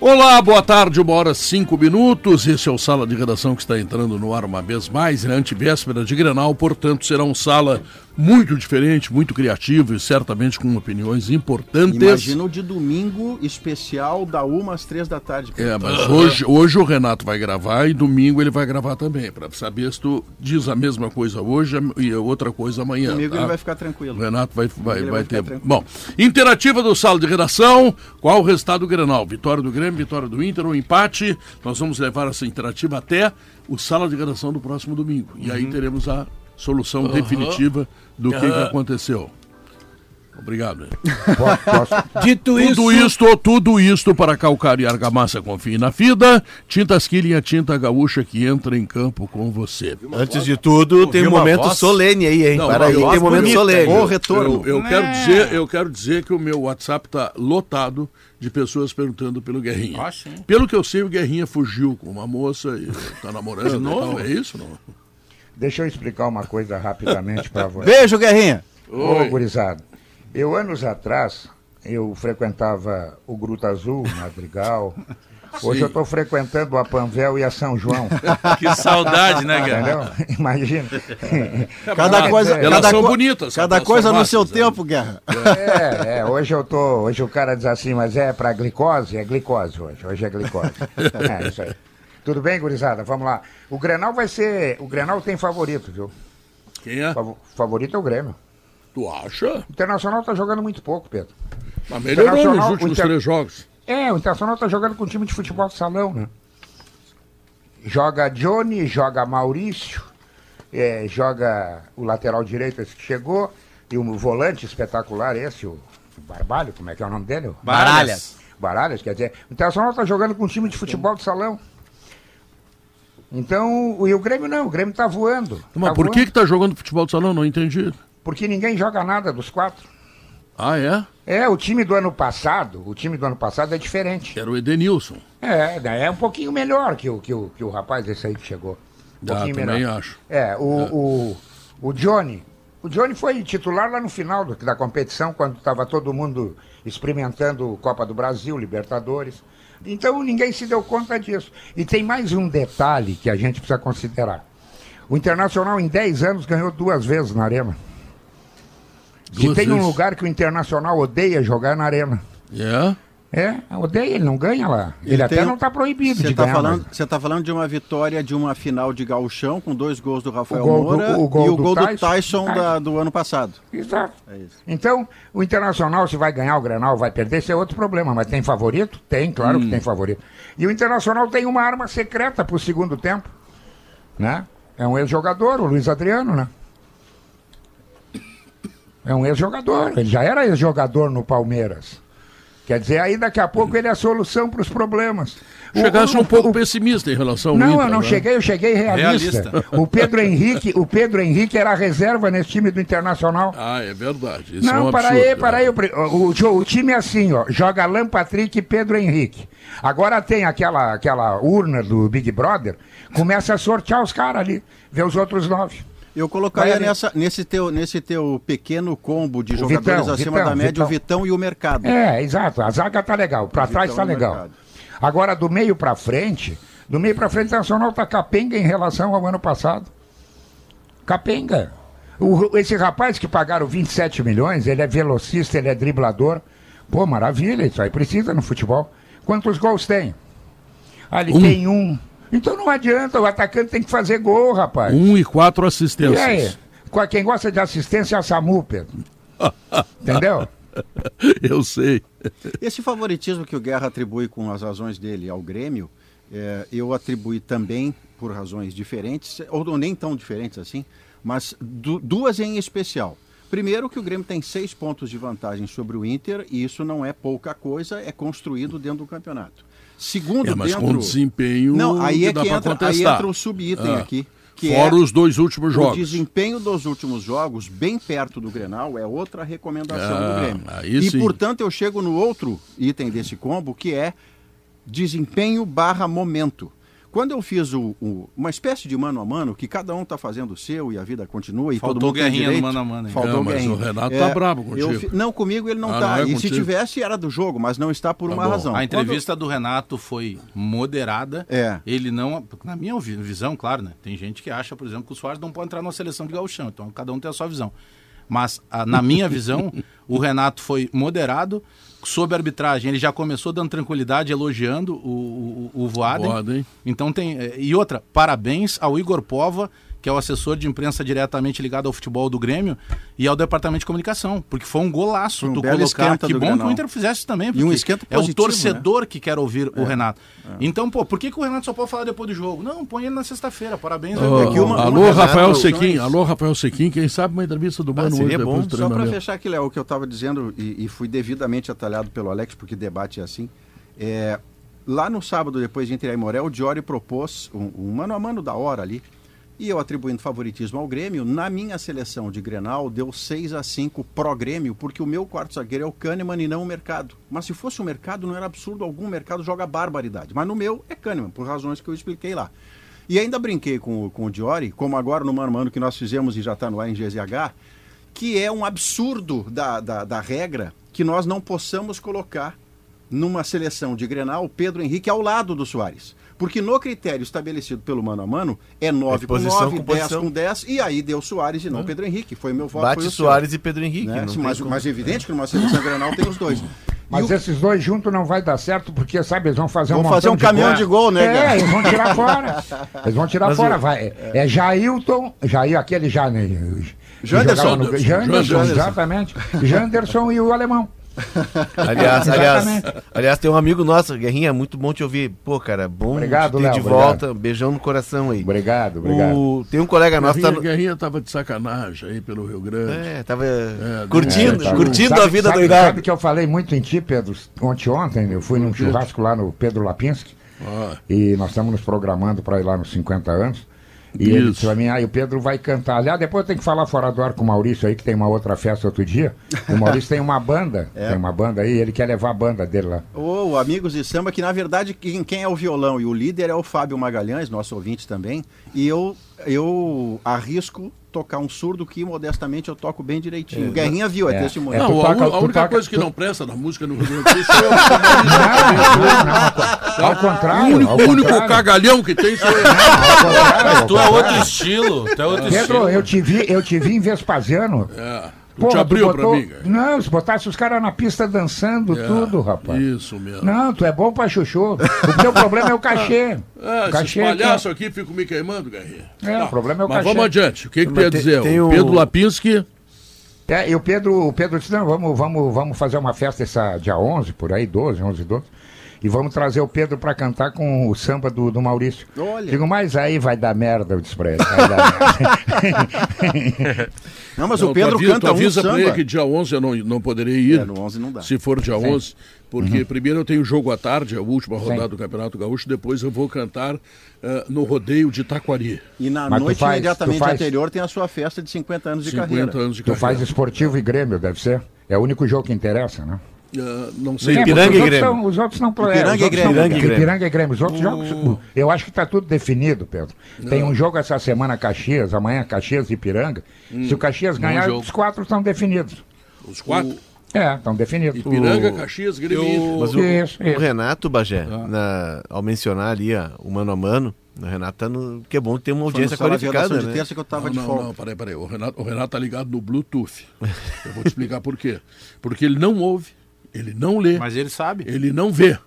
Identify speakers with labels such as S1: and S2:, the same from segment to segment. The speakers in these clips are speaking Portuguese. S1: Olá, boa tarde, uma hora cinco minutos. Esse é o Sala de Redação que está entrando no ar uma vez mais, na né? antivéspera de Grenal, portanto será um sala muito diferente, muito criativo e certamente com opiniões importantes.
S2: Imagina o de domingo especial da uma às três da tarde.
S1: É, mas hoje, hoje o Renato vai gravar e domingo ele vai gravar também, para saber se tu diz a mesma coisa hoje e outra coisa amanhã.
S2: Comigo tá? ele vai ficar tranquilo.
S1: O Renato vai, vai, vai, vai ter. Bom, interativa do Sala de Redação, qual o resultado do Grenal? Vitória do Grêmio? vitória do Inter, um empate. Nós vamos levar essa interativa até o sala de redação do próximo domingo. E uhum. aí teremos a solução uhum. definitiva do uhum. que, que, aconteceu. Obrigado.
S3: Dito
S1: tudo
S3: isso...
S1: isto, tudo isto para calcar e argamassa confie na fida. Tintas Killing, a tinta gaúcha que entra em campo com você.
S3: Antes de tudo, Ouvi tem um momento voz? solene aí, hein? Não, para aí, tem um momento bonita. solene.
S1: Bom retorno. Eu, eu é. quero dizer, eu quero dizer que o meu WhatsApp está lotado de pessoas perguntando pelo Guerrinha. Ah, pelo que eu sei, o Guerrinha fugiu com uma moça e tá namorando. De novo? é isso, não?
S4: Deixa eu explicar uma coisa rapidamente para você.
S3: Beijo, Guerrinha!
S4: Oi. Ô, gurizada. Eu, anos atrás, eu frequentava o Gruta Azul, Madrigal. Hoje Sim. eu estou frequentando a Panvel e a São João.
S3: que saudade, né, Guerra?
S4: Imagina.
S3: cada coisa, é,
S1: elas são co bonitas.
S3: Cada coisa no massas, seu é. tempo, Guerra.
S4: É, é, hoje eu tô, hoje o cara diz assim, mas é para glicose, é glicose hoje, hoje é glicose. é isso aí. Tudo bem, gurizada? Vamos lá. O Grenal vai ser, o Grenal tem favorito, viu?
S1: Quem é? Fav
S4: favorito é o Grêmio.
S1: Tu acha?
S4: O Internacional tá jogando muito pouco, Pedro.
S1: Mas melhorou nos últimos inter... três jogos.
S4: É, o Internacional está jogando com um time de futebol de salão, né? Joga Johnny, joga Maurício, é, joga o lateral direito esse que chegou, e o volante espetacular esse, o Barbalho, como é que é o nome dele?
S3: Baralhas.
S4: Baralhas, quer dizer, o Internacional está jogando com um time de futebol de salão. Então, e o Grêmio não, o Grêmio está voando.
S1: Mas
S4: tá
S1: por voando. que está jogando futebol de salão? Não entendi.
S4: Porque ninguém joga nada dos quatro.
S1: Ah, é?
S4: É, o time do ano passado, o time do ano passado é diferente.
S1: Era o Edenilson.
S4: É, é um pouquinho melhor que o, que o, que o rapaz esse aí que chegou. Um
S1: ah, também melhor. acho.
S4: É, o, é. O, o Johnny. O Johnny foi titular lá no final do, da competição, quando estava todo mundo experimentando Copa do Brasil, Libertadores. Então ninguém se deu conta disso. E tem mais um detalhe que a gente precisa considerar. O Internacional em 10 anos ganhou duas vezes na Arena. Se Duas tem vezes. um lugar que o Internacional odeia jogar na arena.
S1: Yeah.
S4: É, odeia, ele não ganha lá. Ele, ele até um... não está proibido
S2: cê
S4: de
S2: tá
S4: ganhar.
S2: Falando, você está falando de uma vitória de uma final de gauchão com dois gols do Rafael gol Moura do, o, o gol e o do gol do Tyson, Tyson da, do ano passado.
S4: Exato. É então, o Internacional, se vai ganhar o Granal, vai perder, isso é outro problema. Mas tem favorito? Tem, claro hum. que tem favorito. E o Internacional tem uma arma secreta para o segundo tempo. Né? É um ex-jogador, o Luiz Adriano, né? É um ex-jogador, ele já era ex-jogador no Palmeiras. Quer dizer, aí daqui a pouco ele é a solução para os problemas.
S1: Chegasse o, o, um pouco o, pessimista em relação
S4: não, ao Não, eu não né? cheguei, eu cheguei realista. realista. O Pedro Henrique, o Pedro Henrique era reserva nesse time do Internacional.
S1: Ah, é né? verdade.
S4: Isso não, é um para aí, para aí, o, o, time é assim, ó, joga Alan Patrick e Pedro Henrique. Agora tem aquela aquela urna do Big Brother, começa a sortear os caras ali, vê os outros nove.
S2: Eu colocaria Vai, nessa, nesse, teu, nesse teu pequeno combo de jogadores Vitão, acima Vitão, da média Vitão. o Vitão e o Mercado.
S4: É, exato. A zaga tá legal, para trás tá legal. Mercado. Agora, do meio para frente, do meio para frente, o Nacional tá capenga em relação ao ano passado. Capenga. O, esse rapaz que pagaram 27 milhões, ele é velocista, ele é driblador. Pô, maravilha, isso aí precisa no futebol. Quantos gols tem? Ali um. tem um, então não adianta, o atacante tem que fazer gol, rapaz.
S1: Um e quatro assistências.
S4: E aí, quem gosta de assistência é a Samu, Pedro. Entendeu?
S1: Eu sei.
S2: Esse favoritismo que o Guerra atribui com as razões dele ao Grêmio, é, eu atribuí também por razões diferentes, ou nem tão diferentes assim, mas du duas em especial. Primeiro, que o Grêmio tem seis pontos de vantagem sobre o Inter, e isso não é pouca coisa, é construído dentro do campeonato. Segundo,
S1: é, mas
S2: dentro...
S1: com desempenho.
S2: Não, aí é que entra, aí entra o subitem ah. aqui. que
S1: Fora
S2: é
S1: os dois últimos
S2: O
S1: jogos.
S2: desempenho dos últimos jogos, bem perto do Grenal, é outra recomendação
S1: Ah,
S2: do Grêmio.
S1: aí
S2: E,
S1: sim.
S2: portanto, eu chego no outro item desse combo, que é desempenho barra momento. Quando eu fiz o- o- uma espécie de mano a mano, que cada um está fazendo o seu e a vida continua e
S5: Faltou
S2: todo mundo tem
S5: Guerrinha no
S2: direito,
S5: mano a mano, hein?
S2: Faltou
S1: Não, mas
S2: Guerrinha. É,
S1: o Renato tá bravo
S2: eu
S1: contigo.
S2: fi- Não, comigo ele não
S1: Ah,
S2: está.
S1: não é
S2: e se
S1: contigo. Tá
S2: tivesse, era do jogo, mas não está por uma
S1: bom.
S2: razão.
S5: Tá A
S2: Quando-
S5: entrevista do Renato foi moderada.
S2: É.
S5: Ele não, na minha vi- visão, claro, né? Tem gente que acha, por exemplo, que o Soares não pode entrar na seleção de gauchão. Então, cada um tem a sua visão. Mas, a- na minha visão, o Renato foi moderado. Sob a arbitragem, ele já começou dando tranquilidade, elogiando o, o, o Voaden.
S1: Voaden.
S5: Então tem. eh, E outra, parabéns ao Igor Pova, que é o assessor de imprensa diretamente ligado ao futebol do Grêmio e ao departamento de comunicação, porque foi um golaço
S2: Foi um
S5: tu
S2: belo
S5: colocar.
S2: esquenta
S5: Que
S2: do
S5: bom que o
S2: Grenal.
S5: Inter fizesse também,
S2: E um
S5: porque
S2: esquenta
S5: é o
S2: positivo,
S1: né?
S2: É,
S5: torcedor que quer ouvir o Renato. Então, pô, por que, que o Renato só pode falar depois do jogo? Não, põe ele na sexta-feira. Parabéns. é
S1: Ô,
S3: é
S5: Renato.
S2: que uma-
S1: alô,
S2: uma-
S1: Rafael
S2: Renato,
S1: Sequim.
S2: opções.
S1: né? Alô, Rafael Sequim. Quem sabe uma entrevista do Mano hoje né?
S3: seria
S1: depois
S3: bom,
S1: do
S2: Tá, Só para
S1: treinamento.
S2: fechar aqui, Léo, o que eu estava dizendo, e, e fui devidamente atalhado pelo Alex, porque debate é assim. é, lá no sábado, depois de Inter e Morel, o Diori propôs um, um mano a mano da hora ali. E eu atribuindo favoritismo ao Grêmio, na minha seleção de Grenal, deu 6 a 5 pró Grêmio, porque o meu quarto zagueiro é o Kahneman e não o Mercado. Mas se fosse o Mercado, não era absurdo algum, o Mercado joga barbaridade. Mas no meu é Kahneman, por razões que eu expliquei lá. E ainda brinquei com, o- com o Diori, como agora no Mano a Mano que nós fizemos e já está no ar em GZH, que é um absurdo da, da, da regra que nós não possamos colocar numa seleção de Grenal o Pedro Henrique ao lado do Soares. Porque no critério estabelecido pelo mano a mano é 9 com
S3: posição
S2: 9,
S3: com
S2: 10
S3: posição. É.
S2: com 10, e aí deu Soares e não Pedro Henrique. Foi meu voto. foi
S3: Bate
S2: o seu,
S3: Soares e Pedro Henrique.
S2: né?
S3: não
S2: Sim, Mas,
S3: tem como.
S2: mas é evidente que numa seleção de Grenal tem os dois.
S4: Mas
S2: E o-
S4: esses dois juntos não vai dar certo, porque, sabe, eles vão fazer
S2: Vão
S4: um montão
S2: fazer um caminhão de gol, né,
S4: É,
S2: cara?
S4: eles vão tirar fora. Eles vão tirar
S3: Mas
S4: fora.
S3: o-
S4: Vai. É, Jailton, Jair, aquele já, né? que
S2: Janderson.
S4: jogava no- Janderson,
S1: Janderson.
S4: exatamente. Janderson e o alemão.
S3: Aliás, aliás,
S4: Exatamente.
S3: aliás, tem um amigo nosso, Guerrinha, muito bom te ouvir. Pô, cara, bom
S4: Obrigado,
S3: te ter
S4: Léo,
S3: de
S4: obrigado.
S3: volta. Um Beijão no coração aí.
S4: Obrigado,
S3: O- tem um colega nosso. Tá
S1: Guerrinha,
S3: no-
S1: Guerrinha tava de sacanagem aí pelo Rio Grande.
S3: É, tava
S1: não-
S3: curtindo,
S4: É, tá.
S3: curtindo
S4: Sabe-
S3: a vida
S4: sabe,
S3: do Irado.
S4: Sabe que eu falei muito em ti, Pedro? Ontem, ontem, eu fui num churrasco lá no Pedro Lapinski
S1: Ah,
S4: e nós estamos nos programando para ir lá nos 50 anos. E ele
S1: Isso.
S4: disse pra mim, ah, e o Pedro vai cantar. Aliás, depois eu tenho que falar fora do ar com o Maurício aí, que tem uma outra festa outro dia. O Maurício tem uma banda, tem uma banda aí, ele quer levar a banda dele lá.
S2: Ou Amigos de Samba, que na verdade quem, quem é o violão e o líder é o Fábio Magalhães, nosso ouvinte também. E eu, eu arrisco tocar um surdo que modestamente eu toco bem
S1: um
S2: direitinho. Guerrinha viu, é,
S4: É.
S2: testemunho.
S4: É,
S1: não,
S4: tu
S1: a
S4: toca-
S1: u- a,
S4: tu
S1: única
S4: toca-
S1: coisa que
S4: tu-
S1: não presta na música no Rio Grande do Sul é sou eu. Sou
S4: Não,
S1: eu.
S4: não, ao
S1: O
S4: contrário.
S1: único,
S4: ao
S1: o único
S4: contrário,
S1: cagalhão que tem sou eu.
S4: ao contrário, ao
S5: Tu é outro
S4: contrário.
S5: estilo. Tu é outro
S4: Pedro,
S5: estilo.
S4: eu te vi, eu te vi em Vespasiano.
S1: É, tu
S4: Porra,
S1: te
S4: tu
S1: abriu
S4: botou-
S1: pra mim, cara.
S4: Não, se botasse os caras na pista dançando, tudo, rapaz.
S1: Isso mesmo.
S4: Não, tu é bom pra chuchu. O teu problema é o cachê.
S1: Ah,
S4: o
S1: esses
S4: cachê
S1: palhaços aqui ficam me queimando, Tá. Guerrinha.
S4: É, o problema é o
S1: Mas
S4: cachê.
S1: vamos adiante. O que, que tu
S3: Mas
S1: ia
S3: tem-
S1: dizer?
S3: tem
S1: o
S3: o-
S1: Pedro Lapinski.
S4: que é. É, e o Pedro, o Pedro disse, não, vamos, vamos, vamos fazer uma festa essa dia 11, por aí, 12, 11, 12. E vamos trazer o Pedro pra cantar com o samba do, do Maurício.
S2: Olha.
S4: Digo, mas aí vai dar merda, eu disse pra ele. Vai dar merda.
S2: Não, mas
S1: Não,
S2: o Pedro
S1: tu avisa, tu
S2: canta um
S1: avisa pra ele
S2: samba.
S1: que dia 11 eu não, não poderei ir.
S2: É, no 11 não dá.
S1: Se for dia 11, porque primeiro eu tenho jogo à tarde, a última rodada
S4: Uhum. Sim.
S1: do Campeonato Gaúcho, depois eu vou cantar eh, no rodeio de Taquari.
S2: E na
S4: Mas tu
S2: noite
S4: faz,
S2: imediatamente
S4: tu faz.
S2: anterior tem a sua festa de 50 anos de
S1: 50
S2: carreira.
S1: anos de
S4: tu
S1: carreira.
S4: faz esportivo e Grêmio, deve ser. É o único jogo que interessa, né?
S1: Eh, não sei.
S4: É, porque
S3: Ipiranga
S4: os
S3: e
S4: outros
S3: Grêmio.
S4: são- Os outros não pro- é,
S2: Ipiranga
S4: os
S2: e
S4: outros
S2: Grêmio.
S4: não-
S3: Ipiranga e Grêmio.
S4: Ipiranga e Grêmio. Os outros jogos. Eu acho que está tudo definido, Pedro. Tem um jogo essa semana, Caxias, amanhã Caxias e Ipiranga. Se
S3: Hum,
S4: o
S3: um
S4: Caxias ganhar,
S5: jogo.
S4: os quatro estão definidos.
S1: Os quatro.
S4: É, estão definidos.
S1: Ipiranga,
S4: O-
S1: Caxias, Grêmio.
S3: Mas o,
S4: Isso,
S3: o
S4: isso.
S3: Renato Bagé, na- ao mencionar ali ó, o mano a mano, o Renato tá no. Que é bom ter uma
S2: Foi no
S3: audiência
S2: sala de
S3: qualificada,
S2: redação de
S3: né?
S2: terça que eu tava
S1: Não,
S2: de
S1: não,
S2: folga.
S1: não, peraí, peraí. O Renato, o Renato tá ligado no Bluetooth. Eu vou te explicar por quê. Porque ele não ouve, ele não lê,
S5: Mas ele sabe.
S1: ele não vê.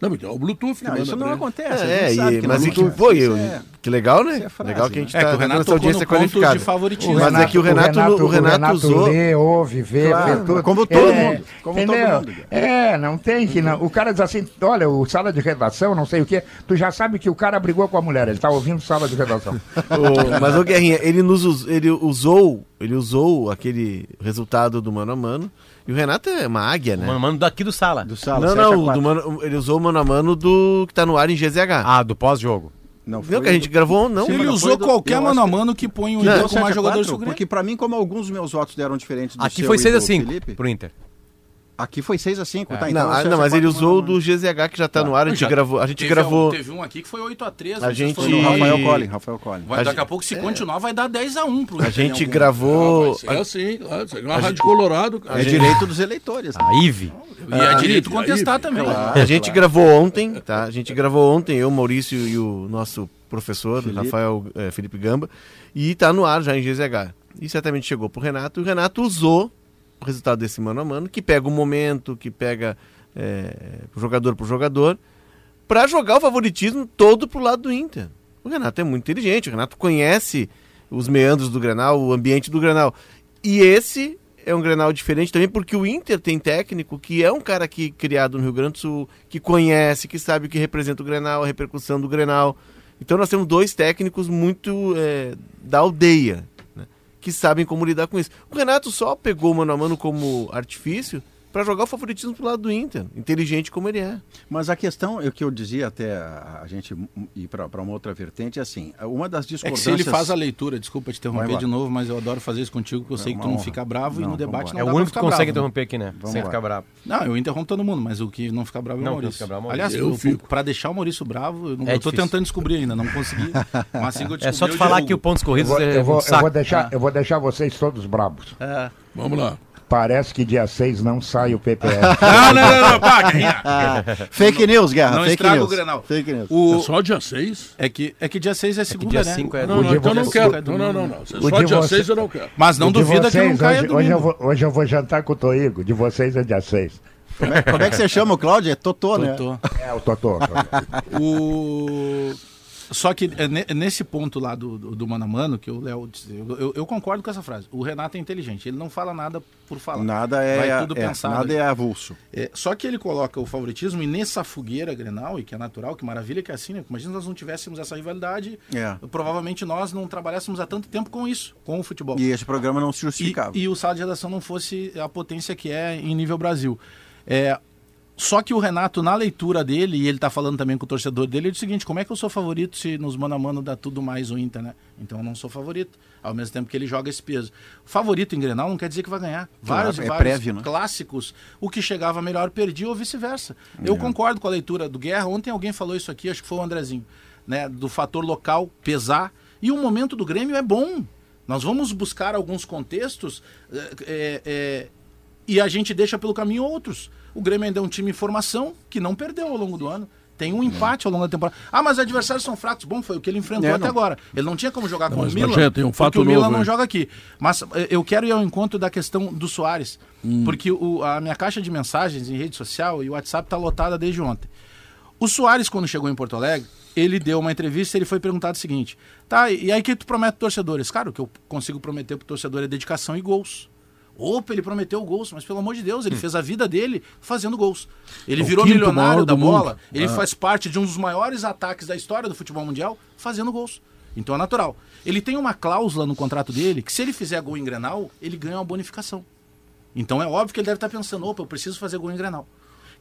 S1: Não, então é o Bluetooth.
S2: Não,
S1: que
S2: isso
S1: manda
S2: não
S1: pra ele.
S2: acontece. a
S3: É,
S2: gente sabe
S3: e, mas
S2: não
S3: e
S1: um
S3: que
S2: acontece.
S3: foi?
S2: Isso
S3: eu-
S2: é-
S3: Que legal, né?
S2: é frase,
S3: legal que a gente
S5: né? É, que
S3: tá
S5: o Renato
S3: tendo essa
S5: tocou
S3: audiência
S5: no ponto de
S3: qualificada.
S5: favoritismo.
S3: Mas é que o Renato, o Renato usou.
S4: lê, ouve, vê,
S2: Claro,
S4: vê tudo.
S2: como todo
S4: É,
S2: mundo, como todo
S4: entendeu?
S2: mundo.
S4: É, não tem que não. O cara diz assim, olha, o sala de redação, não sei o quê. Tu já sabe que o cara brigou com a mulher, ele tá ouvindo sala de redação.
S3: O- mas o Guerrinha, ele nos us- ele usou, ele usou aquele resultado do mano a mano. E o Renato é uma águia, né?
S6: Mano, mano, daqui do sala.
S2: Do sala,
S3: não,
S2: 7 a
S3: não, o
S2: 4.
S3: do mano- ele usou o mano a mano do que tá no ar em GZH.
S6: Ah, do pós-jogo.
S3: Não, que a gente gravou, não.
S5: Ele usou qualquer mano a mano que põe um
S2: Não,
S5: jogo mais jogadores do Grêmio.
S2: Porque pra mim, como alguns dos meus votos deram diferente do
S6: Aqui
S2: seu
S6: foi
S2: e
S6: 6 a
S2: do
S6: 5
S2: Felipe,
S6: pro Inter.
S2: Aqui foi 6 a 5 tá?
S3: não,
S2: então
S3: ah,
S2: você
S3: não, mas
S2: acertou
S3: ele
S2: quatro
S3: usou o
S2: mano a
S3: do GZH que já tá no ar, a gente gravou. A gente
S5: Teve
S3: gravou.
S5: Um, teve um aqui que foi 8x3.
S3: A gente-
S2: mano.
S3: e-
S2: Foi do Rafael Collin, Rafael Collin.
S3: A
S5: Vai, daqui a
S3: gente- É.
S5: pouco, se continuar, vai dar 10x1 pro
S3: A
S5: Inter em
S3: gente
S5: algum-
S3: gravou.
S1: É
S4: Ah,
S1: assim, claro. isso aí é Uma rádio colorado. cara.
S2: É direito dos eleitores. né?
S6: A Ive.
S5: E é direito
S1: aí,
S5: contestar
S1: aí,
S5: também.
S3: Ah, A gente gravou ontem, tá? A
S2: É.
S3: gente gravou ontem, eu, Maurício e o nosso professor, Rafael eh, Felipe Gamba, e tá no ar já em GZH. E certamente chegou pro Renato, e o Renato usou o resultado desse mano a mano, que pega o momento, que pega eh, jogador por jogador, pra jogar o favoritismo todo pro lado do Inter. O Renato é muito inteligente, o Renato conhece os meandros do Granal, o ambiente do Granal. E esse é um Granal diferente também, porque o Inter tem técnico que é um cara que criado no Rio Grande do Sul, que conhece, que sabe o que representa o Grenal, a repercussão do Grenal. Então nós temos dois técnicos muito eh, da aldeia, né, que sabem como lidar com isso. O Renato só pegou o mano a mano como artifício para jogar o favoritismo pro lado do Inter, inteligente como ele é.
S2: Mas a questão, é o que eu dizia até a a gente ir pra pra uma outra vertente, é assim, uma das
S5: É que
S2: discordâncias...
S5: se ele faz a leitura, desculpa te interromper
S2: Vai lá.
S5: de novo, mas eu adoro fazer isso contigo, porque eu sei que
S2: uma
S5: tu não
S2: honra.
S5: fica bravo e
S2: Não,
S5: no debate
S2: vambora.
S5: não
S6: É o
S5: dá pra
S6: único que
S5: ficar
S6: consegue
S5: bravo, né?
S6: interromper aqui, né? Sem
S2: lá.
S6: ficar bravo.
S5: Não, eu interrompo todo mundo, mas o que não fica bravo é o
S6: Não, quem
S5: Maurício.
S6: fica bravo é o
S5: Aliás,
S1: Maurício. Eu
S5: eu
S1: fico.
S5: pra deixar o Maurício bravo, eu, não,
S6: É
S5: eu tô
S6: difícil.
S5: tentando descobrir ainda, não consegui. Mas assim que eu descobrir,
S6: É só te
S5: eu
S6: falar
S5: divulgo.
S6: que o Pontos
S4: Eu
S6: Corridos
S4: vou,
S6: é
S4: eu vou-
S6: um
S4: eu
S6: saco.
S4: vou deixar, eu vou deixar vocês todos bravos.
S5: É.
S1: Vamos lá.
S4: Parece que dia 6 não sai o PPS.
S5: Não, não, não, não, pá, Guerrinha.
S2: Fake news, Guerra,
S5: Não
S2: fake
S5: estraga
S2: news.
S5: o Grenal.
S2: Fake news.
S5: O-
S1: É só dia 6?
S5: É que, é que dia 6 é segunda,
S6: dia
S5: né?
S6: cinco é-
S5: Não,
S1: Não,
S4: O
S1: não,
S4: de
S1: então não
S4: vocês-
S1: quero. Não, não, não. não. é
S4: O
S1: Só
S4: de
S1: dia
S4: você-
S1: 6 eu não quero.
S5: Mas não
S4: O de
S5: duvida que não
S4: vocês,
S5: caia
S4: hoje, hoje, eu
S5: domingo.
S4: vou, hoje eu vou jantar com o Toigo. De vocês é dia 6.
S2: Como, é, como é que você chama o Cláudio? É Totô, né?
S5: Totó.
S4: É, o Totô.
S5: O... Só que é, ne- nesse ponto lá do, do, do mano a mano, que o Léo disse, eu, eu, eu concordo com essa frase. O Renato é inteligente, ele não fala nada por falar.
S2: Nada é,
S5: Vai tudo
S2: é,
S5: pensado.
S2: nada é avulso.
S5: É, só que ele coloca o favoritismo e nessa fogueira Grenal, e que é natural, que maravilha que é assim, né? Imagina se nós não tivéssemos essa rivalidade,
S2: É.
S5: provavelmente nós não trabalhássemos há tanto tempo com isso, com o futebol.
S2: E esse programa não se
S5: E,
S2: justificava.
S5: e o sala de redação não fosse a potência que é em nível Brasil. É, só que o Renato, na leitura dele, e ele tá falando também com o torcedor dele, ele diz o seguinte: como é que eu sou favorito se nos mano a mano dá tudo mais o Inter, né? Então eu não sou favorito. Ao mesmo tempo que ele joga esse peso. Favorito em Grenal não quer dizer que vai ganhar. Vários
S2: Claro,
S5: e
S2: é
S5: vários
S2: prévio, né?
S5: clássicos, o que chegava melhor perdia ou vice-versa.
S1: É.
S5: Eu concordo com a leitura do Guerra. Ontem alguém falou isso aqui, acho que foi o Andrezinho, né? Do fator local pesar. E o momento do Grêmio é bom. Nós vamos buscar alguns contextos eh, eh, eh, e a gente deixa pelo caminho outros. O Grêmio ainda é um time em formação que não perdeu ao longo do ano. Tem um empate ao longo da temporada. Ah, mas adversários são fracos. Bom, foi o que ele enfrentou
S2: É,
S5: até
S2: não.
S5: agora. Ele não tinha como jogar com
S1: mas,
S5: o Milan.
S1: Bagé, tem um fato
S5: porque o Milan
S1: novo,
S5: não
S1: hein?
S5: joga joga aqui. Mas eh, eu quero ir ao encontro da questão do Soares. Porque o- a minha caixa de mensagens em rede social e WhatsApp está lotada desde ontem. O Soares, quando chegou em Porto Alegre, ele deu uma entrevista e ele foi perguntado o seguinte: tá, e aí que tu promete torcedores? Cara, o que eu consigo prometer pro torcedor é dedicação e gols. Opa, ele prometeu gols, mas pelo amor de Deus, ele fez a vida dele fazendo gols. Ele
S1: É Hum. o
S5: virou
S1: quinto
S5: milionário
S1: maior
S5: da
S1: do
S5: bola,
S1: mundo. Ah.
S5: ele faz parte de um dos maiores ataques da história do futebol mundial fazendo gols. Então é natural. Ele tem uma cláusula no contrato dele que se ele fizer gol em Grenal, ele ganha uma bonificação. Então é óbvio que ele deve estar pensando, opa, eu preciso fazer gol em Grenal.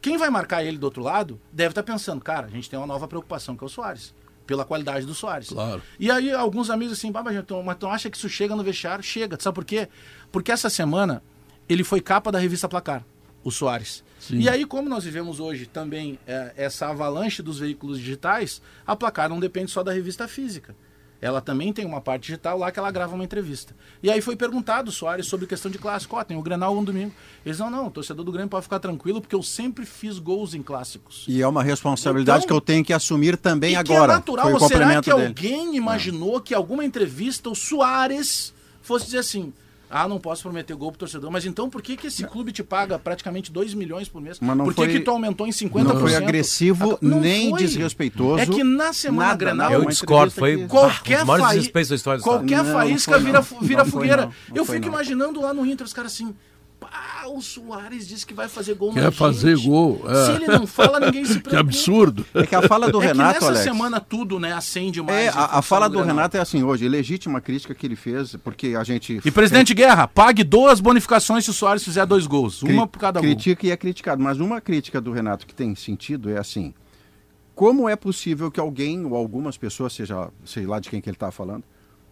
S5: Quem vai marcar ele do outro lado deve estar pensando, cara, a gente tem uma nova preocupação que é o Soares, pela qualidade do Soares.
S1: Claro.
S5: E aí alguns amigos assim, "Bah, mas então, mas então acha que isso chega no vestiário? Chega, sabe por quê? Porque essa semana ele foi capa da revista Placar, o Soares. E aí, como nós vivemos hoje também eh, essa avalanche dos veículos digitais, a Placar não depende só da revista física. Ela também tem uma parte digital lá que ela grava uma entrevista. E aí foi perguntado o Soares sobre questão de clássico. Ó, tem o Grenal um domingo. Eles não, não, o torcedor do Grêmio pode ficar tranquilo porque eu sempre fiz gols em clássicos.
S2: E é uma responsabilidade
S5: Então-
S2: que eu tenho que assumir também
S5: E que
S2: agora.
S5: é natural.
S2: Foi o
S5: Será
S2: complemento
S5: que
S2: dele. É.
S5: alguém imaginou que alguma entrevista o Soares fosse dizer assim? Ah, não posso prometer gol pro torcedor. Mas então por que, que esse clube te paga praticamente 2 milhões por mês?
S2: Mas não
S5: por que,
S2: foi-
S5: que tu aumentou em 50%?
S2: Não foi agressivo,
S5: Ah, Não
S2: nem
S5: foi.
S2: desrespeitoso.
S5: É que na semana
S2: nada,
S5: Grenal
S2: nada.
S6: Eu
S2: Uma
S6: discordo,
S2: entrevista
S6: foi
S2: que-
S6: bah, um
S5: Qualquer,
S6: dos maiores
S5: faí-
S6: desrespeitos da história do Estado.
S5: qualquer
S2: Não, não
S5: faísca
S2: foi,
S5: vira,
S2: não.
S5: fu- vira
S2: Não foi,
S5: fogueira.
S2: não. Não
S5: eu
S2: foi,
S5: fico
S2: não.
S5: imaginando lá no Inter, os caras assim. Pá, o Soares disse que vai fazer gol
S1: Quer fazer gol, é.
S5: Se ele não fala, ninguém se preocupa.
S1: Que absurdo.
S2: É que a fala do
S5: é
S2: Renato,
S5: que nessa
S2: Alex.
S5: semana tudo, né, acende mais.
S2: É,
S5: em
S2: a, a
S5: função
S2: fala do
S5: Grenal.
S2: Renato é assim hoje, legítima crítica que ele fez, porque a gente. é
S5: E presidente Guerra, pague duas bonificações se o Soares fizer dois gols.
S2: Cri-
S5: Uma por cada um. gol.
S2: Critica e é criticado. Mas uma crítica do Renato que tem sentido é assim: Como é possível que alguém ou algumas pessoas, seja sei lá de quem que ele está falando,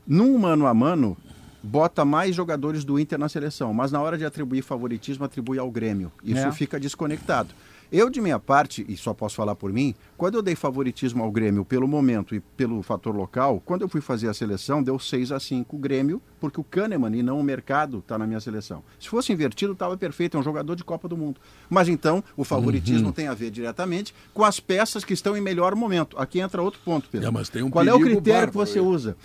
S2: num mano a mano, bota mais jogadores do Inter na seleção, mas na hora de atribuir favoritismo, atribui ao Grêmio. Isso
S5: É.
S2: fica desconectado. Eu, de minha parte, e só posso falar por mim, quando eu dei favoritismo ao Grêmio pelo momento e pelo fator local, quando eu fui fazer a seleção, deu 6 a 5 o Grêmio, porque o Kahneman e não o mercado está na minha seleção. Se fosse invertido, estava perfeito, é um jogador de Copa do Mundo. Mas então, o
S1: Uhum.
S2: favoritismo tem a ver diretamente com as peças que estão em melhor momento. Aqui entra outro ponto, Pedro.
S1: É, mas tem um
S2: Qual é o
S1: perigo
S2: critério que
S1: bárbaro
S2: você
S1: aí.
S2: usa?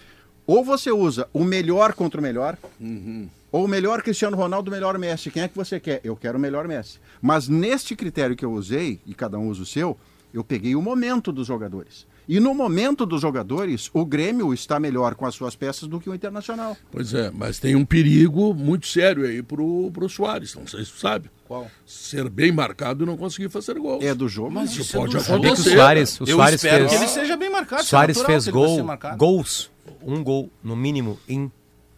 S2: Ou você usa o melhor contra o melhor,
S1: Uhum.
S2: ou o melhor Cristiano Ronaldo, o melhor Messi. Quem é que você quer? Eu quero o melhor Messi. Mas neste critério que eu usei, e cada um usa o seu, eu peguei o momento dos jogadores. E no momento dos jogadores, o Grêmio está melhor com as suas peças do que o Internacional.
S1: Pois é, mas tem um perigo muito sério aí pro, pro Soares, não sei se tu sabe.
S5: Qual?
S1: Ser bem marcado e não conseguir fazer gol.
S2: É do jogo, mas
S1: isso
S5: isso é
S1: pode
S5: do jogo.
S1: acontecer.
S6: Sabia que o Soares, o
S5: Eu
S6: Soares
S5: espero
S6: fez,
S5: que ele seja bem marcado.
S6: Soares
S5: é natural
S6: fez
S5: que ele vai
S6: gol,
S5: ser marcado.
S6: gols, um gol no mínimo em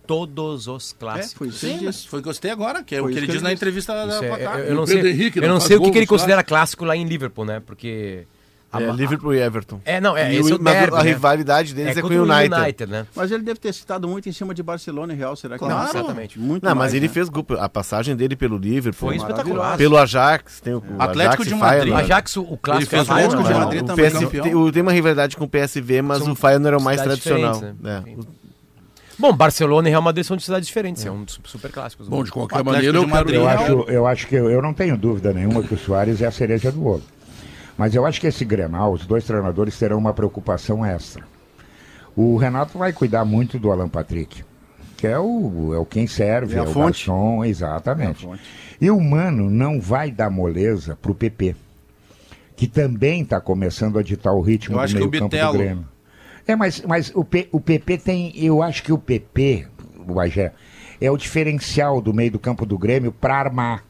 S6: todos os clássicos.
S2: É, foi isso. que eu
S5: Sim,
S2: disse.
S5: mas foi o que eu citei agora, que é
S2: Foi
S5: o que
S2: isso
S5: ele
S2: que
S5: diz
S2: ele
S5: na
S2: disse.
S5: entrevista da
S6: Isso é-
S5: da
S6: eu,
S5: tarde.
S6: eu
S1: o
S6: não sei,
S1: Pedro Henrique
S6: eu
S1: não
S6: não
S1: faz
S6: sei o que,
S1: gol
S6: que ele
S1: no Soares.
S6: considera clássico lá em Liverpool, né? Porque a-
S3: É,
S6: a-
S3: Liverpool e Everton.
S6: é não, é
S3: E
S6: esse
S3: o-
S6: é o
S3: mas
S6: derby,
S3: a
S6: né?
S3: rivalidade deles é, com
S6: contra
S3: o United.
S6: né?
S2: Mas ele deve ter citado muito em cima de Barcelona e Real, será que
S6: Claro.
S2: não?
S6: Exatamente.
S2: Muito
S3: Não, mas
S2: mais,
S3: ele
S2: né?
S3: fez gol. A passagem dele pelo Liverpool.
S6: Foi espetacular.
S3: Pelo Ajax,
S2: É.
S3: tem o o
S5: Atlético
S3: Ajax
S5: de
S3: e
S5: Madrid.
S3: Feyenoord.
S6: Ajax, o, o clássico
S5: fez
S6: Ajax,
S5: gol no
S6: né?
S5: Real
S3: Não,
S5: Madrid
S3: o
S5: também,
S3: PS
S5: campeão.
S3: tem, o- tem uma rivalidade com o PSV, mas
S6: São
S3: o Feyenoord era o mais
S6: cidades
S3: tradicional.
S6: diferentes,
S5: né?
S3: É.
S6: Enfim. Bom, Barcelona e Real Madrid são de cidades diferentes, é, um dos super clássicos.
S1: Bom, de qualquer
S5: Atlético
S1: maneira,
S5: de
S1: eu quero...
S5: Madrid.
S4: Eu
S5: Não.
S4: acho, eu acho que eu, eu não tenho dúvida nenhuma que o Soares é a cereja do bolo. Mas eu acho que esse Grenal, os dois treinadores terão uma preocupação extra. O Renato vai cuidar muito do Alan Patrick, que é o, é o quem serve,
S2: É
S4: é,
S2: a
S4: o
S2: fonte.
S4: garçom, exatamente. E o Mano não vai dar moleza pro PP, que também está começando a ditar o ritmo
S5: Eu
S4: do
S5: acho que o
S4: meio-campo do
S5: Bitelo-
S4: Grêmio. É, mas, mas o, P- o PP tem. Eu acho que o PP, o Bagé, é o diferencial do meio do campo do Grêmio para armar.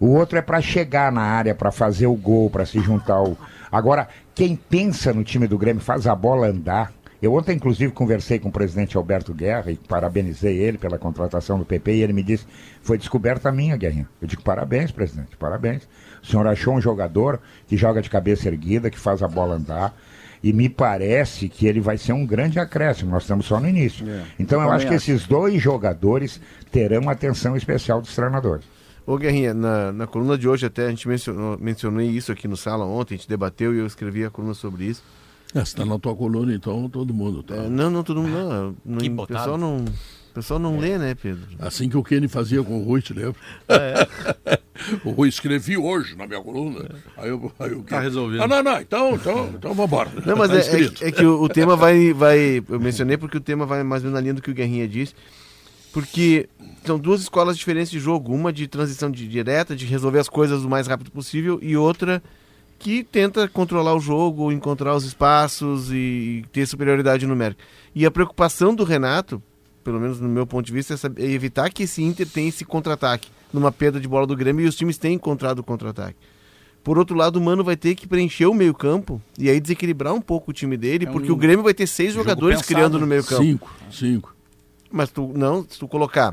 S4: O outro é para chegar na área, para fazer o gol, para se juntar ao. Agora, quem pensa no time do Grêmio faz a bola andar. Eu ontem, inclusive, conversei com o presidente Alberto Guerra e parabenizei ele pela contratação do PP e ele me disse, foi descoberta minha, Guerrinha. Eu digo, parabéns, presidente, parabéns. O senhor achou um jogador que joga de cabeça erguida, que faz a bola andar e me parece que ele vai ser um grande acréscimo, nós estamos só no início. Então, eu
S2: também
S4: acho que
S2: acho.
S4: esses dois jogadores terão atenção especial dos treinadores.
S3: Ô Guerrinha, na, na coluna de hoje até a gente mencionou, mencionei isso aqui no sala ontem, a gente debateu e eu escrevi a coluna sobre isso.
S1: É, se tá na tua coluna, então, todo mundo tá.
S3: É, não, não, todo mundo não. não
S6: Que
S3: o
S6: botado. É.
S3: pessoal não, o pessoal não lê, né, Pedro?
S1: Assim que o Kenny fazia com o Rui, te lembra? o Rui escrevi hoje na minha coluna. Aí eu, aí eu...
S5: É. Tá resolvido. É um
S1: Ah, não, não, então, então, então vambora.
S3: Não, mas
S1: Tá
S3: é- é,
S1: escrito.
S3: é que o, o tema vai, vai. Eu mencionei porque o tema vai mais ou menos na linha do que o Guerrinha disse. Porque são duas escolas diferentes de jogo. Uma de transição de- direta, de resolver as coisas o mais rápido possível, e outra que tenta controlar o jogo, encontrar os espaços e, ter superioridade numérica. E a preocupação do Renato, pelo menos no meu ponto de vista, é, saber- é evitar que esse Inter tenha esse contra-ataque numa perda de bola do Grêmio e os times têm encontrado o contra-ataque. Por outro lado, o Mano vai ter que preencher o meio-campo e aí desequilibrar um pouco o time dele,
S5: É
S3: porque
S5: um
S3: o Grêmio vai ter seis
S5: jogo
S3: jogadores
S5: pensado.
S3: criando no meio-campo.
S1: Cinco, cinco.
S3: Mas tu não, se tu colocar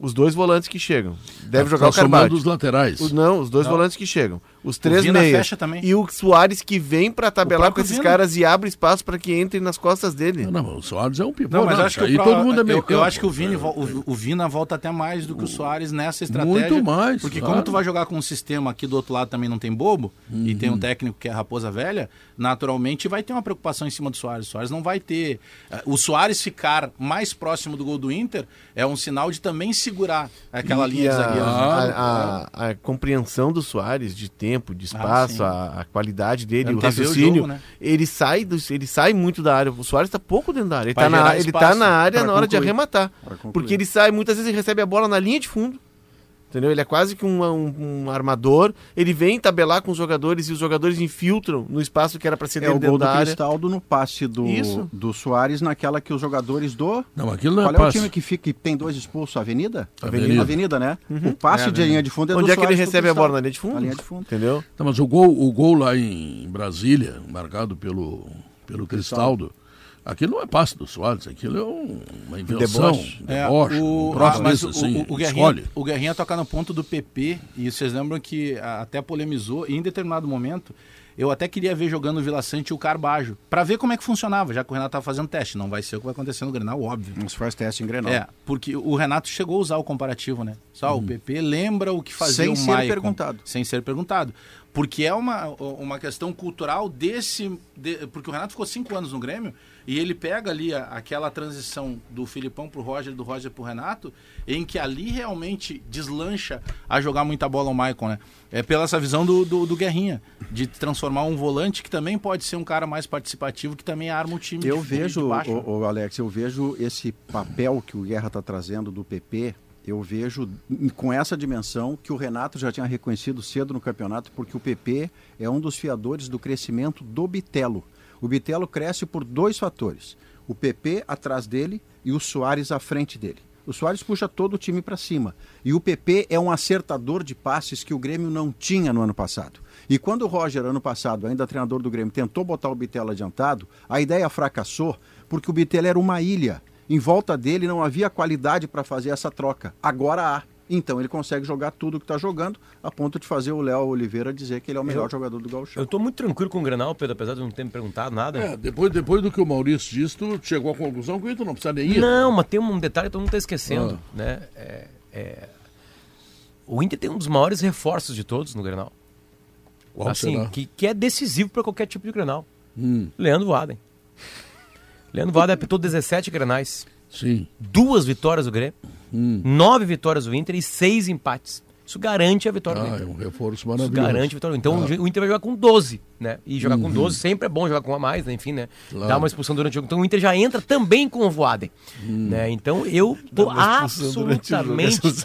S3: os dois volantes que chegam, deve jogar
S1: tá
S3: o Carvalho.
S1: somando os laterais.
S3: Os- não, os dois volantes que chegam. Os três
S5: Vina
S3: meias.
S5: fecha também.
S3: E o Soares que vem pra tabelar com
S5: próprio
S3: esses
S5: Vina.
S3: caras e abre espaço pra que entrem nas costas dele.
S1: Não, não, o Soares é um pivô.
S5: Não, mas
S1: né?
S5: acho que
S1: Aí
S5: o pro-
S1: todo mundo é meio
S5: eu, eu acho que o, Vini, vol- o, o Vina volta até mais do que o Soares nessa estratégia.
S1: Muito mais,
S5: Porque
S1: claro.
S5: como tu vai jogar com um sistema aqui do outro lado também não tem bobo, e
S1: Uhum.
S5: tem um técnico que é a raposa velha, naturalmente vai ter uma preocupação em cima do Soares. O Soares não vai ter. eh, O Soares ficar mais próximo do gol do Inter é um sinal de também segurar aquela
S3: E
S5: linha de
S3: a,
S5: zagueiros. né?
S3: a, a- a compreensão do Soares de tempo,
S2: Ah,
S3: de espaço,
S5: sim.
S3: a, a qualidade
S2: É,
S3: dele, o
S5: Ele antevê o
S3: raciocínio,
S5: jogo, né?
S3: ele, sai do, ele sai muito da área. O Soares tá pouco dentro da área. Ele
S5: Pra
S3: tá na,
S5: gerar
S3: ele
S5: espaço,
S3: tá na área
S2: pra
S3: na hora de
S2: concluir.
S3: arrematar.
S2: Pra concluir.
S3: Porque ele sai, muitas vezes ele recebe a bola na linha de fundo. Entendeu? Ele é quase que um, um- um armador. Ele vem tabelar com os jogadores e os jogadores infiltram no espaço que era pra ser
S2: É
S3: dele
S2: o
S3: dentro
S2: gol do
S3: da área.
S2: Cristaldo no passe do,
S3: Isso.
S2: do Soares naquela que os jogadores do
S1: Não, aquilo não é
S2: Qual é o
S1: passe.
S2: time que, fica, que tem dois expulsos? Avenida?
S1: Avenida.
S2: Avenida, né?
S6: Uhum.
S2: O passe de linha de fundo é do
S3: Onde é que ele
S2: Soares pro
S3: recebe a
S2: Cristal.
S3: bola? Na linha de fundo?
S2: Na linha de fundo.
S3: Entendeu?
S1: Não, Tá, mas o gol, o gol lá em Brasília, marcado pelo, pelo Cristaldo, aquilo não é passe do Soares, aquilo é um- uma invenção,
S3: deboche.
S1: um
S5: É,
S1: deboche,
S5: o,
S1: um troço
S5: ah, mas
S1: desse,
S5: o-
S1: assim,
S5: o, o,
S1: escolhe.
S5: Guerrinha, o Guerrinha toca no ponto do PP, e vocês lembram que a- até polemizou, e em determinado momento, Eu até queria ver jogando o Vila Sante e o Carbajo, para ver como é que funcionava, já que o Renato estava fazendo teste. Não vai ser o que vai acontecer no Grenal, óbvio.
S2: Não se faz teste em Grenal. Uhum.
S5: É, porque o Renato chegou a usar o comparativo, né? Só o PP lembra o que fazia
S2: Sem
S5: o
S2: ser
S5: Maicon.
S2: perguntado.
S5: Sem ser perguntado. Porque é uma, uma questão cultural desse. de- porque o Renato ficou cinco anos no Grêmio e ele pega ali a- aquela transição do Filipão pro Roger, do Roger pro Renato, em que ali realmente deslancha a jogar muita bola o Maicon, né? É pela essa visão do, do, do Guerrinha, de transformar um volante que também pode ser um cara mais participativo, que também arma o time
S2: Eu
S5: de- de
S2: vejo,
S5: baixo, né?
S2: o, Alex, eu vejo esse papel que o Guerra está trazendo do PP, eu vejo n- com essa dimensão que o Renato já tinha reconhecido cedo no campeonato, porque o PP é um dos fiadores do crescimento do Bitelo. O Bitelo cresce por dois fatores: o PP atrás dele e o Soares à frente dele. O Soares puxa todo o time para cima. E o PP é um acertador de passes que o Grêmio não tinha no ano passado. E quando o Roger, ano passado, ainda treinador do Grêmio, tentou botar o Bitelo adiantado, a ideia fracassou porque o Bitelo era uma ilha. Em volta dele não havia qualidade para fazer essa troca. Agora há. Então ele consegue jogar tudo que está jogando, a ponto de fazer o Léo Oliveira dizer que ele é o melhor jogador do
S6: Eu
S2: Gauchão.
S6: tô muito tranquilo com o Granal, Pedro, apesar de não ter me perguntado nada.
S1: É, depois, depois do que o Maurício disse, tu chegou à conclusão que tu não precisa nem ir.
S6: Não, mas tem um detalhe que todo mundo está esquecendo.
S1: Ah.
S6: Né? É- é- O Inter tem um dos maiores reforços de todos no Grenal.
S1: Qual
S6: assim,
S1: será?
S6: que, que é decisivo para qualquer tipo de Grenal.
S1: Hum,
S6: Leandro Vaden. Leandro Vaden apitou 17 Grenais,
S1: sim. Hum.
S6: duas vitórias do Grêmio, nove vitórias do Inter e seis empates. Isso garante a vitória do
S1: Ah, é
S6: Inter.
S1: um reforço
S6: Isso
S1: maravilhoso. Ah,
S6: garante a vitória. do Inter. Então o Inter vai jogar com 12, né? E jogar com 12 sempre é bom jogar com um a mais, né? enfim, né? Dá uma expulsão durante o jogo. Então o Inter já entra também com o Voaden. Né? Então eu tô absolutamente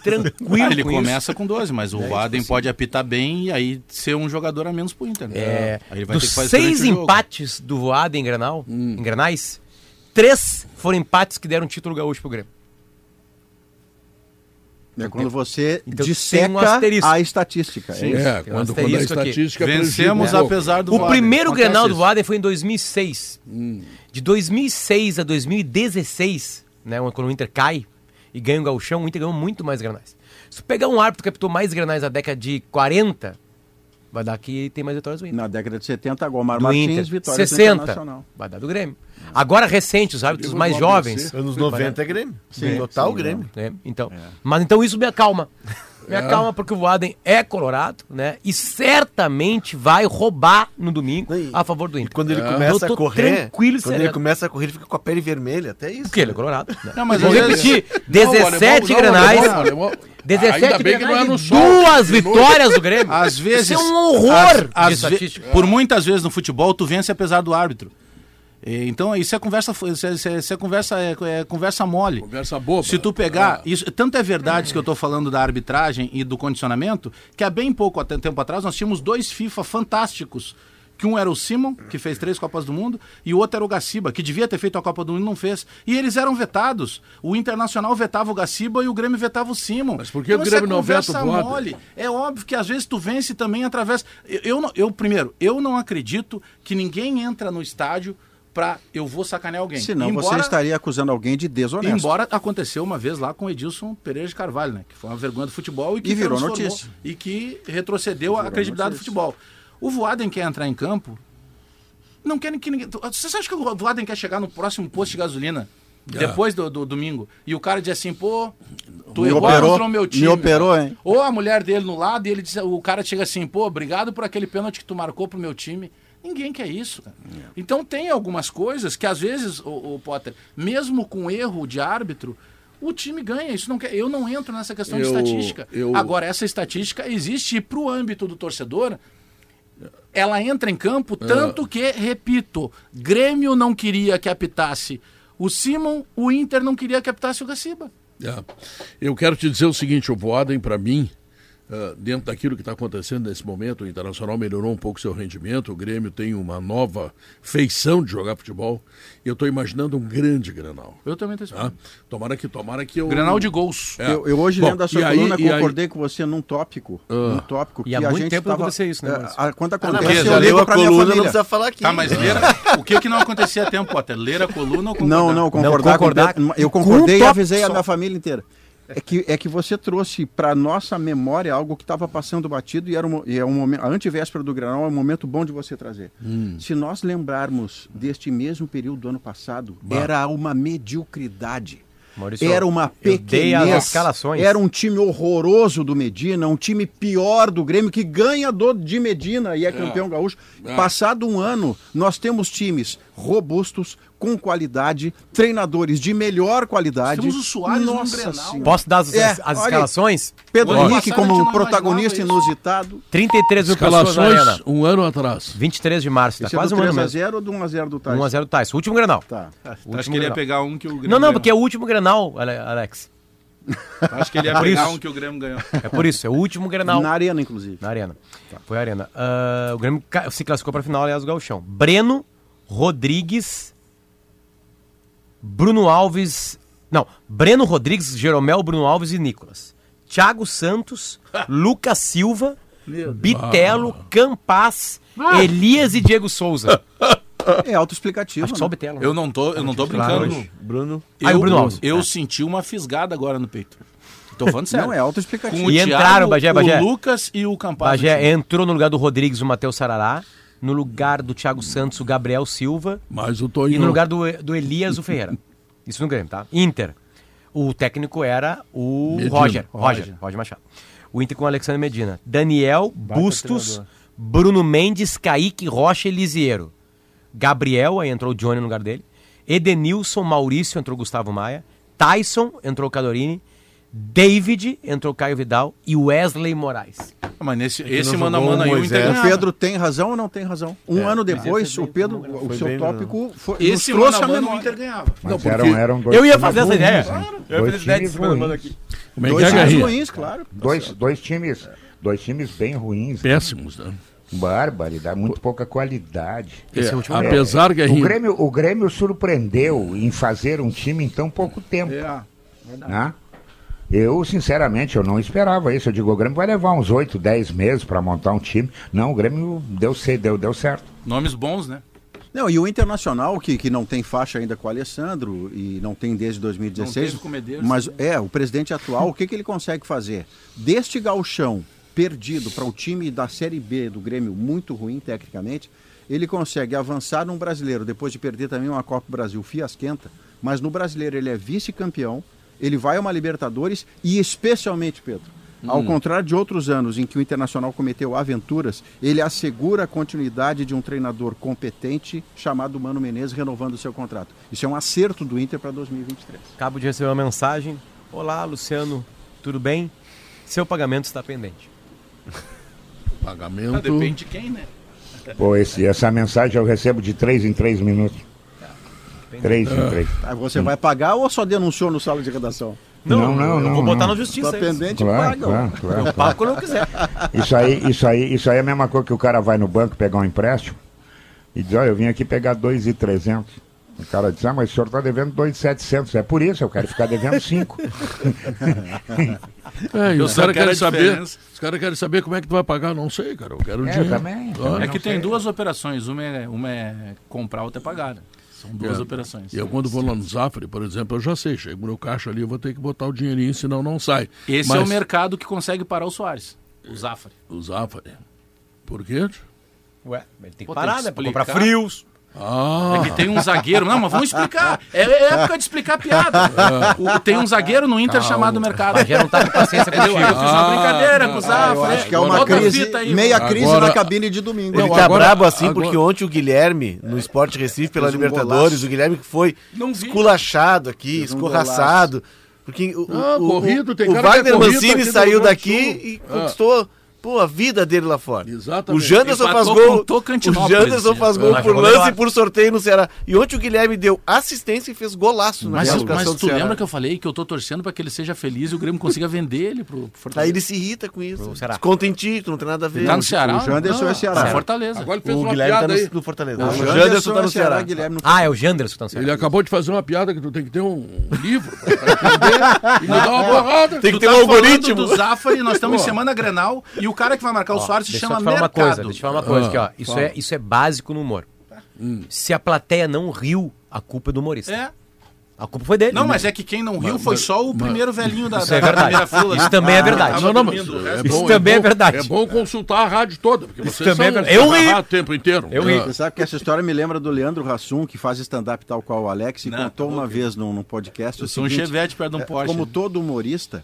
S6: tranquilo
S5: Ah, ele
S6: com É isso.
S5: começa com 12, mas o Aden pode apitar bem e aí ser um jogador a menos pro Inter. né?
S6: É,
S5: aí ele vai ter
S6: dos
S5: que fazer durante
S6: seis
S5: o jogo.
S6: empates do Voada em Granal, em Granais, três foram empates que deram título gaúcho pro Grêmio.
S2: É quando você
S6: Então, tem um
S2: disseca
S6: asterisco.
S2: a estatística. É isso.
S1: É,
S6: Tem um
S1: quando, quando a
S6: asterisco aqui.
S1: estatística
S5: Vencemos
S1: prejudica um pouco.
S5: apesar do
S6: O
S5: Voaden.
S6: primeiro
S5: Acontece
S6: Grenal do
S5: isso.
S6: Voaden foi em 2006.
S2: Hum.
S6: De 2006 a 2016, né, quando o Inter cai e ganha o gauchão, o Inter ganhou muito mais Grenais. Se tu pegar um árbitro que captou mais Grenais na década de 40, vai dar que tem mais vitórias do Inter.
S2: Na década de 70, Gomar
S6: do
S2: Martins,
S6: Inter.
S2: vitória
S6: 60, vai dar do Grêmio. Agora recente, os árbitros mais
S1: Vamos
S6: jovens...
S3: Anos 90 é Grêmio. Sim, total Grêmio.
S5: é,
S6: né? Então,
S1: É.
S6: mas então isso me acalma.
S3: É.
S6: Me acalma porque o Aden é colorado, né? E certamente vai roubar no domingo
S3: E-
S6: a favor do
S3: E
S6: Inter.
S3: quando ele
S6: Eu
S3: começa
S6: tô
S3: a correr,
S6: tranquilo e
S3: quando ele
S6: sereno.
S3: começa a correr, ele fica com a pele vermelha, até isso.
S6: Porque ele é colorado. né?
S5: Não, mas
S6: Vou
S5: às vezes-
S6: repetir,
S1: Não, o alemão-
S6: 17
S1: não, o
S6: granais,
S1: alemão- o alemão- Ainda
S6: 17
S1: bem que não é
S6: granais
S1: no
S6: e
S1: sol.
S6: duas
S1: de noite.
S6: vitórias do Grêmio.
S5: Às vezes.
S6: Isso é um horror
S5: às-
S6: de
S5: às ve-
S6: estatística.
S5: Por muitas vezes no futebol, tu vence apesar do árbitro. E, Então, isso é conversa, fo- isso é, isso é- isso é conversa, é, é conversa mole.
S1: Conversa boba. Ah.
S5: Se tu pegar, isso, tanto é verdade isso que eu tô falando da arbitragem e do condicionamento, que há bem pouco até tempo atrás nós tínhamos dois FIFA fantásticos. Que um era o Simon, que fez três Copas do Mundo, e o outro era o Gaciba, que devia ter feito a Copa do Mundo e não fez. E eles eram vetados. O Internacional vetava o Gaciba e o Grêmio vetava o Simon. Então,
S1: Mas por que o
S5: isso é
S1: Grêmio não veta o
S5: conversa
S1: Bob?
S5: mole. É óbvio que às vezes tu vence também através. Eu, eu, não- eu, primeiro, eu não acredito que ninguém entra no estádio pra eu vou sacanear alguém.
S2: Senão você
S5: Embora-
S2: estaria acusando alguém de desonesto.
S5: Embora aconteceu uma vez lá com o Edilson Pereira de Carvalho, né? Que foi uma vergonha do futebol e que
S2: E virou
S5: transformou-
S2: notícia.
S5: E que retrocedeu a credibilidade do futebol. O Voaden quer entrar em campo. Não querem que ninguém. Você acha que o Voaden quer chegar no próximo posto de gasolina?
S2: É.
S5: Depois do, do domingo. E o cara diz assim, pô, tu
S2: Me
S5: errou
S2: operou,
S5: contra o meu
S2: me
S5: time.
S2: operou, hein?
S5: Ou a mulher dele no lado e ele diz, o cara chega assim, pô, obrigado por aquele pênalti que tu marcou pro meu time. Ninguém quer isso. cara. Então tem algumas coisas que às vezes, o, Potter, mesmo com erro de árbitro, o time ganha. Isso não quer, eu não entro nessa questão de
S1: Eu-
S5: estatística.
S1: eu-
S5: Agora essa estatística existe e pro âmbito do torcedor, ela entra em campo,
S1: É.
S5: tanto que, repito, Grêmio não queria que apitasse o Simon, o Inter não queria que apitasse o Gaciba.
S1: É. Eu quero te dizer o seguinte, o Voaden, para mim, ah, dentro daquilo que está acontecendo nesse momento, o Internacional melhorou um pouco seu rendimento, o Grêmio tem uma nova feição de jogar futebol. Eu estou imaginando um grande Granal.
S5: Eu também tô esperando.
S1: Tá? Tomara que tomara que eu.
S5: Granal de gols.
S1: É.
S2: Eu, eu hoje,
S1: Bom,
S2: lendo a sua
S1: e aí-
S2: coluna,
S1: e aí- Ah.
S2: concordei com você num tópico. Num tópico
S6: E
S2: que
S6: há
S2: a
S6: muito
S2: gente
S6: tempo não
S2: tava,
S6: acontecia isso, né,
S2: é,
S6: Márcio?
S2: a- quando
S3: Ah, não,
S2: acontece,
S3: mas
S5: beleza,
S3: já
S2: eu
S3: leu
S2: ligo
S3: a
S2: pra minha
S3: coluna, não
S2: família.
S3: precisa falar aqui.
S5: Tá, mas ler o que que não acontecia há tempo, Potter? Ler a coluna ou concordar?
S2: Não, não, concordar,
S6: concordar
S2: com...
S6: com-
S2: Eu concordei
S6: com
S2: e
S6: um
S2: avisei a
S6: tópico
S2: minha família inteira. É que, é que você trouxe para nossa memória algo que estava passando batido e era um, e é um momento, a antivéspera do Granal é um momento bom de você trazer.
S4: Hum.
S7: Hum.
S2: Se nós lembrarmos deste mesmo período do ano passado, era uma mediocridade.
S6: Maurício,
S2: era uma
S6: eu dei as
S2: pequenez.
S6: escalações.
S2: Era um time horroroso do Medina, um time pior do Grêmio, que ganha do de Medina e é campeão gaúcho. Passado um ano, nós temos times robustos, com qualidade, treinadores de melhor qualidade.
S5: Temos o Suárez num
S2: Nossa
S5: Grenal.
S2: Senhora.
S6: Posso dar as,
S2: É,
S6: as
S2: olha aí.
S6: escalações?
S2: Pedro
S5: Olha,
S2: Henrique
S5: passado, a gente
S2: como
S5: não
S2: protagonista
S5: imaginava isso.
S2: inusitado.
S6: 33 mil pessoas na
S1: Escalações
S6: arena.
S1: um ano atrás.
S6: 23 de março, tá
S2: Esse
S6: quase
S2: é
S6: um
S2: do
S6: ano
S2: 3 a
S6: mesmo.
S2: 0 ou do 1 a 0 do Tais?
S6: 1x0 Tais, o último Grenal.
S2: Tá.
S5: Acho que ele ia
S6: Grenal.
S5: pegar um que o Grêmio
S6: Não, não,
S5: ganhou.
S6: porque é o último Grenal, Ale- Alex. É
S5: Acho que ele ia
S6: Por
S5: pegar
S6: isso.
S5: um que o Grêmio ganhou.
S6: É por isso, é o último Grenal.
S2: Na arena inclusive.
S6: Na arena. Foi a arena. Ah, o Grêmio ca- se classificou pra final, aliás, o Galchão. Breno, Rodrigues, Bruno Alves. Não, Breno Rodrigues, Jeromel, Bruno Alves e Nicolas. Thiago Santos, Lucas Silva,
S2: Ah,
S6: Bitelo,
S5: Ah.
S6: Campaz, Elias e Diego Souza.
S2: É autoexplicativo.
S6: Acho que só o
S2: né?
S6: Bitelo.
S5: Eu não tô, eu não tô brincando.
S6: hoje.
S3: Bruno.
S6: Ah, e o
S5: Eu-
S6: Bruno Alves.
S5: Eu
S6: É.
S5: senti uma fisgada agora no peito. Tô falando sério.
S2: Não, é autoexplicativo.
S5: Com o
S6: E
S5: Thiago,
S6: entraram, Bagé, Bagé.
S5: o Lucas e o Campaz.
S6: Bagé entrou no lugar do Rodrigues o Matheus Sarará, no lugar do Thiago Santos o Gabriel Silva
S1: Mas o
S6: e
S1: Toninho.
S6: no lugar do, do Elias o Ferreira. Isso no Grêmio, tá? Inter. O técnico era o
S1: Medina.
S6: Roger, Roger, Roger Machado. O Inter com o Alexandre Medina. Daniel, Bustos, Bruno Mendes, Kaique, Rocha e Lisiero. Gabriel, aí entrou o Johnny no lugar dele. Edenilson, Maurício, entrou Gustavo Maia. Tyson, entrou o Cadorini. David, entrou Caio Vidal. E Wesley Moraes.
S5: Ah, Mas nesse,
S3: É não
S5: esse mano a
S3: jogou
S5: mano aí,
S3: o
S5: o
S3: Moisés.
S5: Inter
S3: É.
S2: O Pedro tem razão ou não tem razão? Um ano depois, o Pedro, o
S3: Foi
S2: seu
S3: bem,
S2: tópico foi, nos
S5: Esse
S2: trouxe
S5: mano
S2: a
S5: a mano o
S2: memória.
S5: Inter ganhava.
S4: Mas eram, eram um dois
S6: Eu ia
S4: times
S6: fazer essa
S4: ruins,
S6: ideia.
S4: hein?
S3: Eu
S4: Dois
S3: fiz ideia
S4: times
S3: desse programa
S4: ruins.
S3: aqui.
S1: Como é que é,
S2: Dois times
S1: Garrinha?
S2: ruins, claro.
S4: Dois, dois times, dois times bem ruins.
S1: Péssimos, né?
S4: Barbaridade, muito pouca qualidade.
S1: É, apesar,
S4: O
S1: Guerrinho,
S4: Grêmio, o Grêmio surpreendeu em fazer um time em tão pouco tempo. né? Eu, sinceramente, eu não esperava isso. Eu digo, o Grêmio vai levar uns 8, 10 meses para montar um time. Não, o Grêmio deu, ce- deu, deu certo.
S5: Nomes bons, né?
S2: Não, e o Internacional, que, que não tem faixa ainda com o Alessandro, e não tem desde 2016.
S5: Não teve com o Medeiros,
S2: mas é, o presidente atual, o que, que ele consegue fazer? Deste galchão perdido para o time da Série B do Grêmio, muito ruim tecnicamente, ele consegue avançar num brasileiro, depois de perder também uma Copa do Brasil fiasquenta, mas no brasileiro ele é vice-campeão, ele vai a uma Libertadores e especialmente, Pedro, ao contrário de outros anos em que o Internacional cometeu aventuras, ele assegura a continuidade de um treinador competente chamado Mano Menezes renovando seu contrato. Isso é um acerto do Inter para 2023.
S6: Acabo de receber uma mensagem. Olá, Luciano, tudo bem? Seu pagamento está pendente.
S1: pagamento.
S5: Ah, depende de quem, né?
S4: Pô, esse, essa mensagem eu recebo de 3 em 3 minutos. 3
S5: É.
S6: Ah.
S4: em 3.
S6: Tá,
S2: Aí você vai pagar ou só denunciou no sala de redação?
S4: Não, não,
S6: Eu
S4: não,
S6: vou botar
S4: não.
S6: na
S2: Está
S6: justiça. isso.
S2: pendente,
S4: Claro,
S2: paga.
S4: claro, claro, claro.
S6: Pago quando eu quiser.
S4: Isso aí, isso aí, isso aí é a mesma coisa que o cara vai no banco pegar um empréstimo e diz, olha, eu vim aqui pegar 2,300. O cara diz, ah, mas o senhor está devendo 2,700. É por isso, eu quero ficar devendo 5.
S1: É, e
S5: Eu
S1: os
S5: só quero
S1: caras querem
S5: a
S1: saber.
S5: diferença.
S1: Os caras querem saber como é que tu vai pagar. Não sei, cara. Eu quero
S4: É,
S1: dinheiro.
S4: também,
S1: Ah,
S5: É que tem duas operações. Uma é, uma é comprar, outra é pagar. né? São duas
S1: É.
S5: operações.
S1: E eu quando vou lá no Zafre, por exemplo, eu já sei, chego no caixa ali, eu vou ter que botar o dinheirinho, senão não sai.
S5: Esse
S1: Mas
S5: é o mercado que consegue parar o Soares. O Zafari.
S1: O Zafre. Por quê?
S6: Ué, ele tem que
S5: Pô,
S6: parar,
S5: tem que
S6: né? Pra comprar
S5: explicar.
S6: frios.
S1: Ah,
S5: É que tem um zagueiro. Não, mas vamos explicar. É, é época de explicar a piada. O- tem um zagueiro no Inter chamado Mercado.
S6: Mas já não tá com paciência
S5: Entendeu? Aí Eu
S6: contigo.
S5: fiz uma brincadeira com o né?
S2: Ah,
S5: Zafra.
S2: eu acho que é uma
S5: Bota a
S2: crise,
S5: fita aí,
S2: meia
S5: mano.
S2: crise
S1: Agora-
S2: na cabine de domingo.
S1: Ele
S3: Ele
S1: Não,
S3: tá
S1: agora-
S3: brabo assim
S1: agora-
S3: porque ontem o Guilherme, no Esporte Recife, pela
S2: Fez um
S3: Libertadores,
S2: golaço.
S3: o Guilherme que foi
S5: Não vi.
S3: esculachado aqui,
S2: Fez um
S3: escorraçado. Porque o,
S1: Ah,
S3: o, o-
S1: corrido, tem
S3: o
S1: cara que é
S3: Wagner
S1: corrido aqui
S3: Mancini
S1: do
S3: saiu
S1: Rio Grande do
S3: daqui
S1: Sul.
S3: e
S1: Ah.
S3: conquistou pô, a vida dele lá fora.
S1: Exatamente.
S3: O Janderson
S5: Empatou
S3: faz
S5: com
S3: gol.
S5: Tocantinópolis,
S3: O Janderson faz
S5: né?
S3: gol
S6: Mas
S3: por
S6: jogou
S3: lance
S6: melhor.
S3: e por sorteio no Ceará. E ontem o Guilherme deu assistência e fez golaço na
S5: Mas,
S3: classificação
S5: mas
S3: do
S5: tu
S3: Ceará.
S5: lembra que eu falei que eu tô torcendo pra que ele seja feliz e o Grêmio consiga vender ele pro, pro
S3: Aí
S5: Fortaleza?
S3: ele se irrita com isso.
S6: Ceará.
S3: Desconta em ti, tu não tem nada a ver.
S5: Ele tá no Ceará?
S2: o Janderson
S5: Não,
S2: é Ceará.
S5: tá em Fortaleza.
S1: agora ele fez
S3: O
S1: uma
S3: Guilherme tá
S1: piada aí.
S3: no, no Fortaleza.
S2: O
S3: O
S2: Janderson,
S3: Janderson tá
S2: é
S3: no Ceará.
S2: Guilherme não-
S6: Ah, é o Janderson que tá no
S1: Ele
S6: Ceará.
S1: acabou de fazer uma piada que tu tem que ter um livro pra entender e me dar uma porrada.
S3: Tem
S5: Tu
S3: que ter um
S5: tá falando
S3: algoritmo.
S5: do Zafari, nós estamos em semana Grenal e o cara que vai marcar o Soares Então, se
S6: Deixa
S5: chama
S6: eu te falar
S5: Mercado. Tá.
S6: uma coisa, deixa eu te falar uma coisa aqui,
S3: Ah,
S6: ó. Isso,
S1: fala.
S6: é,
S3: Hum.
S6: isso é básico no humor. Se a plateia não riu, a culpa é do humorista.
S5: É.
S6: A culpa foi dele.
S5: Não, mas é que quem não riu foi só o primeiro velhinho da,
S6: Isso é
S5: da
S6: verdade.
S5: primeira fila. Ah,
S6: Isso também é verdade.
S5: tava
S1: Não, não, mas
S5: dormindo, o
S1: é
S5: resto-
S6: Isso
S1: bom,
S6: também é
S1: bom-
S6: verdade.
S1: É bom consultar a rádio toda, porque
S6: Isso
S1: vocês são
S6: também é verdade. Eu ri.
S1: agarrados o tempo inteiro. É.
S6: Eu ri.
S2: Você sabe que essa história me lembra do Leandro Hassum, que faz stand-up tal qual o Alex, e
S5: Não,
S2: contou
S5: tá
S2: uma
S5: louco.
S2: vez num, num podcast.
S5: Eu
S2: o
S5: sou um
S2: seguinte,
S5: chevette perto de um
S2: é,
S5: Porsche.
S2: Como todo humorista,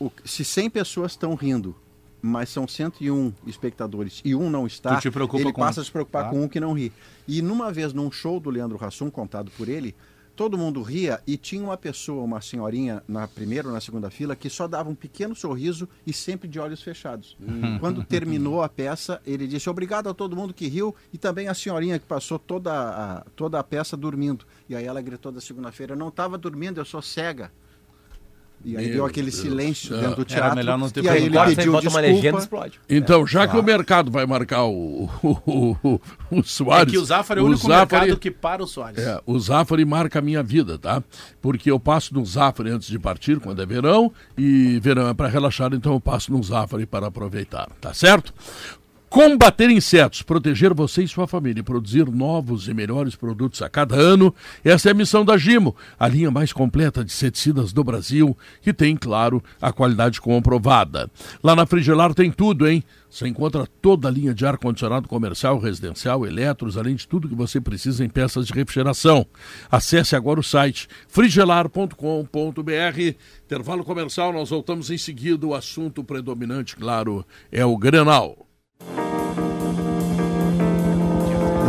S2: o- se 100 pessoas estão rindo, mas são 101 espectadores e um não está,
S5: Tu te preocupa
S2: ele
S5: com
S2: passa
S5: um.
S2: a se preocupar
S5: Tá.
S2: com um que não ri. E numa vez, num show do Leandro Hassum, contado por ele, todo mundo ria e tinha uma pessoa, uma senhorinha, na primeira ou na segunda fila, que só dava um pequeno sorriso e sempre de olhos fechados.
S1: Hum.
S2: Quando terminou a peça, ele disse obrigado a todo mundo que riu e também a senhorinha que passou toda a, toda a peça dormindo. E aí ela gritou da segunda-feira, eu não estava dormindo, eu sou cega. E aí
S1: Meu
S2: deu aquele
S1: Deus.
S2: silêncio
S1: É.
S2: dentro do
S5: Era
S2: teatro.
S5: melhor não ter
S2: e aí ele
S5: perguntado.
S6: Você
S2: pediu
S6: bota uma legenda e
S2: desculpa.
S6: explode.
S1: Então, já que o mercado vai marcar o, o, o, o, o
S5: É
S1: Soares.
S5: que o Zafari é o único
S1: Zafari-
S5: mercado que para o Soares.
S1: É, o Zafari marca a minha vida, tá? Porque eu passo no Zafari antes de partir, quando é verão, e verão é para relaxar, então eu passo no Zafari para aproveitar, tá certo? Combater insetos, proteger você e sua família e produzir novos e melhores produtos a cada ano, essa é a missão da Gimo, a linha mais completa de inseticidas do Brasil, que tem, claro, a qualidade comprovada. Lá na Frigelar tem tudo, hein? Você encontra toda a linha de ar-condicionado comercial, residencial, eletros, além de tudo que você precisa em peças de refrigeração. Acesse agora o site frigelar.com.br. Intervalo comercial, nós voltamos em seguida. O assunto predominante, claro, é o Grenal.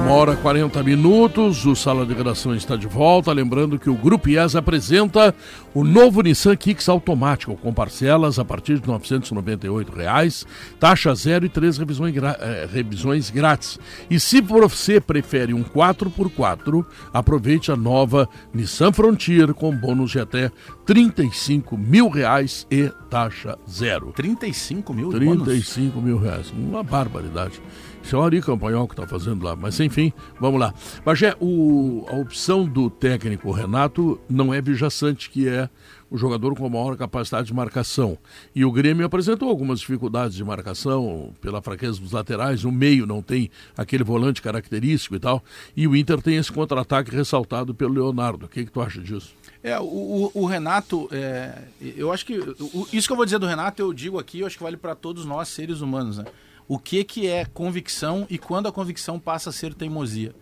S1: Uma hora e 40 minutos, o Sala de Redação está de volta. Lembrando que o Grupo IES apresenta o novo Nissan Kicks automático, com parcelas a partir de R$ 998, reais, taxa zero e três revisões, gra- eh, revisões grátis. E se você prefere um 4x4, aproveite a nova Nissan Frontier com bônus de até R$ 35 mil reais e taxa zero.
S5: 35 mil de bônus?
S1: 35 mil reais. Uma barbaridade. Isso é o Ari Campanhol que está fazendo lá. Mas enfim, vamos lá. Bagé, o, a opção do técnico Renato não é Vijaçante, que é o jogador com maior capacidade de marcação. E o Grêmio apresentou algumas dificuldades de marcação pela fraqueza dos laterais. O meio não tem aquele volante característico e tal. E o Inter tem esse contra-ataque ressaltado pelo Leonardo. O que, que tu acha disso?
S5: É, o, o- o Renato, é, eu acho que. o- isso que eu vou dizer do Renato, eu digo aqui, eu acho que vale para todos nós, seres humanos, né? O que, que é convicção e quando a convicção passa a ser teimosia.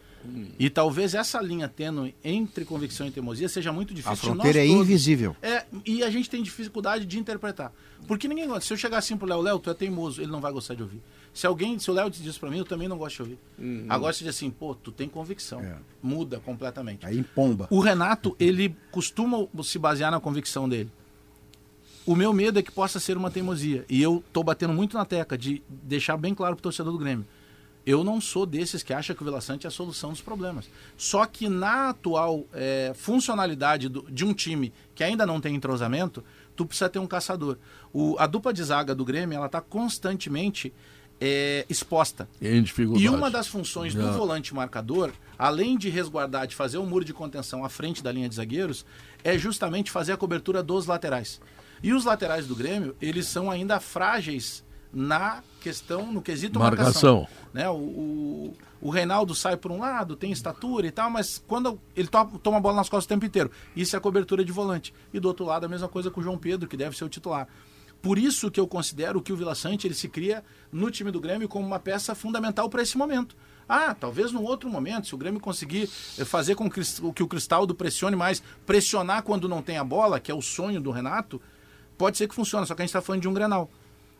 S5: E talvez essa linha tênue entre convicção e teimosia seja muito difícil.
S2: A
S5: de nós
S2: fronteira é
S5: todos.
S2: invisível.
S5: É, e a gente tem dificuldade de interpretar. Porque ninguém gosta. Se eu chegar assim pro Léo, Léo, tu é teimoso, ele não vai gostar de ouvir. Se alguém, se o Léo diz isso pra mim, eu também não gosto de ouvir.
S2: Hum.
S5: Agora se diz assim, pô, tu tem convicção.
S2: É.
S5: Muda completamente.
S2: Aí pomba.
S5: O Renato, ele costuma se basear na convicção dele. O meu medo é que possa ser uma teimosia. E eu tô batendo muito na teca de deixar bem claro pro torcedor do Grêmio. Eu não sou desses que acha que o Vila Sante é a solução dos problemas. Só que na atual eh, funcionalidade do- de um time que ainda não tem entrosamento, tu precisa ter um caçador. O- a dupla de zaga do Grêmio, ela tá constantemente eh, exposta.
S1: Em dificuldade.
S5: E uma das funções do
S1: Não.
S5: volante marcador, além de resguardar, de fazer o muro de contenção à frente da linha de zagueiros, é justamente fazer a cobertura dos laterais. E os laterais do Grêmio, eles são ainda frágeis na questão, no quesito marcação.
S1: Marcação.
S5: é né? O, o, o Reinaldo sai por um lado, tem estatura e tal, mas quando ele to- toma a bola nas costas o tempo inteiro, isso é cobertura de volante. E do outro lado, a mesma coisa com o João Pedro, que deve ser o titular. Por isso que eu considero que o Vila Sante ele se cria no time do Grêmio como uma peça fundamental para esse momento. Ah, talvez num outro momento, se o Grêmio conseguir eh, fazer com que o Cris- que o Cristaldo pressione mais, pressionar quando não tem a bola, que é o sonho do Renato, pode ser que funcione, só que a gente está falando de um Grenal.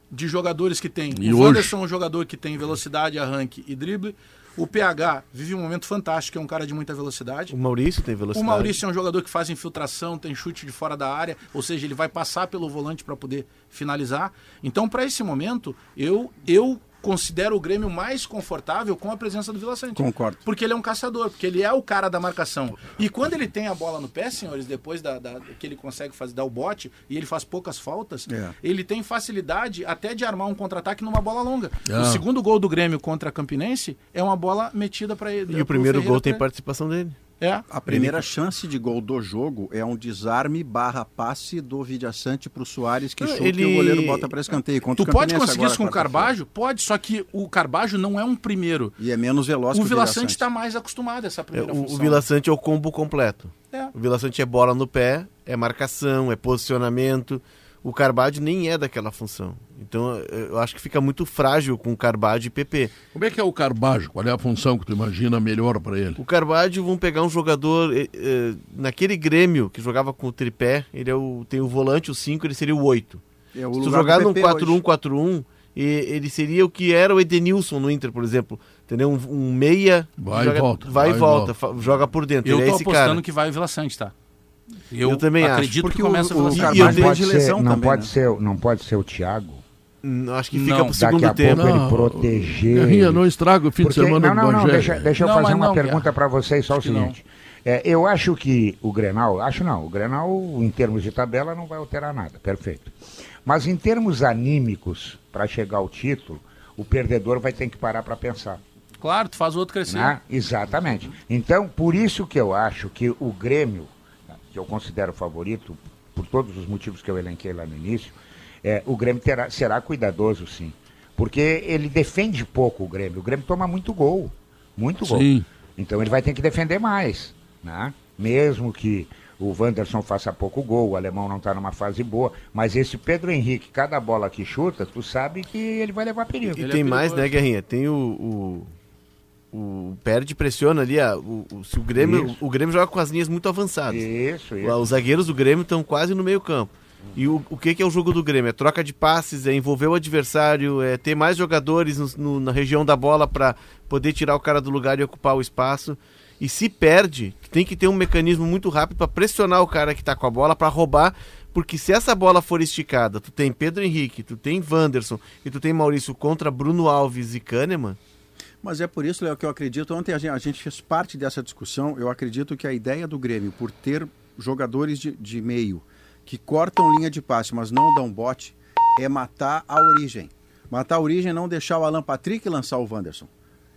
S5: De jogadores que tem.
S1: E
S5: o
S1: hoje?
S5: Wanderson é um jogador que tem velocidade, arranque e drible. O PH vive um momento fantástico, é um cara de muita velocidade.
S3: O Maurício tem
S5: O
S3: velocidade.
S5: Maurício é um jogador que faz infiltração, tem chute de fora da área, ou seja, ele vai passar pelo volante para poder finalizar. Então, para esse momento, eu, eu considero o Grêmio mais confortável com a presença do Vila Sante.
S2: Concordo.
S5: Porque ele é um caçador, porque ele é o cara da marcação. E quando ele tem a bola no pé, senhores, depois da, da- que ele consegue fazer, dar o bote e ele faz poucas faltas,
S2: É.
S5: ele tem facilidade até de armar um contra-ataque numa bola longa.
S1: Ah.
S5: O segundo gol do Grêmio contra a Campinense é uma bola metida para ele.
S3: E o primeiro gol tem participação dele.
S5: É.
S2: A primeira chance de gol do jogo é um desarme barra passe do Vidiaçante pro Soares que
S3: Não,
S2: chuta e
S3: ele-
S2: o goleiro bota para escanteio. Contra
S5: Ah, Tu
S2: o
S5: pode
S2: Campinense
S5: conseguir
S2: agora,
S5: isso com o
S2: quarta-feira.
S5: Carbajo? Pode, só que o Carbajo não é um primeiro.
S2: E é menos veloz
S5: O
S2: que o
S5: Vila Sante
S2: Vidiaçante.
S5: está mais acostumado a essa
S3: É,
S5: primeira
S3: o, o
S5: função.
S3: Vila Sante é o combo completo.
S5: É.
S3: O Vila Sante é bola no pé, é marcação, é posicionamento. O Carbade nem é daquela função. Então eu eu acho que fica muito frágil com o Carbade e PP.
S1: Como é que é o Carbajo? Qual é a função que tu imagina melhor para ele?
S3: O Carvalho vão pegar um jogador eh, eh, naquele Grêmio que jogava com o tripé, ele é o, tem o volante, o 5, ele seria o 8.
S2: É o
S3: Se tu
S2: lugar
S3: jogar
S2: do
S3: num
S2: PP hoje.
S3: 4-1-4-1, e- ele seria o que era o Edenilson no Inter, por exemplo. Entendeu? Um, um meia
S1: Vai e
S3: joga-
S1: volta,
S3: vai e
S1: vai e
S3: volta, fa- joga por dentro.
S5: Eu
S3: ele é
S5: tô
S3: esse
S5: apostando
S3: cara.
S5: que vai o Vila Sante, tá?
S3: Eu também acho.
S5: acredito
S2: Porque
S5: que começa o, Vila
S2: o
S5: Sante.
S3: Car-
S4: Mas
S3: E eu
S4: não,
S3: tenho
S4: pode
S2: de
S4: ser,
S2: lesão
S4: não,
S2: também,
S4: pode
S2: né?
S4: ser, não pode ser o Thiago.
S3: Hum, Acho que fica
S5: Não,
S3: pro
S4: Daqui a
S3: segundo tempo.
S4: pouco ele
S1: Não,
S4: proteger.
S1: Guerrinha, não estraga o fim
S4: Porque-
S1: de semana
S4: não, não,
S1: do
S4: não,
S1: Bagé.
S4: deixa, deixa eu
S5: Não,
S4: fazer
S5: mas
S4: uma
S5: não,
S4: pergunta para vocês só o
S5: Acho que não.
S4: seguinte. É, eu acho que o Grenal, acho não, o Grenal em termos de tabela não vai alterar nada, perfeito. Mas em termos anímicos, para chegar ao título, o perdedor vai ter que parar para pensar.
S5: Claro, tu faz o outro crescer.
S4: né? Exatamente. Então, por isso que eu acho que o Grêmio, que eu considero favorito, por todos os motivos que eu elenquei lá no início, é, o Grêmio terá- será cuidadoso, sim. Porque ele defende pouco o Grêmio. O Grêmio toma muito gol. Muito gol.
S1: Sim.
S4: Então ele vai ter que defender mais. Né? Mesmo que o Wanderson faça pouco gol, o alemão não está numa fase boa. Mas esse Pedro Henrique, cada bola que chuta, tu sabe que ele vai levar perigo.
S3: E
S5: Ele é
S3: tem mais, né,
S5: perigoso.
S3: Guerrinha? Tem o. o, o perde e pressiona ali. ah, o, o- se o, Grêmio,
S4: Isso.
S3: o Grêmio joga com as linhas muito avançadas.
S4: Isso,
S3: Lá,
S4: isso.
S3: Os zagueiros do Grêmio estão quase no meio campo. E o, o que, que é o jogo do Grêmio? É troca de passes, é envolver o adversário, é ter mais jogadores no- no- na região da bola para poder tirar o cara do lugar e ocupar o espaço. E se perde, tem que ter um mecanismo muito rápido para pressionar o cara que tá com a bola para roubar, porque se essa bola for esticada, tu tem Pedro Henrique, tu tem Wanderson e tu tem Maurício contra Bruno Alves e Kahneman,
S2: Mas é por isso, Léo, que eu acredito. Ontem a gen- a gente, fez parte dessa discussão. Eu acredito que a ideia do Grêmio, por ter jogadores de, de meio que cortam linha de passe, mas não dão bote, é matar a origem. Matar a origem é não deixar o Alan Patrick lançar o Wanderson.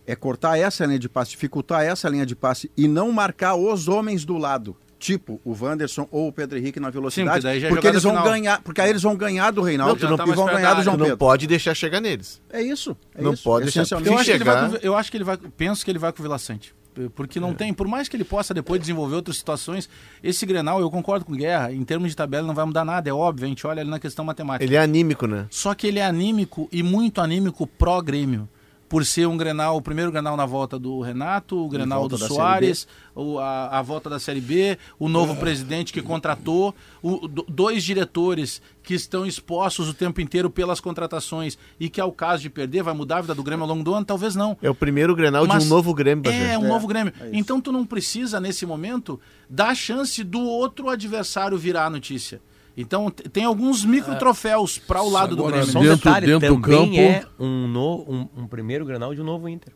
S2: É cortar essa linha de passe, dificultar essa linha de passe e não marcar os homens do lado. Tipo o Wanderson ou o Pedro Henrique na velocidade.
S5: porque daí já é
S2: porque
S5: jogada
S2: eles vão
S5: final.
S2: ganhar, porque aí eles vão ganhar do
S3: Não,
S2: Reinaldo
S3: tu não-
S2: e
S5: tá
S2: vão
S5: mais
S2: ganhar do
S5: perto
S3: tu
S2: João
S5: da
S3: não
S2: Pedro.
S3: pode deixar chegar neles.
S2: É isso. é
S3: Não
S2: isso.
S3: pode deixar-
S2: Essencialmente.
S5: Eu acho, que ele vai
S3: chegar-
S5: com- eu acho que ele vai. Penso que ele vai com o Vila Sante. Porque
S2: É.
S5: não tem, por mais que ele possa depois desenvolver outras situações, esse Grenal, eu concordo com o Guerra, em termos de tabela não vai mudar nada, é óbvio, a gente olha ali na questão matemática.
S3: Ele é anímico, né?
S5: Só que ele é anímico e muito anímico pró-grêmio. Por ser um Grenal, o primeiro Grenal na volta do Renato, o Grenal
S2: volta
S5: do
S2: da
S5: Soares, o- a, a volta da Série B, o novo
S2: É.
S5: presidente que contratou, o- do- dois diretores que estão expostos o tempo inteiro pelas contratações e que, ao caso de perder, vai mudar a vida do Grêmio ao longo do ano? Talvez não.
S3: É o primeiro Grenal
S5: Mas
S3: de um novo Grêmio, Bagé.
S5: É, um novo Grêmio. então tu não precisa, nesse momento, dar a chance do outro adversário virar a notícia. Então t- tem alguns micro troféus para o lado do
S1: Agora,
S5: Grêmio.
S6: Só um
S1: Dentro-
S6: detalhe,
S1: dentro do
S6: também
S1: campo-
S6: é um, no- um- um primeiro Grenal de um novo Inter.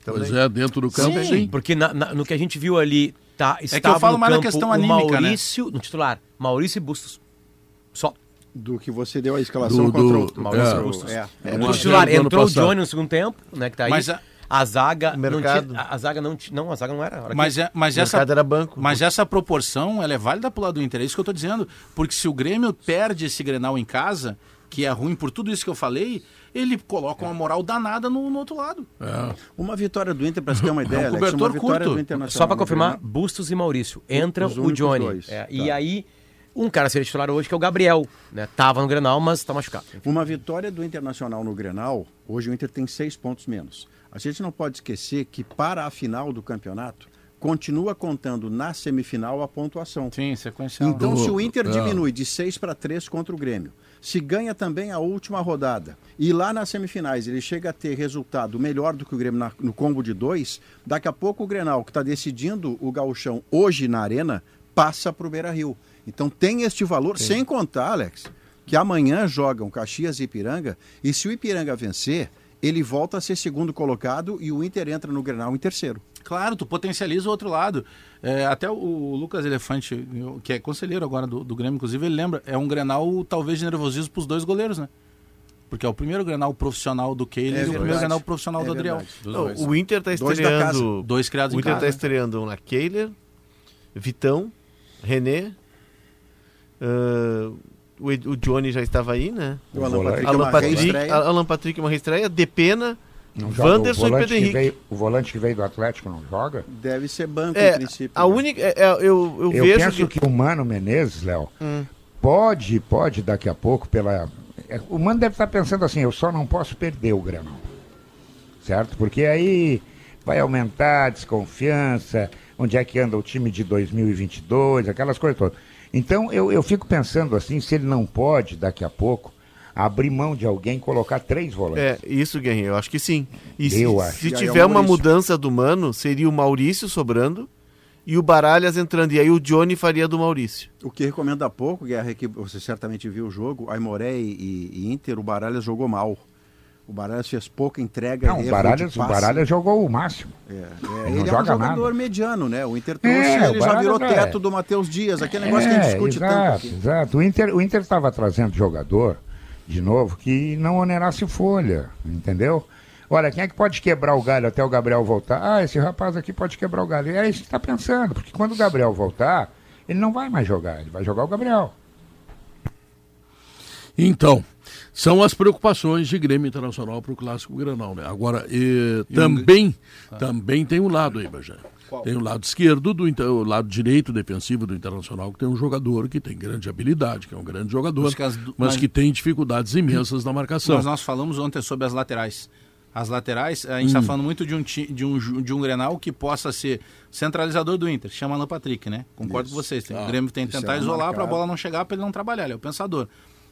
S6: Então
S1: Pois é, dentro do campo, sim.
S6: Porque na- na- no que a gente viu ali, tá,
S5: É
S6: estava
S5: eu falo
S6: no
S5: mais na
S6: campo
S5: questão
S6: o
S5: anímica, né?
S6: Maurício, no titular, Maurício e Bustos. Só.
S2: do que você deu a escalação
S1: Do- do-
S2: contra o
S1: Maurício
S2: Augusto. É, é.
S6: No
S1: Mas
S6: titular,
S1: era do ano
S6: entrou o
S1: passado.
S6: Johnny no segundo tempo, né, que tá aí.
S5: Mas a-
S6: zaga
S3: Mercado.
S6: não tinha, a, a zaga não tinha, não, a zaga não era. a hora
S5: Mas,
S6: que-
S5: é- mas,
S3: O
S5: essa,
S3: mercado era banco.
S5: mas essa proporção ela é válida pro lado do Inter. É isso que eu tô dizendo. Porque se o Grêmio perde esse Grenal em casa, que é ruim por tudo isso que eu falei, ele coloca uma moral danada no, no outro lado.
S1: É.
S2: Uma vitória do Inter, para você ter uma ideia,
S5: É um
S2: Alex, uma
S5: cobertor
S2: vitória
S5: curto.
S2: do Internacional.
S6: Só pra
S2: no
S6: confirmar,
S2: Grêmio.
S6: Bustos e Maurício. Entra
S2: Os
S6: o
S2: únicos
S6: Johnny.
S2: dois,
S6: é,
S2: tá.
S6: E aí, um cara seria titular hoje, que é o Gabriel. Né? Tava no Grenal, mas tá machucado.
S2: Uma vitória do Internacional no Grenal, hoje o Inter tem seis pontos menos. A gente não pode esquecer que para a final do campeonato, continua contando na semifinal a pontuação.
S5: Sim, sequencial.
S2: Então, se o Inter
S1: É.
S2: diminui de 6 para 3 contra o Grêmio, se ganha também a última rodada, e lá nas semifinais ele chega a ter resultado melhor do que o Grêmio na- no combo de 2, daqui a pouco o Grenal, que está decidindo o gauchão hoje na Arena, passa para o Beira-Rio. Então tem este valor, sem contar, Alex, que amanhã jogam Caxias e Ipiranga, e se o Ipiranga vencer, ele volta a ser segundo colocado e o Inter entra no Grenal em terceiro.
S5: Claro, tu potencializa o outro lado. É, até o, o Lucas Elefante, eu- que é conselheiro agora do, do Grêmio, inclusive, ele lembra, é um Grenal talvez de nervosismo pros dois goleiros, né? Porque é o primeiro Grenal profissional do Keylor
S2: É
S5: e o primeiro
S2: verdade.
S5: Grenal profissional
S2: É
S5: do Adriel.
S2: verdade.
S5: Dos
S3: Não,
S5: dois.
S3: o Inter tá
S2: Dois da casa.
S3: estreando.
S5: Dois criados
S3: O
S5: em
S3: Inter
S5: casa,
S3: tá
S5: né?
S3: estreando um na Kehler, Vitão, René. ah, o, Ed- o Johnny já estava aí, né?
S2: O Alan Patrick é
S3: Alan
S2: uma
S3: Patrick,
S2: reestreia.
S3: Alan Patrick é uma reestreia. Depena,
S4: Não joga o
S3: Wanderson e
S4: volante
S3: Pedro
S4: que
S3: Henrique.
S4: veio- o volante que veio do Atlético não joga?
S2: Deve ser banco,
S3: É,
S2: em princípio. né?
S3: a única. é, é, eu,
S4: Eu
S3: eu, vejo
S4: penso que... o Mano Menezes, Léo, pode, pode daqui a pouco, pela. é, O Mano deve estar pensando assim, eu só não posso perder o Granal. Certo? Porque aí vai aumentar a desconfiança, onde é que anda o time de 2022, aquelas coisas todas. Então eu, eu fico pensando assim, se ele não pode daqui a pouco abrir mão de alguém e colocar três volantes.
S3: É, isso, Guerrinho, eu acho que sim. E se,
S4: Eu acho.
S3: se
S2: E aí é o
S3: tiver uma
S2: Maurício.
S3: mudança do Mano, seria o Maurício sobrando e o Baralhas entrando. E aí o Johnny faria do Maurício.
S2: O que recomenda pouco, Guerra, é que você certamente viu o jogo, Aimoré e, e Inter, o Baralhas jogou mal. O Baralhas fez pouca entrega.
S4: Não,
S2: erro
S4: o
S2: de
S4: Baralhas, o
S2: passe.
S4: Baralhas jogou o máximo.
S2: É, é,
S4: não
S2: ele é um
S4: joga
S2: jogador
S4: nada.
S2: mediano, né? O Inter trouxe,
S4: É,
S2: ele
S4: o
S2: já
S4: Baralhas
S2: virou
S4: é-
S2: teto do Matheus Dias. Aquele negócio que a gente discute
S4: exato,
S2: tanto aqui.
S4: Exato. O Inter o Inter estava trazendo jogador de novo que não onerasse folha, entendeu? Olha, quem é que pode quebrar o galho até o Gabriel voltar? Ah, esse rapaz aqui pode quebrar o galho. E é isso que está pensando, porque quando o Gabriel voltar, ele não vai mais jogar, ele vai jogar o Gabriel.
S1: Então, são as preocupações de Grêmio Internacional para o Clássico Granal, né? Agora, e também,
S5: Ah.
S1: também tem um lado aí, Bajé. Tem o lado esquerdo, do, inter- o lado direito defensivo do Internacional, que tem um jogador que tem grande habilidade, que é um grande jogador,
S5: Mas que as du-
S1: mas
S5: mas-
S1: que tem dificuldades imensas na marcação.
S5: Mas nós falamos ontem sobre as laterais. As laterais, a gente está falando muito de um, ti- de, um, ju- de um Grenal que possa ser centralizador do Inter, chama Alan Patrick, né? Concordo com vocês.
S1: Ah,
S5: tem- o Grêmio tem que
S2: Isso é
S5: tentar
S2: um
S5: isolar
S2: marcado.
S5: para a bola não chegar, para ele não trabalhar, ele é o pensador.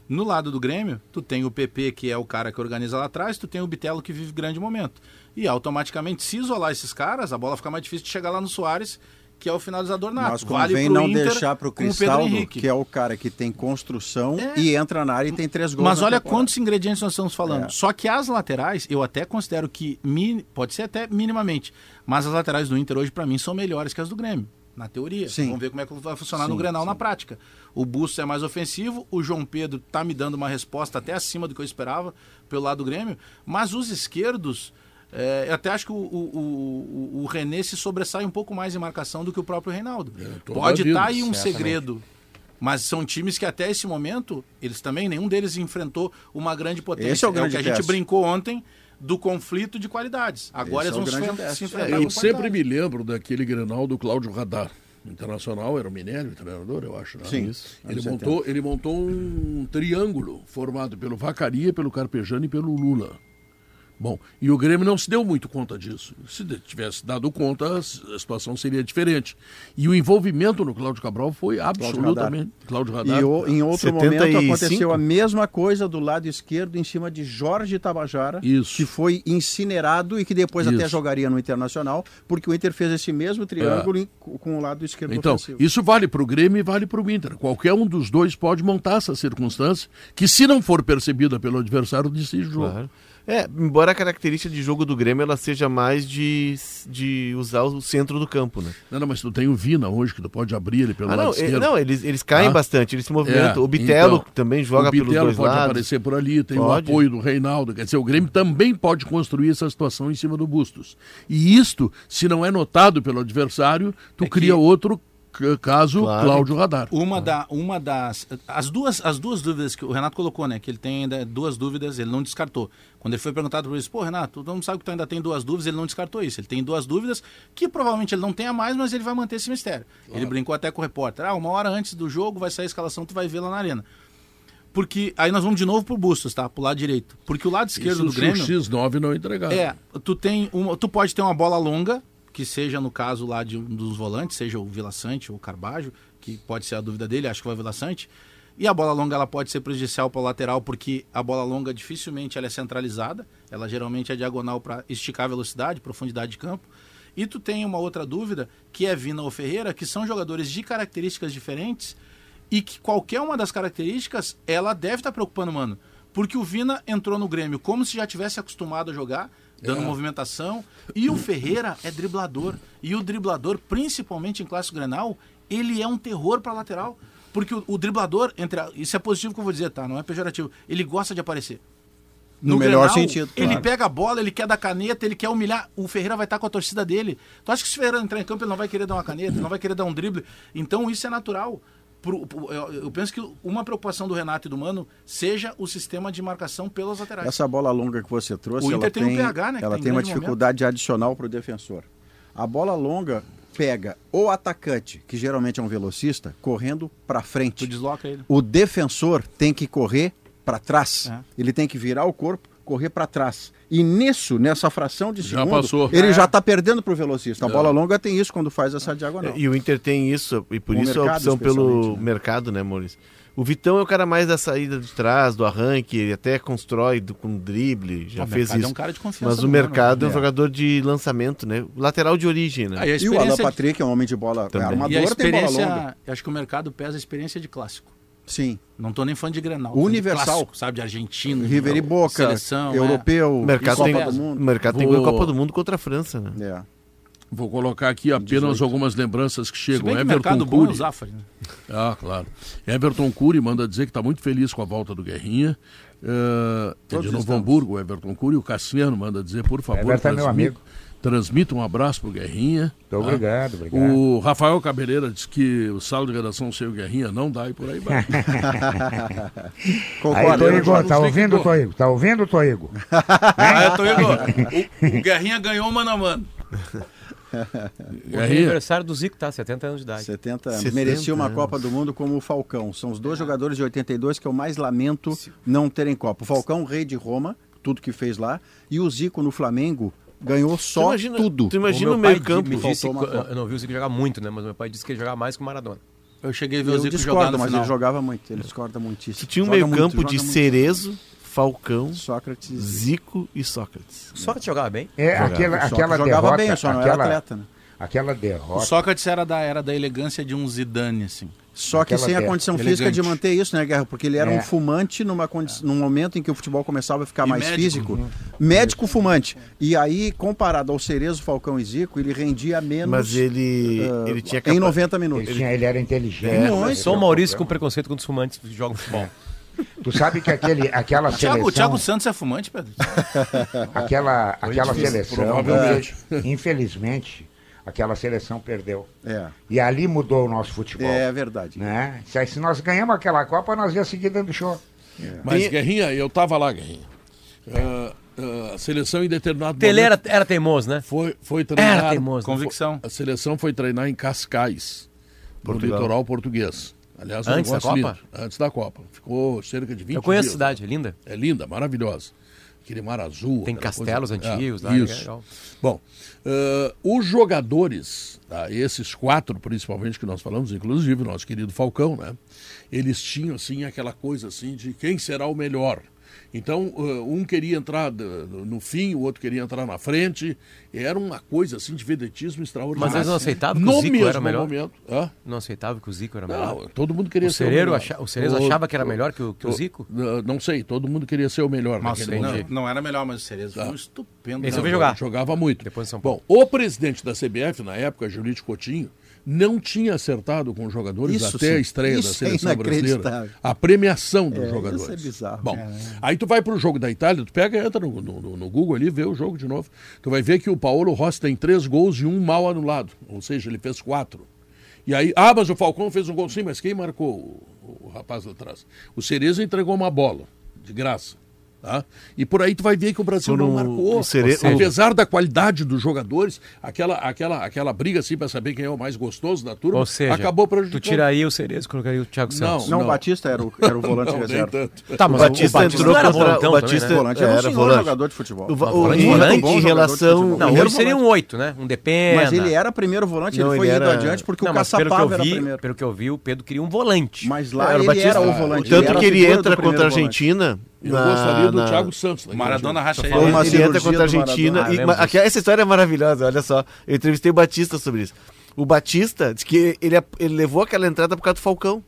S5: No lado do Grêmio, tu tem o PP, que é o cara que organiza lá atrás, tu tem o Bitelo, que vive grande momento. E automaticamente, se isolar esses caras, a bola fica mais difícil de chegar lá no Soares, que é o finalizador nato.
S2: Mas
S5: Vale
S2: convém
S5: pro
S2: não
S5: Inter
S2: deixar para o
S5: com Pedro
S2: Cristaldo,
S5: Henrique. É.
S2: que é o cara que tem construção e entra na área e tem três gols.
S5: Mas
S2: na
S5: olha
S2: temporada. É.
S5: quantos ingredientes nós estamos falando. Só que as laterais, eu até considero que, mi- pode ser até minimamente, mas as laterais do Inter hoje, para mim, são melhores que as do Grêmio. Na teoria.
S2: Sim.
S5: Vamos ver como é que vai funcionar no
S2: Sim,
S5: Grenal na prática. O Busto é mais ofensivo, o João Pedro tá me dando uma resposta até acima do que eu esperava pelo lado do Grêmio, mas os esquerdos, é, eu até acho que o, o, o- o René se sobressai um pouco mais em marcação do que o próprio Reinaldo.
S1: toda
S5: Pode
S1: a vida,
S5: estar aí um segredo, mas são times que até esse momento, eles também, nenhum deles enfrentou uma grande potência.
S2: Esse é o grande
S5: que a gente
S2: teste.
S5: brincou ontem do conflito de qualidades. Agora
S2: Esse é o
S5: eles vão
S2: grande
S5: se, enfren-
S2: teste.
S5: se
S1: É,
S5: enfrentar.
S1: eu
S5: com
S1: sempre
S5: qualidade.
S1: me lembro daquele Grenal do Cláudio Radar. Internacional era o Minério, o treinador, eu acho. Né?
S2: Sim,
S1: Isso. Ele
S2: anos
S1: montou, ele montou um triângulo formado pelo Vacaria, pelo Carpejano e pelo Lula. Bom, e o Grêmio não se deu muito conta disso. Se de- tivesse dado conta, a s- a situação seria diferente. E o envolvimento no Cláudio Cabral foi absolutamente. Cláudio Radar.
S2: E o- em outro
S3: 75?
S2: momento aconteceu a mesma coisa do lado esquerdo em cima de Jorge Tabajara,
S1: Isso.
S2: que foi incinerado e que depois
S1: Isso.
S2: até jogaria no Internacional, porque o Inter fez esse mesmo triângulo em- com o lado esquerdo
S1: Então,
S2: ofensivo.
S1: isso vale para o Grêmio e vale para o Inter. Qualquer um dos dois pode montar essa circunstância que, se não for percebida pelo adversário, decide o jogo.
S3: Claro. É, embora a característica de jogo do Grêmio ela seja mais de, de usar o centro do campo, né?
S1: Não, não, mas tu tem o Vina hoje, que tu pode abrir ele pelo
S3: Ah,
S1: lado
S3: não,
S1: esquerdo.
S3: e- não eles, eles caem
S1: Ah.
S3: bastante, eles se movimentam.
S1: É,
S3: o Bitelo
S1: então,
S3: também joga
S1: o Bitelo
S3: pelos dois
S1: pode
S3: lados.
S1: aparecer por ali, tem
S3: Pode.
S1: o apoio do Reinaldo. Quer dizer, o Grêmio também pode construir essa situação em cima do Bustos. E isto, se não é notado pelo adversário, tu cria outro c- caso,
S3: Claro.
S1: Cláudio Radar.
S5: Uma, da, uma das. As duas, as duas dúvidas que o Renato colocou, né? Que ele tem ainda duas dúvidas, ele não descartou. Quando ele foi perguntado por isso, pô, Renato, todo mundo sabe que tu ainda tem duas dúvidas, ele não descartou isso. Ele tem duas dúvidas que provavelmente ele não tenha mais, mas ele vai manter esse mistério. Ele brincou até com o repórter. Ah, uma hora antes do jogo vai sair a escalação, tu vai ver lá na arena. Porque. Aí nós vamos de novo pro Bustos, tá? Pro lado direito. Porque o lado esquerdo
S1: Isso
S5: do Grêmio.
S1: o X9 não entregava.
S5: É, tu tem uma, tu pode ter uma bola longa, que seja no caso lá de um dos volantes, seja o Vila Sante ou o Carbajo, que pode ser a dúvida dele, acho que vai o Vila Sante. E a bola longa ela pode ser prejudicial para o lateral, porque a bola longa dificilmente ela é centralizada, ela geralmente é diagonal para esticar a velocidade, profundidade de campo. E tu tem uma outra dúvida, que é Vina ou Ferreira, que são jogadores de características diferentes e que qualquer uma das características ela deve estar preocupando, mano. Porque o Vina entrou no Grêmio como se já tivesse acostumado a jogar, dando movimentação. E o Ferreira é driblador. E o driblador, principalmente em classe Grenal, ele é um terror para lateral. Porque o, o driblador, entre a- isso é positivo que eu vou dizer, tá? Não é pejorativo. Ele gosta de aparecer.
S2: No melhor
S5: Grenal,
S2: sentido,
S5: Ele
S2: claro.
S5: pega a bola, ele quer dar caneta, ele quer humilhar. O Ferreira vai estar com a torcida dele. Tu acha que se o Ferreira entrar em campo, ele não vai querer dar uma caneta, ele não vai querer dar um drible? Então isso é natural. pro- pro- eu, eu penso que uma preocupação do Renato e do Mano seja o sistema de marcação pelas laterais.
S2: Essa bola longa que você trouxe,
S5: O
S2: ela
S5: Inter
S2: tem,
S5: tem um PH, né, que
S2: ela
S5: tá em
S2: tem uma
S5: grande momento.
S2: dificuldade adicional para o defensor. A bola longa pega o atacante, que geralmente é um velocista, correndo para frente.
S5: Tu desloca ele.
S2: O defensor tem que correr para trás.
S5: É.
S2: Ele tem que virar o corpo, correr para trás. E nisso, nessa fração de
S1: Já
S2: segundo,
S1: passou.
S2: ele
S5: É.
S2: já está perdendo para o velocista. A bola longa tem isso quando faz essa diagonal.
S3: É, E o Inter tem isso, e por
S2: O
S3: isso a
S2: mercado,
S3: opção pelo
S2: especialmente, né?
S3: mercado, né, Maurício? O Vitão é o cara mais da saída de trás, do arranque, ele até constrói do- com drible, já
S5: O
S3: fez
S5: mercado
S3: isso.
S5: é um cara de confiança.
S3: Mas
S5: do
S3: o
S5: Mano, né?
S3: mercado é um
S2: É.
S3: jogador de lançamento, né? Lateral de origem, né?
S5: Aí Ah, a
S2: E o Alan
S5: experiência de-
S2: Patrick é um homem de bola
S3: Também.
S2: armador,
S5: E a
S2: tem bola longa.
S5: experiência, eu acho que o mercado pesa a experiência de clássico.
S2: Sim.
S5: Não tô nem fã de Grenal.
S2: Universal.
S5: fã de clássico, sabe? De argentino.
S2: River e
S5: de
S2: Boca,
S5: Seleção. é.
S2: europeu,
S3: o mercado
S2: Copa
S3: tem,
S5: pesa.
S2: do
S3: o
S2: Mundo.
S3: mercado tem
S1: Vou-
S3: a Copa do Mundo contra a França, né?
S2: É.
S1: Vou colocar aqui apenas algumas lembranças que
S5: É. Se
S1: chegam.
S5: bem que o
S1: Everton
S5: mercado bom é o
S1: Cury.
S5: Zafari. né?
S1: Ah, claro. Everton Cury manda dizer que está muito feliz com a volta do Guerrinha. Eh, é de
S2: Todos
S1: Novo
S2: estamos.
S1: Hamburgo, o Everton Cury. O Cassiano manda dizer, por favor,
S4: Everton é meu
S1: transmi-
S4: amigo.
S1: transmita um abraço pro Guerrinha.
S4: Muito
S5: tá?
S4: obrigado, obrigado.
S1: Ah, O Rafael Cabeleira diz que o sala de redação sem o Guerrinha não dá e por aí vai.
S4: Aí,
S2: Concordo. eu
S4: Toigo,
S5: não
S4: tá
S5: sei
S4: ouvindo,
S5: que-
S4: Toigo? Tá ouvindo, Toigo?
S5: Ah, eu tô vendo. O, o Guerrinha ganhou o mano a mano.
S6: Hoje é
S1: Guerrinha,
S6: aniversário do Zico, tá? 70 anos de idade.
S2: 70 anos.
S3: 70
S2: É, Merecia uma
S3: anos.
S2: Copa do Mundo como o Falcão. São os
S5: É.
S2: dois jogadores de 82 que eu mais lamento não terem Copa. O Falcão, rei de Roma, tudo que fez lá. E o Zico no Flamengo ganhou só
S3: imagina-
S2: tudo.
S3: tu imagina
S2: O
S3: o
S2: meu
S3: meio
S2: pai
S3: campo.
S2: me
S6: Me disse,
S2: faltou uma Copa.
S6: eu não vi o Zico jogar muito, né? Mas meu pai disse que ele jogava mais que o Maradona.
S5: Eu cheguei a ver o
S2: Eu
S5: Zico jogar
S2: discordo,
S5: no
S2: mas
S5: final.
S2: ele jogava muito. Ele discorda muitíssimo.
S3: Tu tinha um
S2: Joga
S3: meio
S2: muito,
S3: campo
S2: joga
S3: de
S2: muito.
S3: Cerezo, Falcão,
S2: Sócrates.
S3: Zico e Sócrates.
S6: Só que jogava bem.
S4: É, aquela,
S2: Sócrates
S4: aquela
S2: jogava
S4: derrota.
S2: bem, só não era
S4: aquela,
S2: atleta, né?
S4: Aquela
S5: O
S4: derrota.
S5: Sócrates era da, era da elegância de um Zidane, assim.
S2: Só que
S4: Aquela
S2: sem a
S4: terra.
S2: condição
S5: Elegante. É.
S2: física de manter isso, né, Guerra? Porque ele era
S4: É.
S2: um fumante numa condi... num momento em que o futebol começava a ficar
S5: E
S2: mais
S5: médico. Uhum.
S2: físico. Médico fumante. E aí, comparado ao Cerezo, Falcão e Zico, ele rendia menos ah,
S3: Mas ele, ele tinha
S2: em
S3: capa-
S2: 90 minutos.
S4: Ele, tinha- ele era inteligente.
S2: Não,
S4: né?
S2: Esse
S6: Só
S4: Ele
S6: É, o Maurício com
S4: era um
S6: preconceito contra os fumantes que jogam futebol.
S2: É.
S4: problema. Tu sabe que aquele, aquela
S5: Thiago,
S4: seleção,
S5: o Thiago Santos é fumante, Pedro?
S4: aquela, aquela
S1: difícil,
S4: seleção,
S1: provavelmente.
S4: eh, infelizmente, aquela seleção perdeu.
S2: É.
S4: E ali mudou o nosso futebol.
S2: É verdade.
S4: Né? Se, se nós ganhamos aquela Copa, nós ia seguir dando show.
S1: mas Guerrinha, eu tava lá, Guerrinha. Ah, ah, a seleção em determinado
S6: Tele
S1: momento
S6: era, era teimoso, né?
S1: foi, foi
S6: Era
S1: treinar.
S6: teimoso. né?
S5: Convicção.
S1: A seleção foi treinar em Cascais,
S3: Portugal.
S1: no litoral português. Aliás, um
S6: Antes da
S1: negócio
S6: Copa?
S1: lindo. Antes da Copa. Ficou cerca de 20
S6: Eu conheço a
S1: dias.
S6: cidade, é linda.
S1: É linda, maravilhosa. Aquele mar azul.
S6: Tem
S1: aquela
S6: castelos
S1: coisa-
S6: antigos
S1: É,
S6: lá,
S1: isso.
S6: legal.
S1: Bom, eh, os jogadores, tá, esses quatro principalmente que nós falamos, inclusive o nosso querido Falcão, né? Eles tinham, assim, aquela coisa assim de quem será o melhor. Então, eh, um queria entrar d- no fim, o outro queria entrar na frente. Era uma coisa, assim, de vedetismo extraordinário.
S6: Mas eles não aceitavam que o
S1: no
S6: Zico
S1: mesmo
S6: era o melhor?
S1: momento. Hã?
S6: Não aceitava que o Zico era melhor.
S1: Não, todo mundo queria
S6: O
S1: ser o
S6: Cereiro
S1: melhor.
S6: acha- o Cerezo achava que era melhor que o- que o
S1: to-
S6: Zico?
S1: Não, não sei, todo mundo queria ser o melhor
S5: Nossa,
S1: naquele Tá.
S5: não,
S1: momento.
S5: não era melhor, mas o Cerezo foi um estupendo.
S6: Esse
S5: jogador.
S6: eu vi jogar.
S1: Jogava muito.
S6: Depois de São
S1: Bom, o presidente da CBF, na época, Julito Coutinho, não tinha acertado com os jogadores
S2: Isso
S1: até a
S2: sim.
S1: estreia da
S2: Isso é
S1: seleção brasileira.
S2: inacreditável.
S1: A premiação dos
S2: É, isso
S1: jogadores.
S2: é bizarro.
S1: Bom,
S6: né?
S1: aí tu vai pro jogo da Itália, tu pega, entra no, no- no- no Google ali, vê o jogo de novo. Tu vai ver que o Paulo Rossi tem três gols e um mal anulado. Ou seja, ele fez quatro. E aí, ah, mas o Falcão fez um gol sim, mas quem marcou o, o rapaz lá atrás? O Cerezo entregou uma bola, de graça. Tá? E por aí tu vai ver que o Brasil não
S3: Foram
S1: marcou.
S3: o Cere-
S1: Ou seja, apesar da qualidade dos jogadores, aquela, aquela, aquela briga assim para saber quem é o mais gostoso da turma,
S6: Ou seja,
S1: acabou
S6: tu
S1: prejudicando.
S6: tiraria o Cerezo e colocaria o Thiago Santos.
S2: Não,
S1: Não.
S2: o Batista era o, era o volante
S1: Não, nem
S2: reserva.
S1: tanto.
S6: Tá,
S3: O
S6: mas
S3: Batista, entrou
S6: não era
S3: contra
S6: volantão
S3: o
S6: também,
S3: Batista
S6: né?
S2: Volante era um senhor
S3: volante.
S2: jogador de futebol.
S3: O, va-
S2: Mas
S3: o-
S2: volante,
S3: em,
S2: volante,
S6: um
S3: em
S2: bom jogador de
S3: relação
S2: futebol.
S6: Não,
S2: Primeiro
S6: hoje seria um oito, né? Um depena.
S2: Mas ele era primeiro volante,
S3: Não,
S2: ele foi
S3: ele
S2: indo
S3: era-
S2: adiante porque
S6: Não,
S2: o
S6: mas pelo que, eu
S2: Caçapava era
S6: vi,
S2: primeiro.
S6: pelo que eu vi, o Pedro queria um volante.
S2: Mas lá
S3: Era o
S2: Ah, ele
S3: Batista.
S2: era o
S3: O
S2: volante.
S3: tanto
S2: era a
S3: que ele
S2: figura do
S3: entra contra a
S2: primeiro volante.
S3: Argentina.
S1: Eu
S3: na-
S1: gostaria do
S3: na-
S1: Thiago Santos. naquele
S5: Maradona
S1: jogo.
S5: racha
S3: Ou
S5: ele.
S2: Uma
S3: uma
S2: cirurgia
S3: direta contra a
S2: do Maradona.
S3: Argentina.
S6: Ah,
S3: E,
S6: lembro
S3: ma-
S6: disso.
S3: aqui- essa história é maravilhosa, olha só. Eu entrevistei o Batista sobre isso. O Batista disse que ele, é- ele levou aquela entrada por causa do Falcão.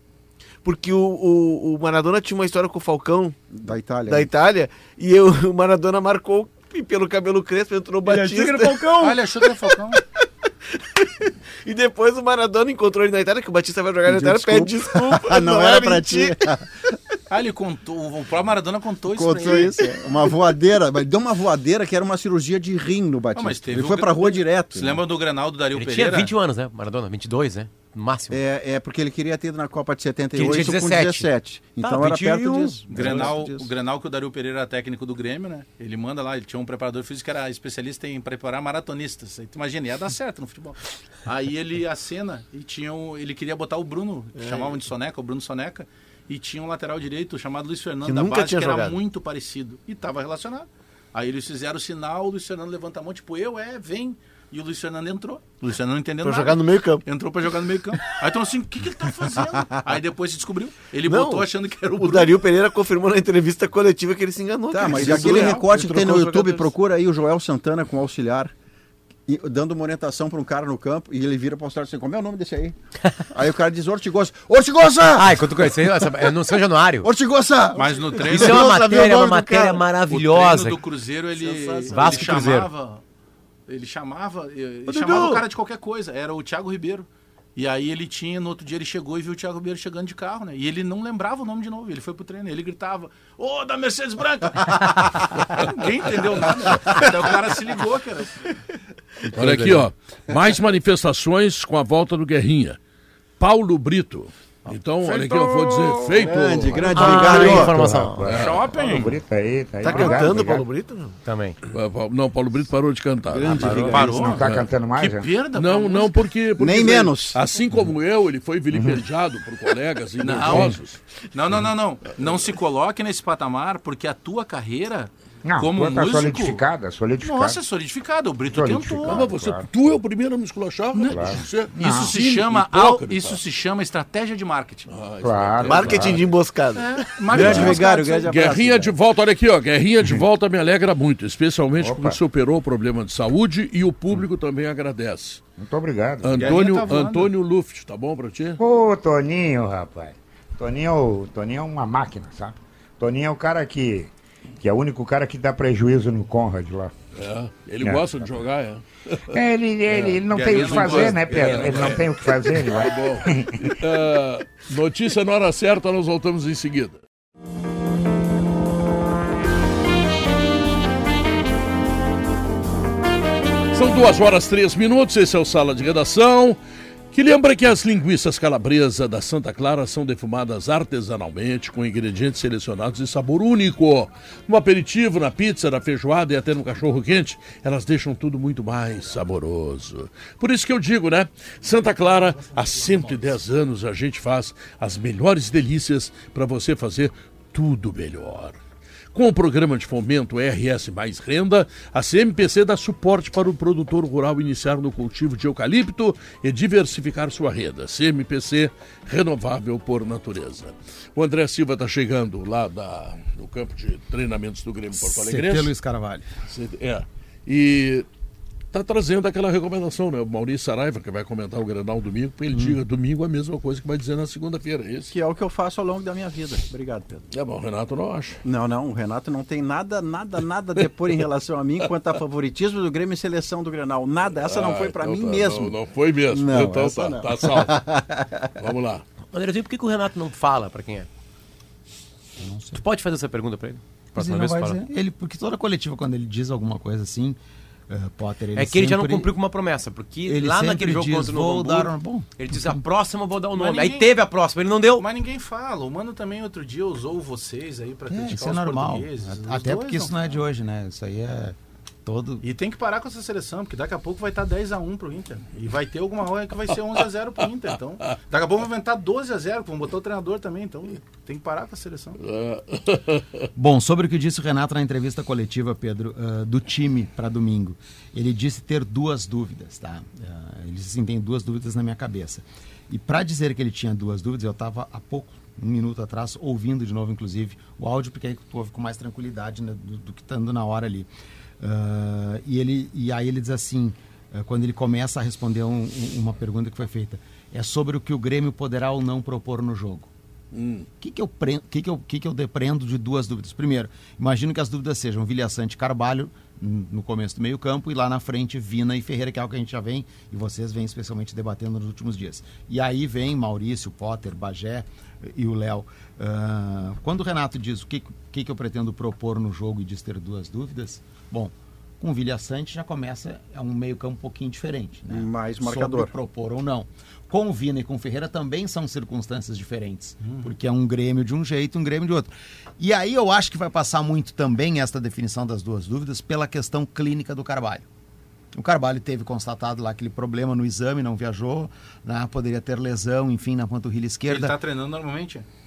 S3: Porque o, o- o Maradona tinha uma história com o Falcão
S2: Da Itália.
S3: da Itália e eu- o Maradona marcou e pelo cabelo crespo entrou o Batista.
S5: Olha, achou que era Falcão.
S3: E depois o Maradona encontrou ele na Itália, que o Batista vai jogar na
S2: Pediu
S3: Itália, pede desculpa. é
S2: Ah, não era pra ti.
S3: mentira.
S5: Ah, ele contou, o próprio Maradona contou isso
S2: Contou
S5: pra ele.
S2: isso. é. Uma voadeira. Mas deu uma voadeira que era uma cirurgia de rim no
S5: Não,
S2: Batista.
S5: Ah, mas teve um
S2: ele
S5: o
S2: foi
S5: Gre-
S2: pra rua direto. né?
S5: Se lembra do Granal do Dario
S6: Ele tinha
S5: Pereira?
S6: 21 anos, né? Maradona, 22, né? máximo.
S2: É, é porque ele queria ter ido na Copa de 78
S6: Que ele tinha
S2: com
S6: 17.
S2: 17. Então era
S6: 21.
S2: perto disso. Era
S5: Tá, Grenal,
S2: perto disso.
S5: o Grenal que o Dario Pereira era técnico do Grêmio, né? Ele manda lá, ele tinha um preparador físico que era especialista em preparar maratonistas. Aí tu imagina, ia dar certo no futebol. Aí ele acena e tinha um- ele queria botar o Bruno,
S3: É.
S5: que chamavam de Soneca, o Bruno Soneca, e tinha um lateral direito chamado Luiz Fernando
S3: Que
S5: da
S3: nunca
S5: base,
S3: tinha
S5: que era
S3: jogado.
S5: muito parecido. E estava relacionado. Aí eles fizeram o sinal, o Luiz Fernando levanta a mão, tipo, eu, é, vem. E o Luiz Fernando entrou. O Luiz Fernando não entendeu
S3: Pra
S5: nada.
S3: jogar no meio campo.
S5: Entrou pra jogar no meio campo. Aí então assim, o que, que ele tá fazendo? Aí depois se descobriu. Ele
S3: Não.
S5: botou achando que era o
S3: O
S5: Bruno.
S3: Dario Pereira confirmou na entrevista coletiva que ele se enganou.
S2: Tá,
S3: cara.
S2: mas
S3: Ele
S2: aquele
S3: trocou-
S2: recorte que
S3: ele
S2: tem no
S3: trocou os
S2: YouTube,
S3: jogadores.
S2: procura aí o Joel Santana com auxiliar. e- dando uma orientação pra um cara no campo e ele vira pra auxiliar e diz assim, como é o nome desse aí? aí o cara diz Ortigosa. Ortigosa!
S6: Ah, enquanto conheceu, essa, é no São Januário.
S2: Ortigosa!
S5: Mas no treino,
S6: Isso é uma
S3: não sabia
S6: matéria,
S3: o nome
S6: uma
S3: do
S6: matéria
S3: cara.
S5: o
S6: maravilhosa.
S5: treino do Cruzeiro, ele,
S4: é
S5: ele
S6: Vasco e Cruzeiro.
S5: chamava, ele chamava, ele
S3: Ô,
S5: eh, chamava
S3: Dudu!
S5: o cara de qualquer coisa, era o Thiago Ribeiro. E aí ele tinha, no outro dia ele chegou e viu o Thiago Ribeiro chegando de carro, né? E ele não lembrava o nome de novo, ele foi pro treino, ele gritava, ô, da Mercedes Branca! Ninguém entendeu nada. né? Daí o cara se ligou, cara.
S1: Olha aqui, ó. Mais manifestações com a volta do Guerrinha. Paulo Brito. Então, olha aqui, eu vou dizer feito.
S2: Grande, grande,
S6: Ah,
S2: obrigado.
S6: informação.
S4: Paulo Brito aí, tá aí.
S3: Tá
S4: Obrigado,
S3: cantando,
S4: obrigado.
S3: Paulo Brito? não?
S6: Também.
S1: Ah, Paulo- Não, Paulo Brito parou de cantar. Ah, parou.
S5: Parou.
S4: Não tá cantando mais?
S5: Que
S4: né?
S5: perda,
S1: Não, não, porque, porque
S2: Nem
S1: ele-
S2: menos.
S1: Assim como eu, ele foi vilipendiado por colegas e nervosos.
S5: Não, não, não, não. Não se coloque nesse patamar, porque a tua carreira
S4: Não,
S5: como
S4: foi pra
S5: músico.
S4: Ah, tá solidificada, solidificada.
S5: Nossa, solidificada. O Brito
S4: Solidificada.
S5: tentou.
S1: Mas você, tu é o primeiro a me esculachar? Claro. Você,
S5: Isso se
S1: Sim,
S5: chama
S1: assim hipócrita.
S5: au- isso se chama estratégia de marketing. É,
S4: claro.
S3: Marketing de emboscada.
S5: Marketing de
S2: Vigário,
S5: mercado,
S2: grande abraço.
S1: Guerrinha de volta, olha aqui, ó. Guerrinha de volta me alegra muito, especialmente quando superou o problema de saúde e o público também agradece.
S4: Muito obrigado.
S1: Antônio,
S5: tá voando.
S1: Antônio Luft, tá bom pra ti?
S4: Ô, Toninho, rapaz. Toninho, é o- Toninho é uma máquina, sabe? Toninho é o cara que, que é o único cara que dá prejuízo no Conrad lá.
S1: É. Ele
S4: É.
S1: gosta de jogar, é.
S4: É, ele, ele, ele não
S5: E
S4: tem
S5: aí
S4: o que
S5: não
S4: fazer,
S5: gosta.
S4: né, Pedro?
S5: É.
S4: Ele não tem o que fazer, ele vai.
S1: Ah, Tá notícia na hora certa, nós voltamos em seguida. São duas horas três minutos, esse é o Sala de Redação, que lembra que as linguiças calabresa da Santa Clara são defumadas artesanalmente com ingredientes selecionados de sabor único. No Um aperitivo, na pizza, na feijoada e até no cachorro-quente, elas deixam tudo muito mais saboroso. Por isso que eu digo, né? Santa Clara, há 110 anos a gente faz as melhores delícias para você fazer tudo melhor. Com o programa de fomento RS Mais Renda, a CMPC dá suporte para o produtor rural iniciar no cultivo de eucalipto e diversificar sua renda. CMPC, renovável por natureza. O André Silva está chegando lá da- do campo de treinamentos do Grêmio Porto Alegre.
S8: Luiz Carvalho.
S1: É. E tá trazendo aquela recomendação, né? O Maurício Saraiva, que vai comentar o Grenal domingo, pra
S8: Hum.
S1: ele diga domingo a mesma coisa que vai dizer na segunda-feira. Esse
S2: Que é o que eu faço ao longo da minha vida. Obrigado, Pedro.
S1: é bom, o Renato não acha.
S2: Não, não, o Renato não tem nada, nada, nada a depor em relação a mim quanto a favoritismo do Grêmio e seleção do Grenal. Nada, essa não
S1: Ah,
S2: foi pra
S1: então
S2: mim
S1: tá,
S2: mesmo.
S1: Não, não foi mesmo.
S2: Não,
S1: então
S2: essa
S1: tá,
S2: não.
S1: tá salvo. Vamos lá.
S6: Andrezinho, por que, que o Renato não fala pra quem é? Tu pode fazer essa pergunta pra ele?
S8: Mas
S6: Próxima
S8: ele, não
S6: vez
S8: vai
S6: fala.
S8: dizer, ele, porque toda coletiva, quando ele diz alguma coisa assim, eh, Potter, ele
S6: É que ele já não
S8: sempre-
S6: cumpriu com uma promessa, porque
S8: Ele
S6: lá
S8: sempre
S6: naquele jogo
S8: diz,
S6: contra o
S8: "Vou
S6: Novo
S8: dar
S6: Hamburgo,
S8: um- bom."
S6: ele disse, a próxima eu vou dar o nome. Aí
S5: ninguém-
S6: teve a próxima, ele não deu.
S5: Mas ninguém fala. O Mano também outro dia usou vocês aí pra
S8: É,
S5: criticar
S8: isso é
S5: os
S8: normal.
S5: portugueses.
S8: A-
S5: Os
S8: Até
S5: dois
S8: porque isso não é de hoje, né? Isso aí é todo...
S5: E tem que parar com essa seleção, porque daqui a pouco vai estar 10x1 pro Inter. E vai ter alguma hora que vai ser 11x0 pro Inter. Então, daqui a pouco vai inventar 12x0, vão botar o treinador também. Então, tem que parar com a seleção.
S8: Bom, sobre o que disse o Renato na entrevista coletiva, Pedro, ah, do time para domingo. Ele disse ter duas dúvidas, tá? Ah, ele disse assim, tem duas dúvidas na minha cabeça. E para dizer que ele tinha duas dúvidas, eu estava há pouco, um minuto atrás, ouvindo de novo, inclusive, o áudio, porque aí tu ouve com mais tranquilidade né, do, do que está andando na hora ali. Ah, e, ele, e aí ele diz assim, ah, quando ele começa a responder um- um- uma pergunta que foi feita, é sobre o que o Grêmio poderá ou não propor no jogo.
S2: Hum.
S8: O que, que, eu pre... que, que, eu... que, que eu depreendo de duas dúvidas? Primeiro, imagino que as dúvidas sejam Vilha Sante e Carvalho n- no começo do meio-campo e lá na frente Vina e Ferreira, que é algo que a gente já vem e vocês vêm especialmente debatendo nos últimos dias. E aí vem Maurício, Potter, Bagé eh, e o Léo. Ah, quando o Renato diz o que, que que eu pretendo propor no jogo e diz ter duas dúvidas, bom, Com o Vilha Sante já começa é um meio-campo um pouquinho diferente. Né?
S2: Mais marcador.
S8: Sobre propor ou não. Com o Vina e com o Ferreira também são circunstâncias diferentes,
S5: Hum.
S8: porque é um Grêmio de um jeito um Grêmio de outro. E aí eu acho que vai passar muito também esta definição das duas dúvidas pela questão clínica do Carvalho. O Carvalho teve constatado lá aquele problema no exame, não viajou, né? poderia ter lesão, enfim, na panturrilha
S5: Ele
S8: esquerda,
S5: tá treinando normalmente? Acho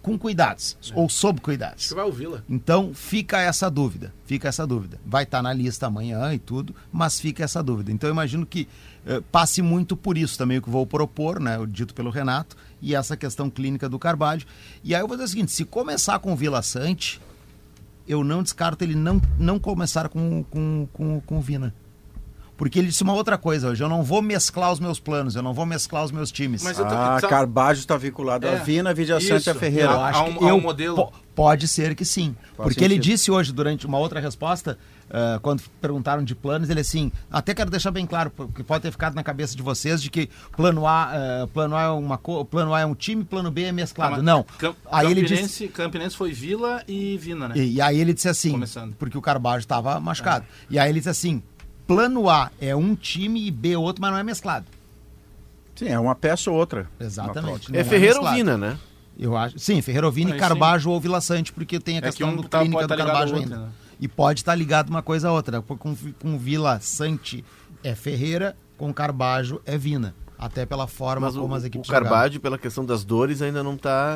S8: com cuidados, ou sob cuidados.
S5: É. que vai ouvi-la.
S8: Então fica essa dúvida, fica essa dúvida. Vai estar na lista amanhã e tudo, mas fica essa dúvida. Então eu imagino que eh, passe muito por isso também o que vou propor, né, o dito pelo Renato, e essa questão clínica do Carvalho. E aí eu vou dizer o seguinte, se começar com o Vila Sante, eu não descarto ele não, não começar com, com, com, com o Vina. Porque ele disse uma outra coisa hoje, eu não vou mesclar os meus planos, eu não vou mesclar os meus times.
S5: Mas eu tô-
S2: Ah,
S5: sabe-
S2: Carbajo está vinculado
S5: É,
S2: a Vina, Vidia
S5: isso.
S2: Sante a Ferreira.
S5: Eu
S8: Eu acho
S5: Há um-
S8: que
S5: há um
S8: eu
S5: modelo?
S8: po- pode ser que sim.
S2: Faz
S8: porque ele
S2: sentido.
S8: disse hoje, durante uma outra resposta, ah, quando perguntaram de planos, ele assim, até quero deixar bem claro, porque pode ter ficado na cabeça de vocês, de que plano A, ah, plano A é uma co- plano A é um time, plano B é mesclado. Não.
S5: Cam-
S8: Aí ele
S5: Campinense,
S8: disse.
S5: Campinense foi Vila e Vina, né?
S8: E, e aí ele disse assim,
S5: Começando. É.
S8: porque o Carbajo estava machucado. E aí ele disse assim: plano A é um time e B é outro, mas não é mesclado.
S2: Sim, é uma peça ou outra.
S8: Exatamente.
S3: É
S8: não
S3: Ferreira ou
S8: mesclado.
S3: Vina, né?
S8: Eu acho. Sim, Ferrerovini,
S5: Aí sim.
S8: Carbajo ou Vila Sante, porque tem a
S5: que
S8: questão
S5: um
S8: do
S5: tá-
S8: clínica
S5: pode
S8: do
S5: tá ligado
S8: Carbajo
S5: ao outro,
S8: ainda.
S5: né?
S8: E pode estar ligado uma coisa a outra. Com, com Vila Sante é Ferreira, com Carbajo é Vina. Até pela forma
S3: Mas o,
S8: como as
S3: o
S8: equipes
S3: Carbadio, pela questão das dores, ainda não tá.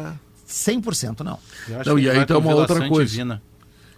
S8: jogaram. 100% não.
S5: Eu acho
S1: Não,
S5: que
S1: e
S5: ele
S2: tá
S5: vai
S1: aí tem
S5: com
S1: uma
S5: Vila
S1: outra
S5: Sante e
S1: coisa.
S5: Vina.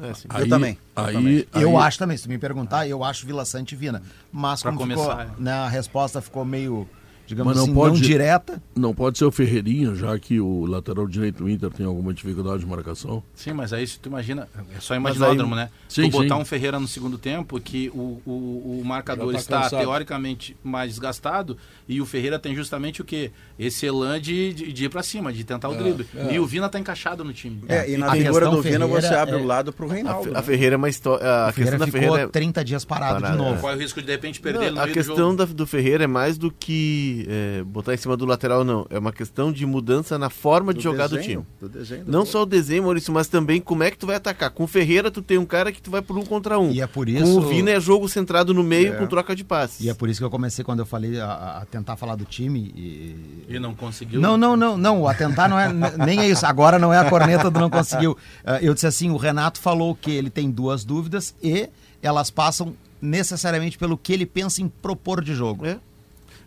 S3: É, assim.
S1: Aí-
S2: também, eu
S1: Aí,
S2: também.
S1: aí-
S8: Eu acho também, se tu me perguntar, eu acho Vila Sante e Vina. Mas
S5: Pra
S8: como
S5: começar,
S8: ficou,
S5: é.
S8: né, a resposta ficou meio, digamos
S1: Mas não
S8: assim,
S1: pode-
S8: não direta.
S1: Não pode ser o Ferreirinha, já que o lateral direito do Inter tem alguma dificuldade de marcação.
S5: Sim, mas aí se tu imagina, é só imaginódromo, né?
S1: Sim,
S5: tu botar
S1: sim.
S5: um Ferreira no segundo tempo, que o, o, o marcador
S1: Já tá
S5: está
S1: cansado.
S5: teoricamente mais desgastado, e o Ferreira tem justamente o quê? Esse elan de, de, de ir pra cima, de
S8: É,
S5: tentar o drible. E o Vina tá encaixado no time.
S2: É, e na
S8: A
S2: figura
S8: questão
S2: do Vina
S8: Ferreira
S2: você abre
S8: é-
S2: o lado pro
S3: A,
S2: Reinaldo.
S3: Fe-
S2: né?
S3: a Ferreira é uma história. A
S8: Ferreira
S3: questão da
S8: ficou
S3: Ferreira. é-
S8: 30 dias parado,
S3: Parado,
S8: de novo.
S5: Qual é o risco de de repente perder ele no
S3: Não, a
S5: meio do
S3: questão
S5: jogo?
S3: da- do Ferreira é mais do que é, botar em cima do lateral, não. É uma questão de mudança na forma de jogar do
S2: desenho,
S3: time.
S2: do desenho do
S3: Não
S2: jogo.
S3: só o desenho, Maurício, mas também como é que tu vai atacar. Com o Ferreira, tu tem um cara que tu vai por um contra um.
S8: E é por
S3: Com
S8: isso-
S3: o Vina é jogo centrado no meio com troca de passes.
S8: E é por isso que eu comecei quando eu falei a, a tentar falar do time e-
S5: E não conseguiu.
S8: Não, não, não, não. O atentar não é n- nem é isso. Agora não é a corneta do não conseguiu. Ah, Eu disse assim, o Renato falou que ele tem duas dúvidas e elas passam necessariamente pelo que ele pensa em propor de jogo.
S3: É.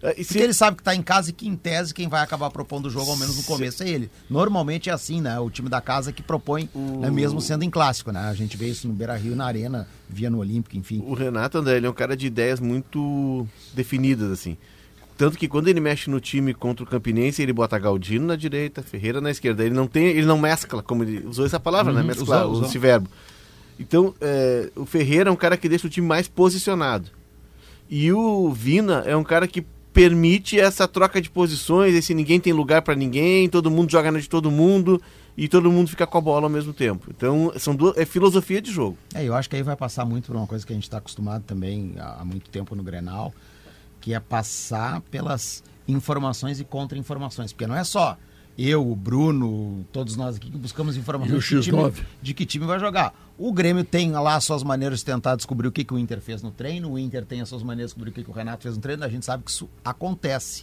S3: É, e se-
S8: Porque ele sabe que está em casa e que, em tese, quem vai acabar propondo o jogo, ao menos no começo, é ele. Normalmente é assim, né? O time da casa que propõe, né? mesmo sendo em clássico, né? A gente vê isso no Beira Rio, na Arena, via no Olímpico, enfim.
S3: O Renato, André, ele é um cara de ideias muito definidas, assim. Tanto que quando ele mexe no time contra o Campinense, ele bota Galdino na direita, Ferreira na esquerda. Ele não tem, ele não mescla, como ele usou essa palavra, né? Mesclar,
S8: usou,
S3: usou,
S8: usou.
S3: esse verbo. Então, é, o Ferreira é um cara que deixa o time mais posicionado. E o Vina é um cara que permite essa troca de posições, esse ninguém tem lugar pra ninguém, todo mundo joga na de todo mundo e todo mundo fica com a bola ao mesmo tempo. Então, são duas, é filosofia de jogo.
S8: É, eu acho que aí vai passar muito por uma coisa que a gente está acostumado também há há muito tempo no Grenal, que é passar pelas informações e contra-informações. Porque não é só eu, o Bruno, todos nós aqui que buscamos
S1: E o
S8: informações de que, time,
S1: X9.
S8: de que time vai jogar. O Grêmio tem lá as suas maneiras de tentar descobrir o que, que o Inter fez no treino, o Inter tem as suas maneiras de descobrir o que, que o Renato fez no treino, a gente sabe que isso acontece.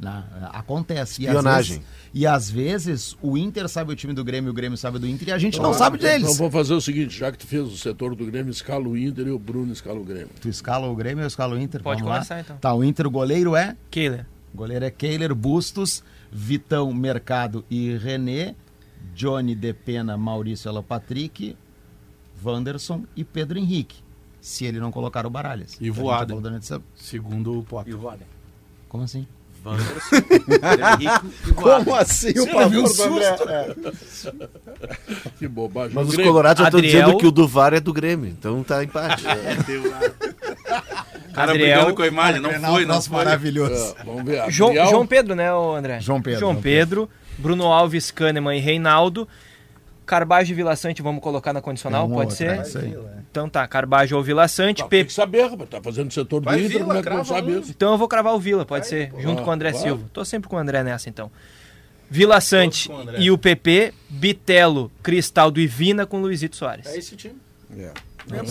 S8: né? Acontece. E às
S3: Espionagem.
S8: vezes- E às, vezes, o Inter sabe o time do Grêmio, o Grêmio sabe do Inter e a gente não sabe
S1: Então
S8: deles.
S1: vou fazer o seguinte, já que tu fez o setor do Grêmio, escala o Inter e o Bruno escala o Grêmio.
S8: Tu escala o Grêmio, eu escalo o Inter.
S6: Pode
S8: vamos lá.
S6: começar, então.
S8: Tá, o Inter, o goleiro é?
S6: Keiler.
S8: O goleiro é Keiler, Bustos, Vitão, Mercado e René, Johnny De Pena, Maurício Alapatrick, Wanderson e Pedro Henrique. Se ele não colocar o Baralhas.
S5: E
S8: A gente
S5: voado.
S8: falou durante essa-
S5: Segundo o Potter.
S8: Como assim? é
S2: Como assim o pavor do André?
S1: É. Que bobagem.
S3: Mas
S1: O
S3: os
S1: Grêmio-
S3: colorados já estão
S6: Adriel-
S3: dizendo que o do VAR é do Grêmio, então tá empate.
S1: É,
S5: O cara
S6: Adriel-
S5: brigando com a imagem, não
S8: Grenal,
S5: foi, não
S8: troço
S5: foi.
S8: maravilhoso.
S1: É, vamos ver.
S6: João,
S1: Adriel,
S6: João Pedro, né, ô André?
S8: João Pedro,
S6: João
S8: João
S6: Pedro, Bruno Alves, Kahneman e Reinaldo. Carbajo e Vila Sante, vamos colocar na condicional,
S8: É um ou
S6: pode
S8: outro,
S6: ser?
S8: é isso aí.
S6: Então tá, Carbajo ou Vila Sante.
S1: tá,
S6: Pe-
S1: tem que saber, rapaz. Tá fazendo o setor do
S5: Vai,
S1: Inter,
S5: Vila,
S1: como é que não
S5: crava
S1: sabe
S5: um.
S1: isso?
S6: Então eu vou cravar o Vila, pode ser, junto com o André
S1: claro.
S6: Silva. Tô sempre com o André nessa, então. Vila Sante
S5: com o André.
S6: e o PP, Bitelo, Cristaldo e Vina com Luizito Soares.
S5: É esse time.
S2: É.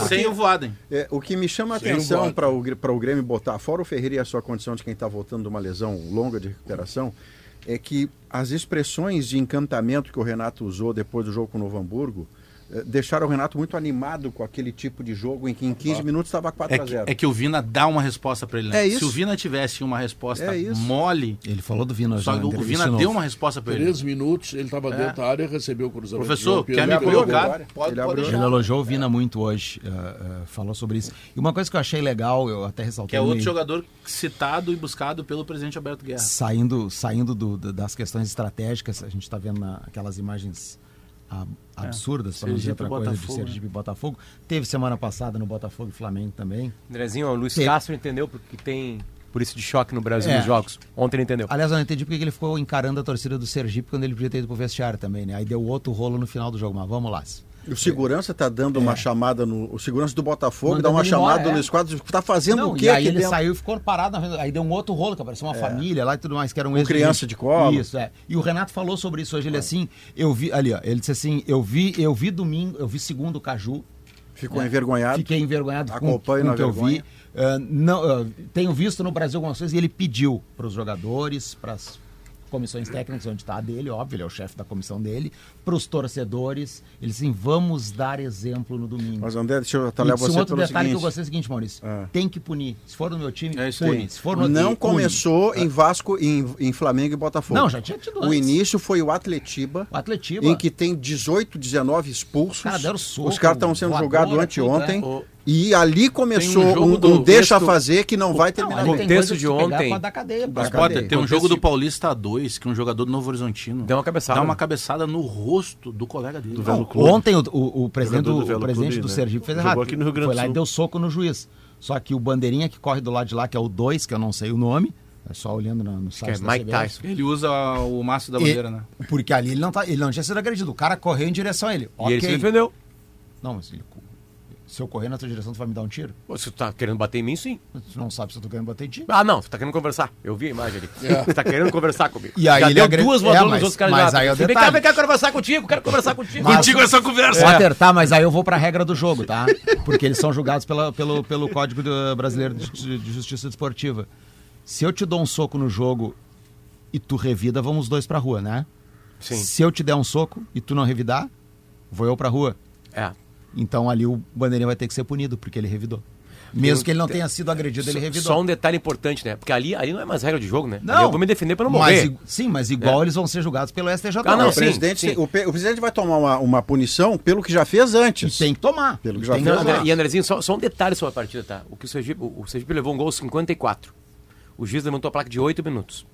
S5: Sem o Voaden.
S2: É, o que me chama a
S1: Sem
S2: atenção
S1: voto.
S2: para o, Gr- pra o Grêmio botar fora o Ferreira e a sua condição de quem está voltando de uma lesão longa de recuperação é que as expressões de encantamento que o Renato usou depois do jogo com o Novo Hamburgo eh, deixaram o Renato muito animado com aquele tipo de jogo em que em 15 minutos estava 4
S5: É
S2: a
S5: que,
S2: 0
S5: é que o Vina dá uma resposta para ele. né?
S2: É isso.
S5: Se o Vina tivesse uma resposta
S2: É isso.
S5: mole,
S8: Ele falou do Vina
S5: só
S8: já.
S5: que o
S8: André,
S5: Vina
S8: isso
S5: deu
S8: novo.
S5: uma resposta para ele. É.
S1: Três minutos, ele estava dentro da área, recebeu o cruzamento.
S5: Professor,
S1: do Pedro
S5: quer me
S1: Gabriel.
S5: colocar?
S2: agora.
S5: Pode,
S2: Ele
S5: pode
S2: abriu
S8: Ele
S5: deixar.
S8: elogiou o Vina muito hoje, ah, ah, falou sobre isso. E uma coisa que eu achei legal, eu até
S5: Que
S8: ressaltei.
S5: é
S8: no
S5: outro
S8: meio-
S5: jogador citado e buscado pelo presidente Alberto Guerra.
S8: Saindo, saindo do- do- das questões estratégicas, a gente está vendo na- aquelas imagens ab- absurdas, para não dizer
S5: Sergipe
S8: outra
S5: e
S8: coisa, de
S5: Botafogo,
S8: Sergipe e Botafogo. Teve semana passada no Botafogo e Flamengo também.
S6: Andrezinho, o Luiz
S8: Sim.
S6: Castro entendeu porque tem por isso de choque no Brasil
S8: É.
S6: nos jogos. Ontem ele entendeu.
S8: Aliás, eu não entendi porque que ele ficou encarando a torcida do Sergipe quando ele podia ter ido pro vestiário também, né? Aí deu outro rolo no final do jogo, mas vamos lá.
S2: O segurança está dando uma chamada no. O segurança do
S8: É.
S2: Botafogo
S8: Mandando
S2: dá uma
S8: ele embora,
S2: chamada
S8: é.
S2: no Luiz Quadros. Está fazendo
S8: Não,
S2: o
S8: e
S2: quê
S8: aí
S2: aqui
S8: ele
S2: dentro? É.
S8: saiu e ficou parado na frente. Aí deu um outro rolo, que apareceu uma família lá e tudo mais, que era um ex
S2: criança de colo.
S8: Isso, é. E o Renato falou sobre isso hoje. Ele assim, eu vi. Ali, ó, ele disse assim: eu vi, eu vi domingo, eu vi segundo o Caju. É.
S2: Ficou envergonhado.
S8: Fiquei envergonhado com, com
S2: Acompanho na
S8: o que eu vi.
S2: vergonha.
S8: Ah, não, ah, tenho visto no Brasil algumas coisas e ele pediu para os jogadores, para as comissões técnicas, onde está a dele, óbvio, ele é o chefe da comissão dele, para os torcedores, ele assim, vamos dar exemplo no domingo.
S2: Mas André, deixa eu
S8: E
S2: atalhar
S8: disse um
S2: você
S8: outro
S2: pelo
S8: detalhe que eu
S2: seguinte.
S8: gostei é o seguinte, Maurício,
S2: Ah.
S8: tem que punir. Se for no meu time,
S5: É isso aí.
S8: pune. Se for no
S2: Não
S8: pune.
S2: começou em Vasco, em, em Flamengo e Botafogo.
S8: Não, já tinha tido
S2: O
S8: antes.
S2: início foi o Atletiba,
S8: O Atletiba.
S2: em que tem 18, 19 expulsos.
S8: Cara, deram soco,
S2: Os caras estão sendo
S8: voadora,
S2: julgados
S8: tudo,
S2: anteontem.
S8: né?
S5: O-
S2: E ali começou
S5: Tem um
S2: um,
S5: jogo
S2: um
S5: do-
S2: deixa
S5: texto-
S2: fazer que não vai terminar
S8: ali
S2: bem.
S8: tem
S6: contexto
S8: coisa que
S6: de
S8: tu pegar
S6: ontem-
S8: pra dar cadeia, pra
S2: Mas
S8: dar
S2: pode
S8: cadeia.
S5: Tem um
S2: Acontece
S5: jogo do
S2: que-
S5: Paulista 2, que um jogador do Novo Horizontino
S6: Deu uma cabeçada.
S5: dá uma cabeçada no rosto do colega dele.
S8: Não, ontem o, o- o presidente,
S3: Jogador
S8: do,
S3: do Velo
S8: o presidente
S3: Clube,
S8: do
S3: né?
S8: Sergipe fez
S3: Jogou
S8: errado.
S3: aqui no Rio Grande
S8: Foi
S3: do
S8: lá e
S3: Sul.
S8: deu soco no juiz. Só que o bandeirinha que corre do lado de lá, que é o 2, que eu não sei o nome, é só olhando no, no site
S3: é
S8: da
S3: Mike
S8: CBF.
S3: Tyson.
S5: Ele usa o maço da
S8: E-
S5: bandeira, né?
S8: Porque ali ele não, tá, ele não tinha sido agredido. O cara correu em direção a ele.
S6: E ele se defendeu.
S8: Não, mas ele- se eu correr na tua direção, tu vai me dar um tiro?
S6: Pô, Se tu tá querendo bater em mim, sim.
S8: Tu não sabe se eu tô querendo bater em ti. É.
S6: Ah, não, tu tá querendo conversar. Eu vi a imagem ali. Tu tá querendo conversar comigo.
S8: E aí
S6: Já
S8: ele
S6: deu
S8: agre-
S6: duas
S8: É,
S6: voadoras
S8: mas-
S6: nos outros caras
S8: mas
S6: já.
S8: aí é o
S6: vem cá,
S8: detalhe.
S6: vem cá, quero conversar contigo, quero conversar contigo. é
S8: Mas-
S5: Contigo essa conversa.
S8: Potter, tá, mas aí eu vou pra regra do jogo, tá? Porque eles são julgados pela, pelo, pelo Código do- Brasileiro de, Justi- de Justiça Desportiva. Se eu te dou um soco no jogo e tu revida, vamos os dois pra rua, né?
S6: Sim.
S8: Se eu te der um soco e tu não revidar, vou eu pra rua.
S6: É.
S8: Então ali o bandeirinha vai ter que ser punido, porque ele revidou. Mesmo que ele não tenha sido agredido, ele revidou.
S6: um Só um detalhe importante, né? Porque ali, ali não é mais regra de jogo, né?
S8: Não.
S6: Ali eu vou me defender pra não
S8: mas,
S6: morrer. É.
S8: i- Sim, mas igual eles vão ser julgados pelo STJ.
S6: Ah, não,
S2: Tá o,
S6: sim,
S2: presidente,
S6: sim.
S2: O, pe- o presidente vai tomar uma, uma punição pelo que já fez
S8: E
S2: antes.
S8: tem que tomar.
S2: Pelo que
S8: E
S2: já
S8: tem
S2: fez,
S6: Não,
S8: tomar.
S6: André, e Andrezinho, só, só um detalhe sobre a partida, tá? O que o Sergipe, o, o Sergipe levou um gol aos 54. O juiz levantou a placa de 8 minutos.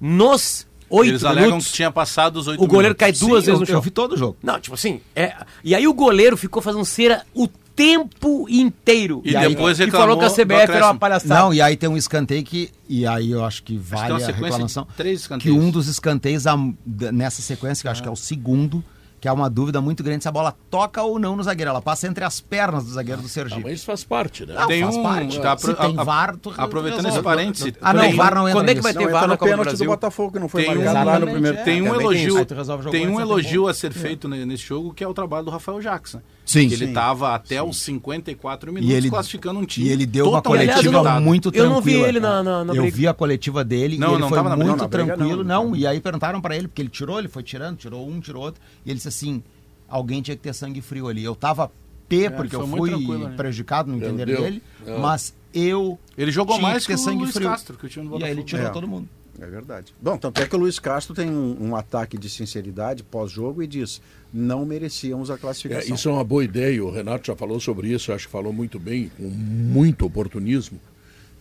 S6: Nos 8
S5: Eles alegam
S6: minutos,
S5: que tinha passado os oito
S6: o goleiro
S5: minutos.
S6: cai duas
S8: Sim,
S6: vezes no
S8: eu,
S6: chão.
S8: eu vi todo o jogo.
S6: Não, tipo assim, é... e aí o goleiro ficou fazendo cera o tempo inteiro.
S5: E
S6: aí-
S5: depois
S6: e falou que
S5: reclamou do
S6: a CBF era uma
S5: acréscimo.
S6: palhaçada.
S8: Não, e aí tem um escanteio que. E aí eu acho que vale
S5: tem uma
S8: a
S5: sequência de
S8: reclamação.
S5: três
S8: que
S5: escanteios.
S8: um dos escanteios a- d- nessa sequência, que eu acho que é o segundo, que é uma dúvida muito grande se a bola toca ou não no zagueiro. Ela passa entre as pernas do zagueiro do
S1: Ah,
S8: Sergipe.
S1: Mas isso faz parte, né?
S8: Não,
S5: Tem
S8: faz
S5: um-
S8: parte.
S5: tá,
S8: se
S5: apro-
S8: tem
S5: a-
S8: VAR, tu
S5: aproveitando
S8: resolve.
S5: esse parênteses,
S8: Ah, não,
S5: tem-
S8: o VAR não entra
S6: quando é que vai
S8: nisso.
S2: Não,
S6: ter VAR
S2: entra
S6: na
S2: no
S6: Copa do
S2: pênalti do
S6: Brasil?
S2: Botafogo que não foi
S5: Tem um,
S2: marcado lá no
S8: Exatamente,
S2: primeiro
S8: é.
S2: tempo.
S5: tem um
S8: Também tem isso.
S5: elogio,
S8: Aí tu resolve o jogo
S5: tem
S8: antes,
S5: um
S8: aí tem gol.
S5: elogio a ser feito ne- nesse jogo, que é o trabalho do Rafael Jackson. né?
S8: Sim.
S5: Que ele
S8: Sim.
S5: estava até os 54 minutos
S8: E ele,
S5: classificando um time.
S8: e ele deu uma
S5: totalmente
S8: coletiva
S5: derrotado.
S8: muito
S6: Eu
S8: tranquila.
S6: não vi ele
S8: cara.
S6: na- na- na
S8: Eu
S6: briga.
S8: vi a coletiva dele
S5: Não,
S8: e ele
S5: não
S8: foi
S5: tava na briga.
S8: muito
S5: Não, na
S2: briga
S8: tranquilo.
S2: não,
S8: Não, e aí perguntaram pra ele, porque ele tirou, ele foi tirando, tirou um, tirou outro. E ele disse assim, alguém tinha que ter sangue frio ali. Eu tava pé, porque
S5: É, foi
S8: eu
S5: muito
S8: fui
S5: tranquilo, né?
S8: prejudicado no entender
S1: Perdeu.
S8: dele,
S2: É.
S8: mas eu
S5: Ele jogou
S8: tinha
S5: mais
S8: que ter
S5: que o
S8: sangue
S5: Luiz
S8: frio.
S5: Castro, que o time do
S8: e aí ele
S5: Botafogo.
S8: tirou
S2: É.
S8: todo mundo.
S2: É verdade. Bom, tanto é que o Luiz Castro tem um, um ataque de sinceridade pós-jogo e diz: não merecíamos a
S1: É,
S2: classificação.
S1: isso
S8: um
S1: é uma boa ideia, o Renato já falou sobre isso, acho que falou muito bem, com muito oportunismo.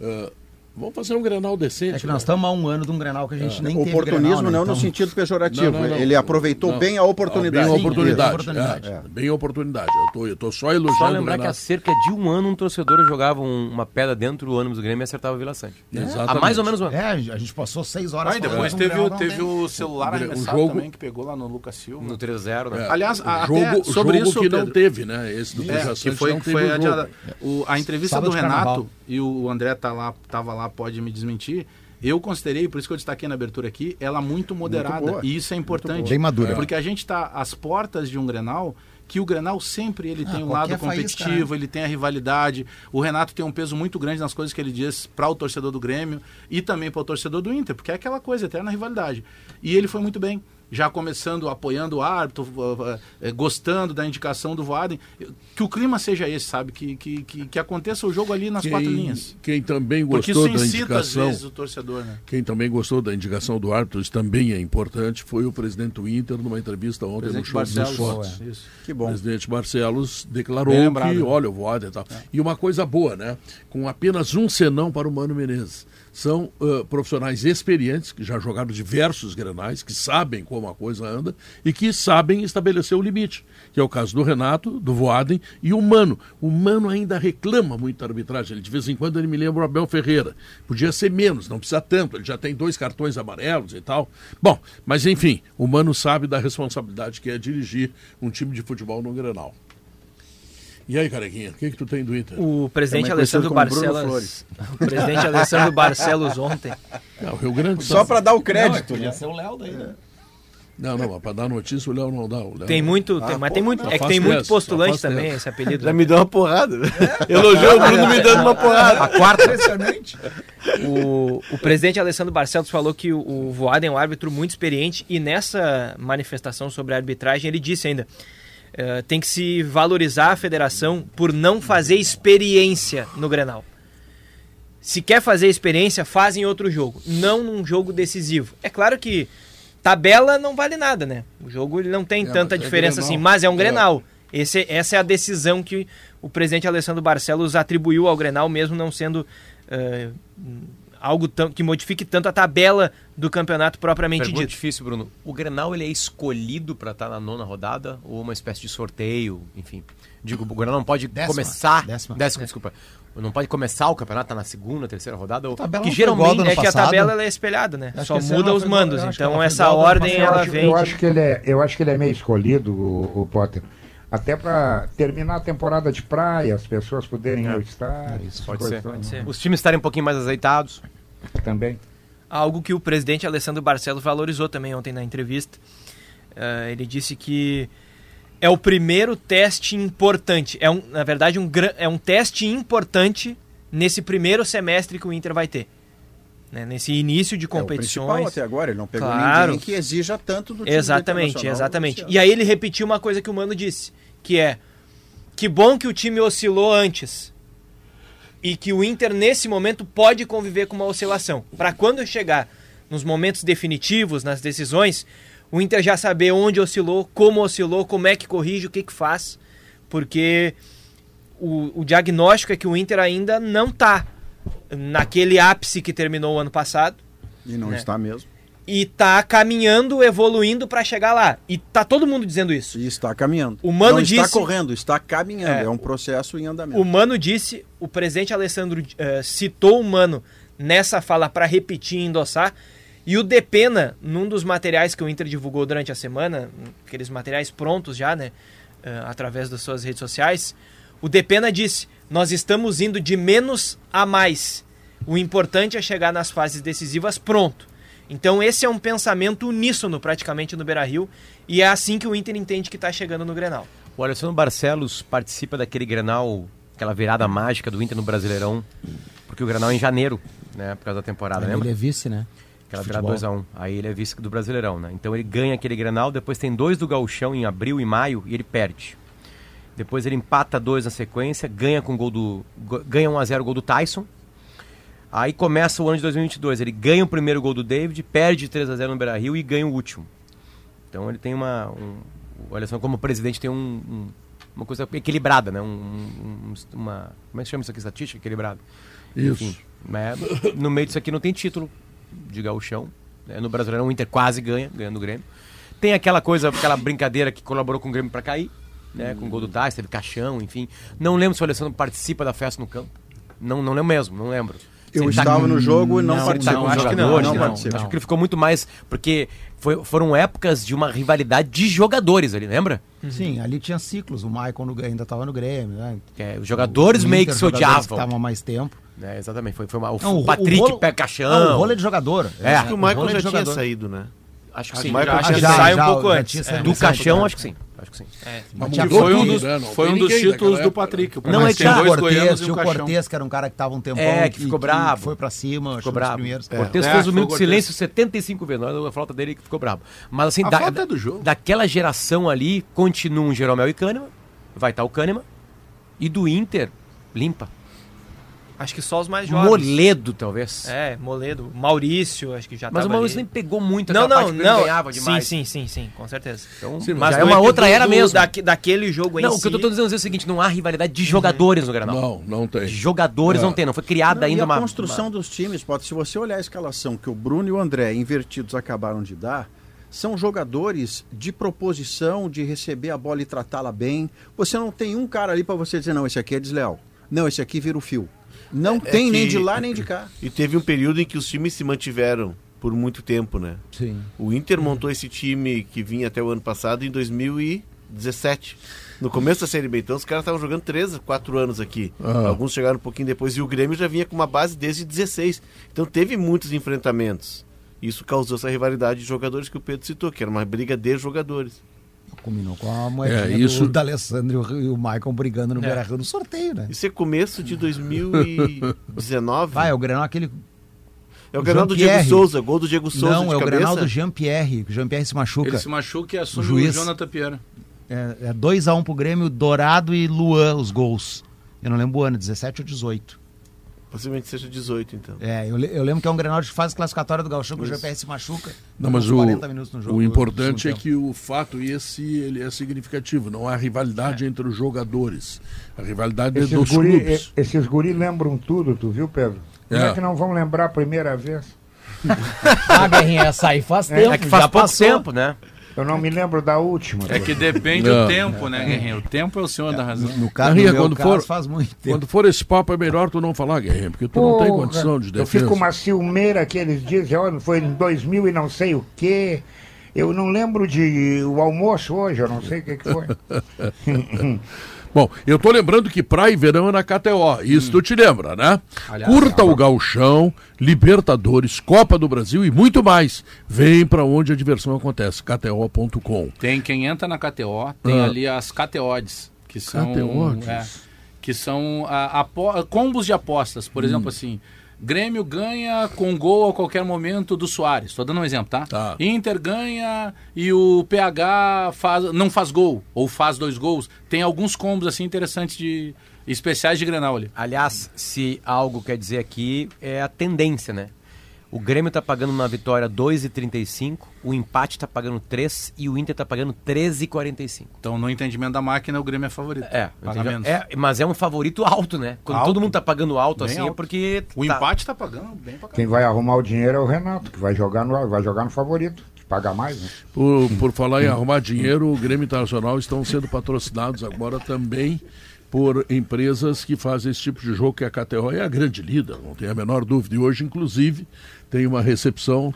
S1: Ah, vamos fazer um granal decente.
S8: É que nós
S1: né?
S8: estamos há um ano de um Grenal
S1: Ah,
S8: que a gente nem teve
S2: Oportunismo
S8: Grenal, né?
S2: É. não no
S8: Então,
S2: sentido pejorativo.
S1: Não, não, não.
S2: Ele aproveitou
S1: Não.
S2: bem a oportunidade.
S1: Bem a
S8: Sim,
S1: oportunidade.
S8: bem a oportunidade.
S1: é, bem a oportunidade. Eu tô, eu tô só elogiando
S6: Só
S1: o
S6: lembrar que há
S1: Renato.
S6: cerca de um ano um torcedor jogava um- uma pedra dentro do ônibus do Grêmio e acertava o Vila Sante.
S1: Exatamente.
S6: Há mais ou menos um ano.
S8: É, a gente passou seis horas
S5: Ah, e depois
S8: falando de um
S5: teve, o-
S8: Grenal, não
S5: teve
S8: tem.
S5: o celular
S1: O gre- o
S5: arremessado
S1: jogo-
S5: também, que pegou lá no Lucas Silva.
S6: No 3x0, né?
S5: Aliás, a-
S1: O jogo,
S5: até sobre
S1: jogo
S5: isso,
S1: que
S5: Pedro,
S1: não teve, né? Esse do
S5: É,
S1: Cruzeiro
S5: que foi,
S1: não
S5: que
S1: teve
S5: foi
S1: o jogo.
S5: adiada. O- a entrevista
S8: Sábado
S5: do
S8: de
S5: Renato,
S8: carnaval.
S5: e o André tá lá, tava lá, pode me desmentir. Eu considerei, por isso que eu destaquei na abertura aqui, ela muito moderada.
S2: boa.
S5: e isso é importante.
S8: boa. Bem madura.
S5: Porque a gente tá às portas de um Grenal que o Grenal sempre ele
S8: Ah,
S5: tem um
S8: qualquer
S5: lado
S8: faísca,
S5: competitivo, ele tem a rivalidade. O Renato tem um peso muito grande nas coisas que ele diz para o torcedor do Grêmio e também para o torcedor do Inter, porque é aquela coisa, eterna rivalidade. E ele foi muito bem. Já começando, apoiando o árbitro, eh, eh, gostando da indicação do Voaden. Que o clima seja esse, sabe? Que, que, que, que aconteça o jogo ali nas quatro
S1: Quem,
S5: linhas.
S1: quem também
S5: Porque
S1: gostou
S5: isso
S1: da
S5: incita, às
S1: indicação.
S5: vezes, o torcedor, né?
S1: Quem também gostou da indicação do árbitro, isso também é importante, foi o presidente do Inter, numa entrevista ontem
S5: Presidente
S1: no show dos
S5: Barcelos.
S1: esportes.
S5: Isso.
S2: Que
S1: O
S2: bom.
S1: presidente Barcelos declarou
S5: Bem lembrado. né? É.
S1: que, olha, o tá voado e tal. E uma coisa boa, né? Com apenas um senão para o Mano Menezes. São ãh, profissionais experientes, que já jogaram diversos grenais, que sabem como a coisa anda e que sabem estabelecer o limite, que é o caso do Renato, do Voaden e o Mano. O Mano ainda reclama muito da arbitragem. Ele, de vez em quando ele me lembra o Abel Ferreira. Podia ser menos, não precisa tanto. Ele já tem dois cartões amarelos e tal. Bom, mas enfim, o Mano sabe da responsabilidade que é dirigir um time de futebol no Grenal. E aí, carequinha, o que, que tu tem do Inter?
S9: O presidente
S2: Também
S9: Alessandro
S2: conhecido como Bruno
S9: Barcelos. O presidente Alessandro Barcelos ontem.
S8: É,
S1: Ah, o Rio Grande
S10: Só
S1: tá-
S10: para dar o crédito.
S8: Podia
S10: né?
S8: ser o Léo daí, né?
S1: é Não, não, mas para dar notícia o Léo não dá. O Léo...
S9: Tem muito, tem- mas tem muito, é que tem
S1: Afaste
S9: muito
S1: essa,
S9: postulante
S1: afaste
S9: também
S1: essa.
S9: esse apelido.
S3: Já me deu uma porrada. Elogiou o Bruno me dando uma porrada.
S9: É? A quarta,
S8: Impressionante.
S9: o, o presidente Alessandro Barcelos falou que o, o Voaden é um árbitro muito experiente e nessa manifestação sobre a arbitragem ele disse ainda eh, tem que se valorizar a federação por não fazer experiência no Grenal. Se quer fazer experiência, faz em outro jogo, não num jogo decisivo. É claro que tabela não vale nada, né? O jogo ele não tem
S1: É,
S9: tanta
S1: mas é
S9: diferença
S1: Grenal.
S9: assim, mas é um
S1: É.
S9: Grenal. Esse- essa é a decisão que o presidente Alessandro Barcelos atribuiu ao Grenal, mesmo não sendo eh, algo tão- que modifique tanto a tabela do campeonato propriamente
S6: Pergunta
S9: dito.
S6: difícil, Bruno. O Grenal ele é escolhido para estar na nona rodada ou uma espécie de sorteio, enfim. Digo, o Grenal não pode
S8: Décima.
S6: começar.
S8: Décima.
S6: desculpa. Não pode começar o campeonato, tá na segunda, terceira rodada. Ou...
S8: tabela
S9: Que
S8: não foi igual do
S9: geralmente
S8: ano
S9: é que a
S8: passado.
S9: tabela ela é espelhada, né?
S8: Acho
S9: Só
S8: que esse ano
S9: muda
S8: ela
S9: os
S8: foi igual-
S9: mandos.
S8: eu acho que
S9: Então
S8: ela foi
S9: essa
S8: igual do ano
S9: ordem
S8: passado.
S9: ela
S8: Eu
S9: vem.
S4: Eu
S9: de-
S4: acho que ele é, eu acho que ele é meio escolhido, o, o Potter. Até para terminar a temporada de praia, as pessoas poderem ir ao estádio. essas
S6: É. pode
S4: coisas
S6: ser.
S4: todas, né?
S6: Os times estarem um pouquinho mais azeitados.
S4: Também.
S9: Algo que o presidente Alessandro Barcelos valorizou também ontem na entrevista. Eh, ele disse que é o primeiro teste importante. É um, na verdade, um, gran- é um teste importante nesse primeiro semestre que o Inter vai ter. Né? Nesse início de
S2: É, o
S9: competições.
S2: principal até agora, ele não pegou
S9: Claro.
S2: ninguém que exija tanto do time do
S9: Exatamente,
S2: Internacional
S9: exatamente.
S2: esse
S9: E
S2: ano.
S9: aí ele repetiu uma coisa que o Mano disse, que é que bom que o time oscilou antes e que o Inter nesse momento pode conviver com uma oscilação. Para quando chegar nos momentos definitivos, nas decisões, o Inter já saber onde oscilou, como oscilou, como é que corrige, o que que faz, porque o, o diagnóstico é que o Inter ainda não tá naquele ápice que terminou o ano passado
S2: E não
S9: né?
S2: está mesmo.
S9: e tá caminhando, evoluindo pra chegar lá. E tá todo mundo dizendo isso.
S2: E está caminhando.
S9: O Mano
S2: não
S9: disse-
S2: está correndo, está caminhando.
S9: É.
S2: É, um processo em andamento.
S9: O Mano disse, o presidente Alessandro eh, citou o Mano nessa fala pra repetir e endossar. E o Depena, num dos materiais que o Inter divulgou durante a semana, aqueles materiais prontos já, né, eh, através das suas redes sociais, o Depena disse: "Nós estamos indo de menos a mais. O importante é chegar nas fases decisivas pronto." Então esse é um pensamento uníssono praticamente no Beira-Rio e é assim que o Inter entende que está chegando no Grenal.
S6: O Alessandro Barcelos participa daquele Grenal, aquela virada mágica do Inter no Brasileirão, porque o Grenal é em janeiro, né, por causa da temporada, lembra?
S8: Ele é vice, né?
S6: Aquela
S8: De
S6: virada
S8: futebol.
S6: 2x1. Aí ele é vice do Brasileirão, né? Então ele ganha aquele Grenal, depois tem dois do Gauchão em abril e maio e ele perde. Depois ele empata dois na sequência, ganha com gol do go- ganha 1 a 0 o gol do Tyson. Aí começa o ano de 2022, ele ganha o primeiro gol do David, perde 3 a 0 no Beira-Rio e ganha o último. Então ele tem uma um, o Alessandro como presidente tem um, um- uma coisa equilibrada, né? Um, um- um- uma como é que chama isso aqui estatística equilibrada.
S1: Isso.
S6: Né? No meio disso aqui não tem título de gauchão. né? No Brasileirão o Inter quase ganha, ganhando o Grêmio. Tem aquela coisa, aquela brincadeira que colaborou com o Grêmio pra cair, né? Com o gol do Tais, teve caixão, enfim. Não lembro se o Alessandro participa da festa no campo. Não, não lembro mesmo, não lembro. Se
S2: Eu
S6: ele tá
S2: estava no jogo e não,
S8: não,
S2: participou.
S6: não,
S2: do
S6: acho que
S2: jogo.
S6: não, acho
S2: não,
S6: que não.
S2: participou.
S6: Acho que ele ficou muito mais. Porque foi- foram épocas de uma rivalidade de jogadores ali, lembra?
S8: Sim, ali tinha ciclos. O Maicon no- ainda estava no Grêmio, né?
S6: É, os jogadores
S8: O
S6: meio
S8: Inter,
S6: que se
S8: jogadores que
S6: odiavam.
S8: Estavam há mais tempo.
S6: Né, exatamente, foi, foi uma. O,
S8: Não, o- o
S6: Patrick
S8: rolo-
S6: pega caixão.
S8: Ah, o rolo é de jogador.
S6: É.
S8: Acho
S6: Acho
S8: que
S3: O Michael
S8: rolo é
S3: já
S8: de
S3: tinha
S8: jogador.
S3: saído, né?
S6: Acho que
S3: O
S6: sim.
S3: Michael
S6: acho
S3: já
S6: que
S9: sai
S6: sai.
S9: um pouco
S8: já
S9: antes.
S8: tinha saído
S6: Do
S8: bastante,
S6: caixão,
S8: né?
S6: acho que sim. Acho que sim.
S1: Mas
S8: Tinha
S1: que foi
S8: Gomes,
S1: um dos, né? Não
S5: Foi
S1: tem
S5: um dos
S1: ninguém
S5: títulos
S1: daquela
S5: do
S1: época,
S5: Patrick. O
S8: Não, é
S5: Patrick
S8: tinha
S5: tem
S8: o
S5: dois goianos
S8: Cortez,
S5: e um
S8: tinha o
S5: caixão.
S8: Cortez, que era um cara que tava um tempão.
S6: É,
S8: e
S6: que ficou
S8: e
S6: bravo.
S8: Foi pra cima,
S6: Ficou
S8: achou os
S6: bravo.
S8: primeiros.
S6: O Cortez
S5: É,
S6: fez
S5: foi
S6: um
S5: o
S6: minuto de
S5: Cortez.
S6: silêncio 75 vezes. Na hora da falta dele que ficou bravo. Mas assim,
S1: A
S6: da-
S1: falta
S6: da-
S1: é do jogo.
S6: daquela geração ali, continuam Jeromel e Kahneman. Vai estar o Kahneman. E do Inter, limpa.
S9: Acho que só os mais jovens.
S6: Moledo, talvez.
S9: É, Moledo. Maurício, acho que já
S6: Mas o
S9: tava
S6: Maurício
S9: ali.
S6: nem pegou muito
S9: Não,
S6: aquela
S9: não,
S6: parte que ele
S9: não.
S6: ganhava demais.
S9: Sim, sim, sim, sim, com certeza.
S6: Então,
S1: Sim, mas
S6: mas já é uma outra era
S9: do-
S6: mesmo.
S9: daque- daquele jogo em
S6: Não, o
S9: si.
S6: que eu tô dizendo é o seguinte, não há rivalidade de jogadores no Granal.
S1: Não, não tem.
S6: De jogadores
S1: É.
S6: não tem, não foi criada
S2: Não, e a
S6: ainda uma...
S2: construção dos times, pode se você olhar a escalação que o Bruno e o André invertidos acabaram de dar, são jogadores de proposição, de receber a bola e tratá-la bem. Você não tem um cara ali para você dizer não, esse aqui é desleal. Não, esse aqui vira o fio. Não tem nem
S3: é que-
S2: de lá nem de cá.
S3: E teve um período em que os times se mantiveram por muito tempo, né?
S8: Sim.
S3: O Inter montou esse time que vinha até o ano passado em 2017. No começo da Série B, então os caras estavam jogando 3, 4 anos aqui. Alguns chegaram um pouquinho depois e o Grêmio já vinha com uma base desde 16. Então teve muitos enfrentamentos. Isso causou essa rivalidade de jogadores que o Pedro citou, que era uma briga de jogadores.
S8: Combinou com a moedinha
S1: É, isso-
S8: do D'Alessandro e o- e o Michael brigando no Beira-Rio no sorteio, né?
S3: Isso é começo de 2019.
S8: Vai, é o Grenal aquele...
S3: é o Grenal do Diego
S8: Jean-Pierre.
S3: Souza, gol do Diego Souza
S8: não,
S3: de
S8: é o
S3: cabeça.
S8: Grenal do Jean-Pierre. que O Jean-Pierre se machuca.
S5: Ele se machuca e
S8: O
S5: assume o,
S8: juiz.
S5: Jonathan Pierre.
S8: É 2x1 pro Grêmio, Dourado e Luan, os gols. Eu não lembro o ano, 17 ou 18.
S3: Possivelmente seja 18, então.
S8: É, eu, le- eu lembro que é um Grenal de fase classificatória do Galchão, que o Jean-Pierre se machuca.
S1: Não, mas
S8: Uns
S1: o,
S8: 40 minutos no jogo
S1: o
S8: do- do
S1: importante é
S8: segundo tempo.
S1: que o fato esse ele é significativo. Não há rivalidade entre os jogadores. A rivalidade é
S4: Esses
S1: dos
S4: guri,
S1: clubes.
S4: e- esses guri lembram tudo, tu viu, Pedro? Como é
S1: É.
S4: que não vão lembrar a primeira vez?
S8: Ah, Guerrinha, essa aí faz tempo.
S6: É que faz
S8: já
S6: pouco
S8: passou.
S6: tempo, né?
S4: Eu não me lembro da última.
S5: É que depende
S1: Não.
S5: o tempo, né, Guerrinho? O tempo é o senhor da razão.
S8: No caso, no
S1: Guerrinha,
S8: meu
S1: quando
S8: caso,
S1: for-
S8: faz muito tempo.
S1: Quando for esse papo, é melhor tu não falar, Guerreiro, porque tu não tem condição de
S4: Eu
S1: defesa.
S4: fico uma ciumeira que eles dizem, olha, foi em 2000 e não sei o quê. Eu não lembro de o almoço hoje, eu não sei o que, que foi.
S1: Bom, eu tô lembrando que praia e verão é na KTO.
S4: Hum.
S1: Isso tu te lembra, né?
S4: tá
S1: Curta o Galchão, Libertadores, Copa do Brasil e muito mais. Vem pra onde a diversão acontece, kto.com.
S5: Tem quem entra na KTO, tem
S1: Ah.
S5: ali as KTOdes, que são.
S1: KTOdes?
S5: é, que são a- apo- combos de apostas.
S1: Hum.
S5: Por exemplo, assim. Grêmio ganha com gol a qualquer momento do Soares. Estou dando um exemplo, tá?
S1: Tá.
S5: Inter ganha e o PH faz- não faz gol ou faz dois gols. Tem alguns combos assim interessantes de especiais de Grenal ali.
S6: Aliás, se algo quer dizer aqui, é a tendência, né? O Grêmio tá pagando na vitória 2,35, o empate tá pagando 3 e o Inter tá pagando 13,45.
S5: Então, no entendimento da máquina, o Grêmio é favorito.
S6: É,
S5: Paga
S6: entendeu?
S5: menos.
S6: é, mas é um favorito alto, né? Quando
S5: Alto.
S6: todo mundo tá pagando alto
S5: Bem
S6: assim é
S5: alto.
S6: porque
S5: O
S6: tá-
S5: empate tá pagando bem pra caramba.
S4: Quem vai arrumar o dinheiro é o Renato, que vai jogar no, vai jogar no favorito, que paga mais, né?
S1: Por, por falar em arrumar dinheiro, o Grêmio Internacional estão sendo patrocinados agora também por empresas que fazem esse tipo de jogo, que a KTO é a grande líder, não tem a menor dúvida. E hoje, inclusive, tem uma recepção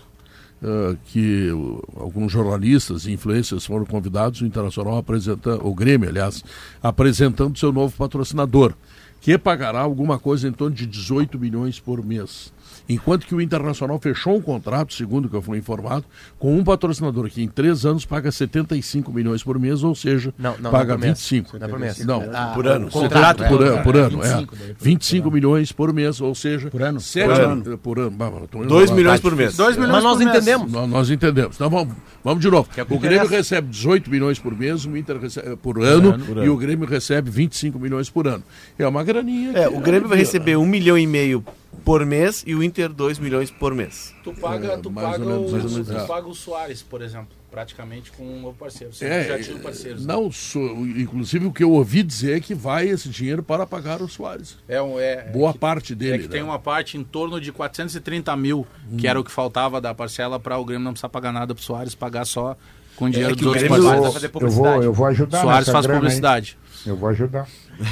S1: ah, que o- alguns jornalistas e influencers foram convidados, o Internacional apresentando, o Grêmio, aliás, apresentando seu novo patrocinador, que pagará alguma coisa em torno de 18 milhões por mês. Enquanto que o Internacional fechou um contrato, segundo que eu fui informado, com um patrocinador que em três anos paga 75 milhões por mês, ou seja,
S6: Não, não,
S1: paga
S6: não por mês.
S1: 25.
S6: Não é por mês.
S1: Não,
S3: por ano.
S1: contrato por,
S8: é,
S1: ano, por ano, é.
S8: 25 daí,
S1: 25, milhões por mês, ou seja,
S8: Por ano?
S1: sete- eh,
S3: Por ano.
S1: por ano. Bah, eu tô indo
S3: 2
S1: lá.
S3: milhões por mês.
S5: Dois milhões
S6: Mas nós
S5: por mês.
S6: entendemos.
S1: Nó- Nós entendemos. Então vamos, vamos de novo.
S6: é o que
S1: o Grêmio
S6: interessa.
S1: recebe 18 milhões por mês, o Inter recebe eh, por ano, e o Grêmio recebe 25 milhões por ano. É uma graninha.
S3: É,
S1: que
S3: o Grêmio vai
S1: alivia,
S3: receber um milhão e meio por mês e o Inter 2 milhões por mês.
S5: Tu paga, tu
S1: É, mais ou
S5: paga,
S1: menos,
S5: o,
S1: mais ou menos,
S5: tu
S1: é.
S5: paga o Soares, por exemplo, praticamente com um novo parceiro. Você
S1: É,
S5: já tinha um parceiro. né?
S1: não, sou- inclusive o que eu ouvi dizer é que vai esse dinheiro para pagar o Soares.
S5: É, um- é,
S1: Boa
S5: é que,
S1: parte
S5: é
S1: dele.
S5: que tem
S1: né?
S5: uma parte em torno de 430 mil, que era o que faltava da parcela para o Grêmio não precisar pagar nada para o Soares, pagar só
S4: É
S5: com dinheiro
S3: que
S5: dos
S3: o
S5: outros
S3: Grêmio-
S4: Eu
S5: parceiros.
S4: vou, eu vou, eu vou ajudar
S5: Soares
S4: nessa
S5: faz
S4: grana aí.
S5: publicidade.
S4: Eu vou ajudar.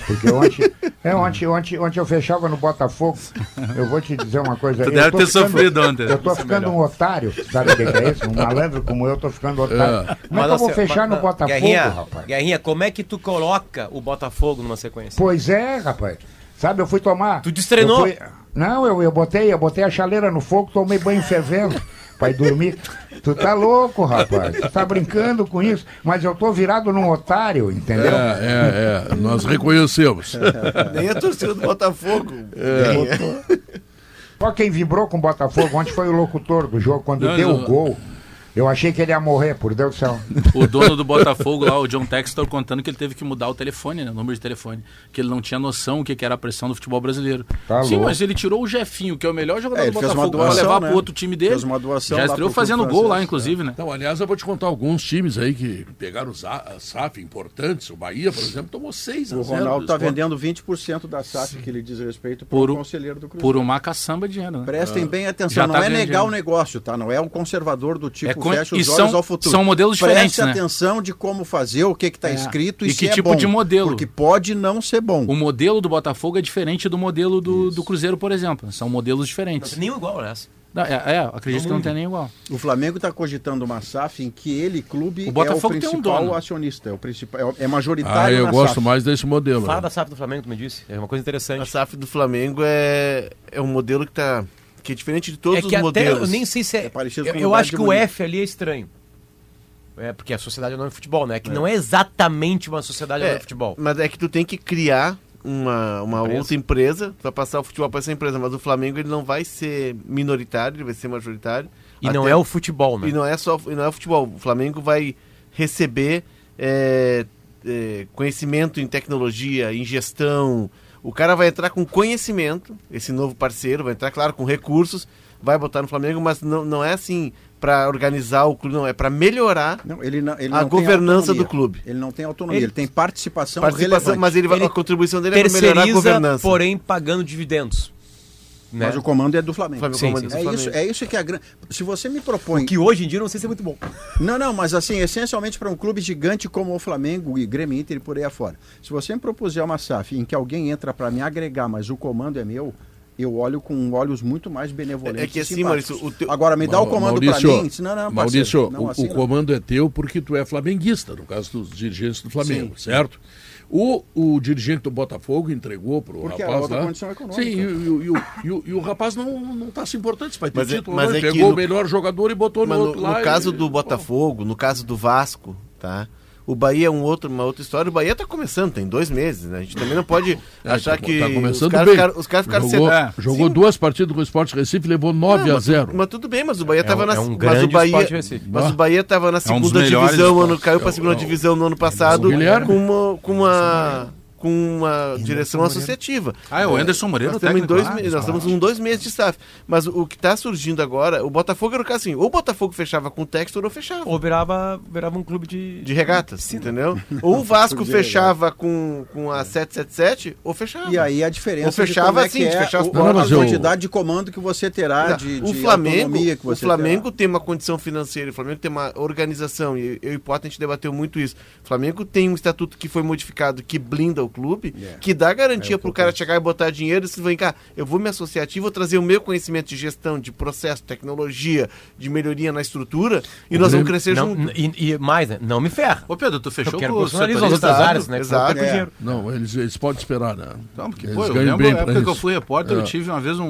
S4: Porque ontem, é, ontem, ontem, ontem eu fechava no Botafogo. Eu vou te dizer uma coisa.
S5: Tu
S4: eu
S5: deve
S4: tô
S5: ter sofrido ontem.
S4: Eu tô
S5: Isso é
S4: ficando
S5: melhor.
S4: um otário, sabe o que que é isso? Um malandro como eu, tô ficando otário. Como é que eu vou
S6: assim,
S4: fechar
S6: mas-
S4: no Botafogo,
S6: Guerrinha,
S4: rapaz?
S6: Guerrinha, como é que tu coloca o Botafogo numa sequência?
S4: Pois é, rapaz. Sabe, eu fui tomar.
S6: Tu destrenou?
S4: eu fui- Não, eu, eu botei, eu botei a chaleira no fogo, tomei banho fervendo. pra ir dormir. tu tá louco, rapaz. Tu tá brincando com isso. Mas eu tô virado num otário, entendeu?
S1: É, é, é. Nós reconhecemos. É.
S3: Nem a torcida do Botafogo.
S2: é.
S4: Só quem vibrou com o Botafogo ontem foi o locutor do jogo, quando
S5: Não,
S4: deu
S5: não.
S4: o gol. Eu achei que ele ia morrer, por Deus do céu.
S5: O dono do Botafogo lá, o John Textor, contando que ele teve que mudar o telefone, né? O número de telefone. Que ele não tinha noção o que que era a pressão do futebol brasileiro.
S4: Tá
S5: Sim,
S4: louco.
S5: mas ele tirou o Jefinho, que é o melhor jogador
S2: É,
S5: do
S2: ele fez uma
S5: Botafogo, pra
S2: doação,
S5: levar
S2: né?
S5: pro outro time dele.
S2: Fez uma doação
S5: Já
S2: lá
S5: estreou
S2: pro
S5: fazendo
S2: Clube
S5: gol lá,
S2: Francês,
S5: inclusive, né?
S1: Então, aliás, eu vou te contar alguns times aí que pegaram os a- a SAF importantes. O Bahia, por exemplo, tomou 6
S2: O
S1: a 0.
S2: Ronaldo
S1: do
S2: está
S1: Sport.
S2: vendendo 20% da SAF que ele diz respeito
S5: Por
S2: por
S5: um-
S2: um conselheiro do Cruzeiro.
S5: Por uma caçamba de dinheiro, né?
S2: Prestem bem atenção,
S5: Já
S2: não
S5: tá
S2: é
S5: ganhando
S2: negar
S5: dinheiro.
S2: o negócio, tá? Não é um conservador do tipo
S5: É con-
S2: fecha
S5: e
S2: os
S5: são-
S2: olhos ao futuro.
S5: são modelos diferentes,
S2: Preste
S5: né?
S2: atenção de como fazer, o que está escrito e,
S5: E
S2: se
S5: que
S2: é
S5: tipo
S2: bom,
S5: de modelo.
S2: Porque pode não ser bom.
S5: O modelo do Botafogo é diferente do modelo do, do Cruzeiro, por exemplo. São modelos diferentes.
S6: Nenhum igual, aliás.
S5: Não, é, é, acredito que não tem nem igual.
S2: O Flamengo está cogitando uma SAF em que ele, clube,
S5: O Botafogo
S2: é o
S5: tem um
S2: principal
S5: dono.
S2: acionista, é, o principal, é
S1: Ah,
S2: majoritário
S1: eu
S2: na
S1: gosto
S2: SAF.
S1: mais desse modelo. né?
S6: Fala da SAF do Flamengo, tu me disse. É uma coisa
S3: A
S6: interessante.
S3: SAF do Flamengo é, é um modelo que tá. que é diferente de todos
S6: é que
S3: os
S6: até
S3: modelos.
S6: eu nem sei se é.
S2: É parecido
S6: eu
S2: com
S6: eu
S2: unidade
S6: acho que
S2: de
S6: o
S2: medida.
S6: F ali é estranho. É, porque a sociedade anônima de futebol, né? Que não é exatamente uma sociedade anônima de futebol.
S3: Mas é que tu tem que criar uma, uma
S6: Empresa.
S3: outra empresa, tu vai passar o futebol para essa empresa, mas o Flamengo ele não vai ser minoritário, ele vai ser majoritário.
S6: E não é o futebol, né?
S3: E não é só e não é o futebol. O Flamengo vai receber é, é, conhecimento em tecnologia, em gestão. O cara vai entrar com conhecimento, esse novo parceiro, vai entrar, claro, com recursos, vai botar no Flamengo, mas não, não é assim para organizar o clube, não, é para melhorar.
S2: Não, ele não, ele
S3: A
S2: não tem
S3: governança
S2: autonomia.
S3: do clube.
S2: Ele não tem autonomia,
S6: Ele-
S2: ele, tem participação,
S3: Participação,
S2: relevante.
S3: mas ele vai,
S6: Ele
S3: a contribuição dele é para melhorar a
S6: Terceiriza,
S3: governança.
S6: porém pagando dividendos. Né?
S2: Mas o comando é do Flamengo.
S3: Flamengo,
S6: Sim,
S3: comando
S6: sim,
S3: do
S2: É isso,
S3: Flamengo.
S2: é isso que a grande. Se você me propõe.
S6: Que hoje em dia eu não sei se é muito bom.
S2: Não, não, mas assim, essencialmente para um clube gigante como o Flamengo e Grêmio Inter e por aí afora. Se você me propuser uma SAF em que alguém entra para me agregar, mas o comando é meu, eu olho com olhos muito mais benevolentes.
S3: É que
S2: e
S3: assim,
S2: simpáticos.
S3: Maurício, o teu-
S2: Agora me dá o
S1: Ma-
S2: comando para
S1: Maurício,
S2: mim. Diz, Não, não, parceiro,
S1: Maurício,
S2: não,
S1: o,
S2: assim
S1: o
S2: não.
S1: comando é teu porque tu é flamenguista, no caso dos dirigentes do Flamengo, certo? O, o dirigente do Botafogo entregou pro
S2: Porque era
S1: rapaz é.
S2: outra
S1: lá.
S2: condição econômica.
S1: Sim, e, o- e o- e o- e o rapaz não, não tá se importando, se vai ter
S3: Mas é-
S1: título,
S3: mas
S1: né?
S3: é que
S1: pegou o
S3: no-
S1: melhor jogador e botou
S3: Mas
S1: no
S3: no,
S1: outro
S3: no
S1: lá.
S3: caso
S1: e-
S3: do Botafogo, no caso do Vasco, tá? O Bahia é um outro, uma outra história. O Bahia tá começando, tem dois meses, né? A gente também não pode
S1: É,
S3: achar
S1: tá-
S3: que.
S1: tá começando
S3: os caras
S1: bem.
S3: ficaram, os caras ficaram
S1: jogou,
S3: sed-
S1: é, jogou
S3: Sim,
S1: duas partidas com o Sport Recife, levou 9
S3: não,
S1: a
S3: mas tu-
S1: 0.
S3: Mas tudo bem, mas o Bahia tava
S6: um-
S3: na
S6: é um
S3: mas o
S6: grande
S3: Bahia,
S6: esporte Recife.
S3: mas o Bahia tava na
S5: dos
S1: um
S3: segunda
S5: melhores
S3: divisão, ano,
S5: esportes.
S3: caiu pra segunda
S1: é o-
S3: divisão no ano passado
S1: Guilherme.
S3: com uma com uma com uma direção associativa.
S5: Ah, é o Anderson Moreira,
S3: Nós
S5: o
S3: estamos, em
S5: técnico
S3: dois,
S5: lá,
S3: me-
S5: claro.
S3: nós estamos com dois meses de staff. Mas o que está surgindo agora, o Botafogo era o caso assim, ou o Botafogo fechava com o Textor ou fechava
S6: Ou virava, virava um clube de.
S3: de regatas, entendeu? Ou o Vasco fechava com, com a 777, ou fechava.
S2: E aí a diferença
S3: Ou fechava
S2: de como é
S3: assim,
S2: que
S3: de
S2: é
S3: fechar as
S2: o-
S1: portas. Não,
S2: a
S1: mas eu-
S2: quantidade de comando que você terá, de,
S3: o
S2: de
S3: Flamengo,
S2: autonomia que
S3: o
S2: você
S3: Flamengo
S2: terá.
S3: tem uma condição financeira, o Flamengo tem uma organização, e eu e o Potter, a gente debateu muito isso. O Flamengo tem um estatuto que foi modificado, que blinda o clube,
S2: É.
S3: que dá garantia pro cara chegar e botar dinheiro e se vem cá, eu vou me associar a ti, vou trazer o meu conhecimento de gestão, de processo, tecnologia, de melhoria na estrutura, e nós vamos crescer
S6: não,
S3: junto.
S6: E, e mais, né? Não me ferra.
S5: Ô Pedro, tu
S6: Eu
S5: fechou
S6: quero
S5: com o
S6: profissionalizar as
S5: setorista?
S6: outras áreas, né?
S3: Exato,
S6: Porque eu perco
S3: é.
S6: dinheiro.
S1: Não, eles, eles podem esperar, né?
S5: Não, porque,
S1: eles
S5: pô, eu
S1: ganham
S5: lembro
S1: bem
S5: a
S1: pra
S5: época que eu
S1: isso. É.
S5: fui repórter, eu tive uma vez um,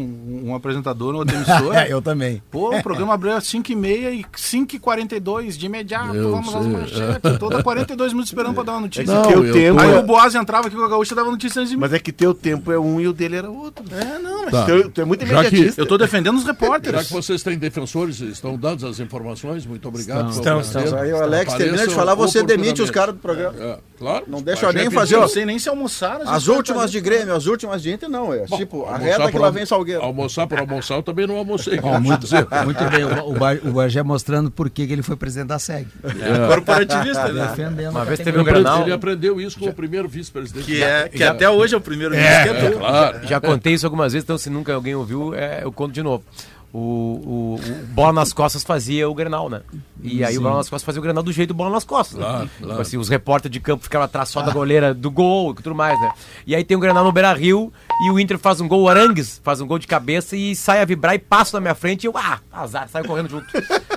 S5: um apresentador em outra emissora.
S2: É,
S8: eu também.
S5: Pô, o programa abriu às 5h30 e 5h42, de imediato,
S1: Eu
S5: vamos às
S1: sei.
S5: manchetes. Toda 42 minutos esperando pra dar uma notícia.
S2: É
S3: Não,
S5: Aí
S3: eu tenho-
S5: Aí o Boaz entrava aqui com a gaúcha e dava notícias de mim.
S3: Mas é que teu tempo é um e o dele era outro.
S5: É, não, mas
S1: Tá.
S3: Tu, tu é muito
S1: Já que-
S3: imediatista.
S5: eu tô defendendo os
S1: Já que
S5: repórteres.
S1: vocês têm defensores, estão dadas as informações, muito obrigado. foi um
S6: Estão,
S1: prazer.
S6: estão.
S2: Aí o Alex termina de
S1: Apareçam
S2: falar, você demite os
S1: oportunamente.
S2: caras do programa.
S1: É, claro.
S2: Não
S1: Os
S2: deixa
S1: pajé
S2: nem
S1: pediu.
S2: fazer,
S5: Eu
S2: ó.
S5: não sei nem se almoçaram.
S2: As últimas de Grêmio, as últimas de Inter, não. É, tipo, a reta que lá
S1: al-
S2: vem Salgueiro.
S1: Almoçar por almoçar, eu também não almocei.
S8: Ó,
S1: vou
S8: muito,
S1: dizer.
S8: muito bem, o, o, Bar- o Bagé mostrando por que que ele foi presidente da SEG.
S5: É, Corporativista, né?
S8: é. Tá Defendendo.
S6: Uma
S8: a
S6: vez teve
S8: categoria.
S6: um Granal.
S1: É. Ele aprendeu isso com o primeiro vice-presidente.
S5: Que, é, que até hoje é o primeiro ministro que é tu.
S1: Claro.
S6: Já contei isso algumas vezes, então se nunca alguém ouviu, é, eu conto de novo. O, o, o Bola nas Costas fazia o Grenal, né? E aí o Bola nas Costas fazia o Grenal do jeito do Bola nas Costas. né?
S1: Claro,
S6: Tipo
S1: claro.
S6: assim, os repórteres de campo ficavam atrás só da goleira do gol e tudo mais, né? E aí tem o Grenal no Beira-Rio e o Inter faz um gol, o Arangues faz um gol de cabeça e sai a vibrar e passa na minha frente e eu, ah, azar, sai correndo junto.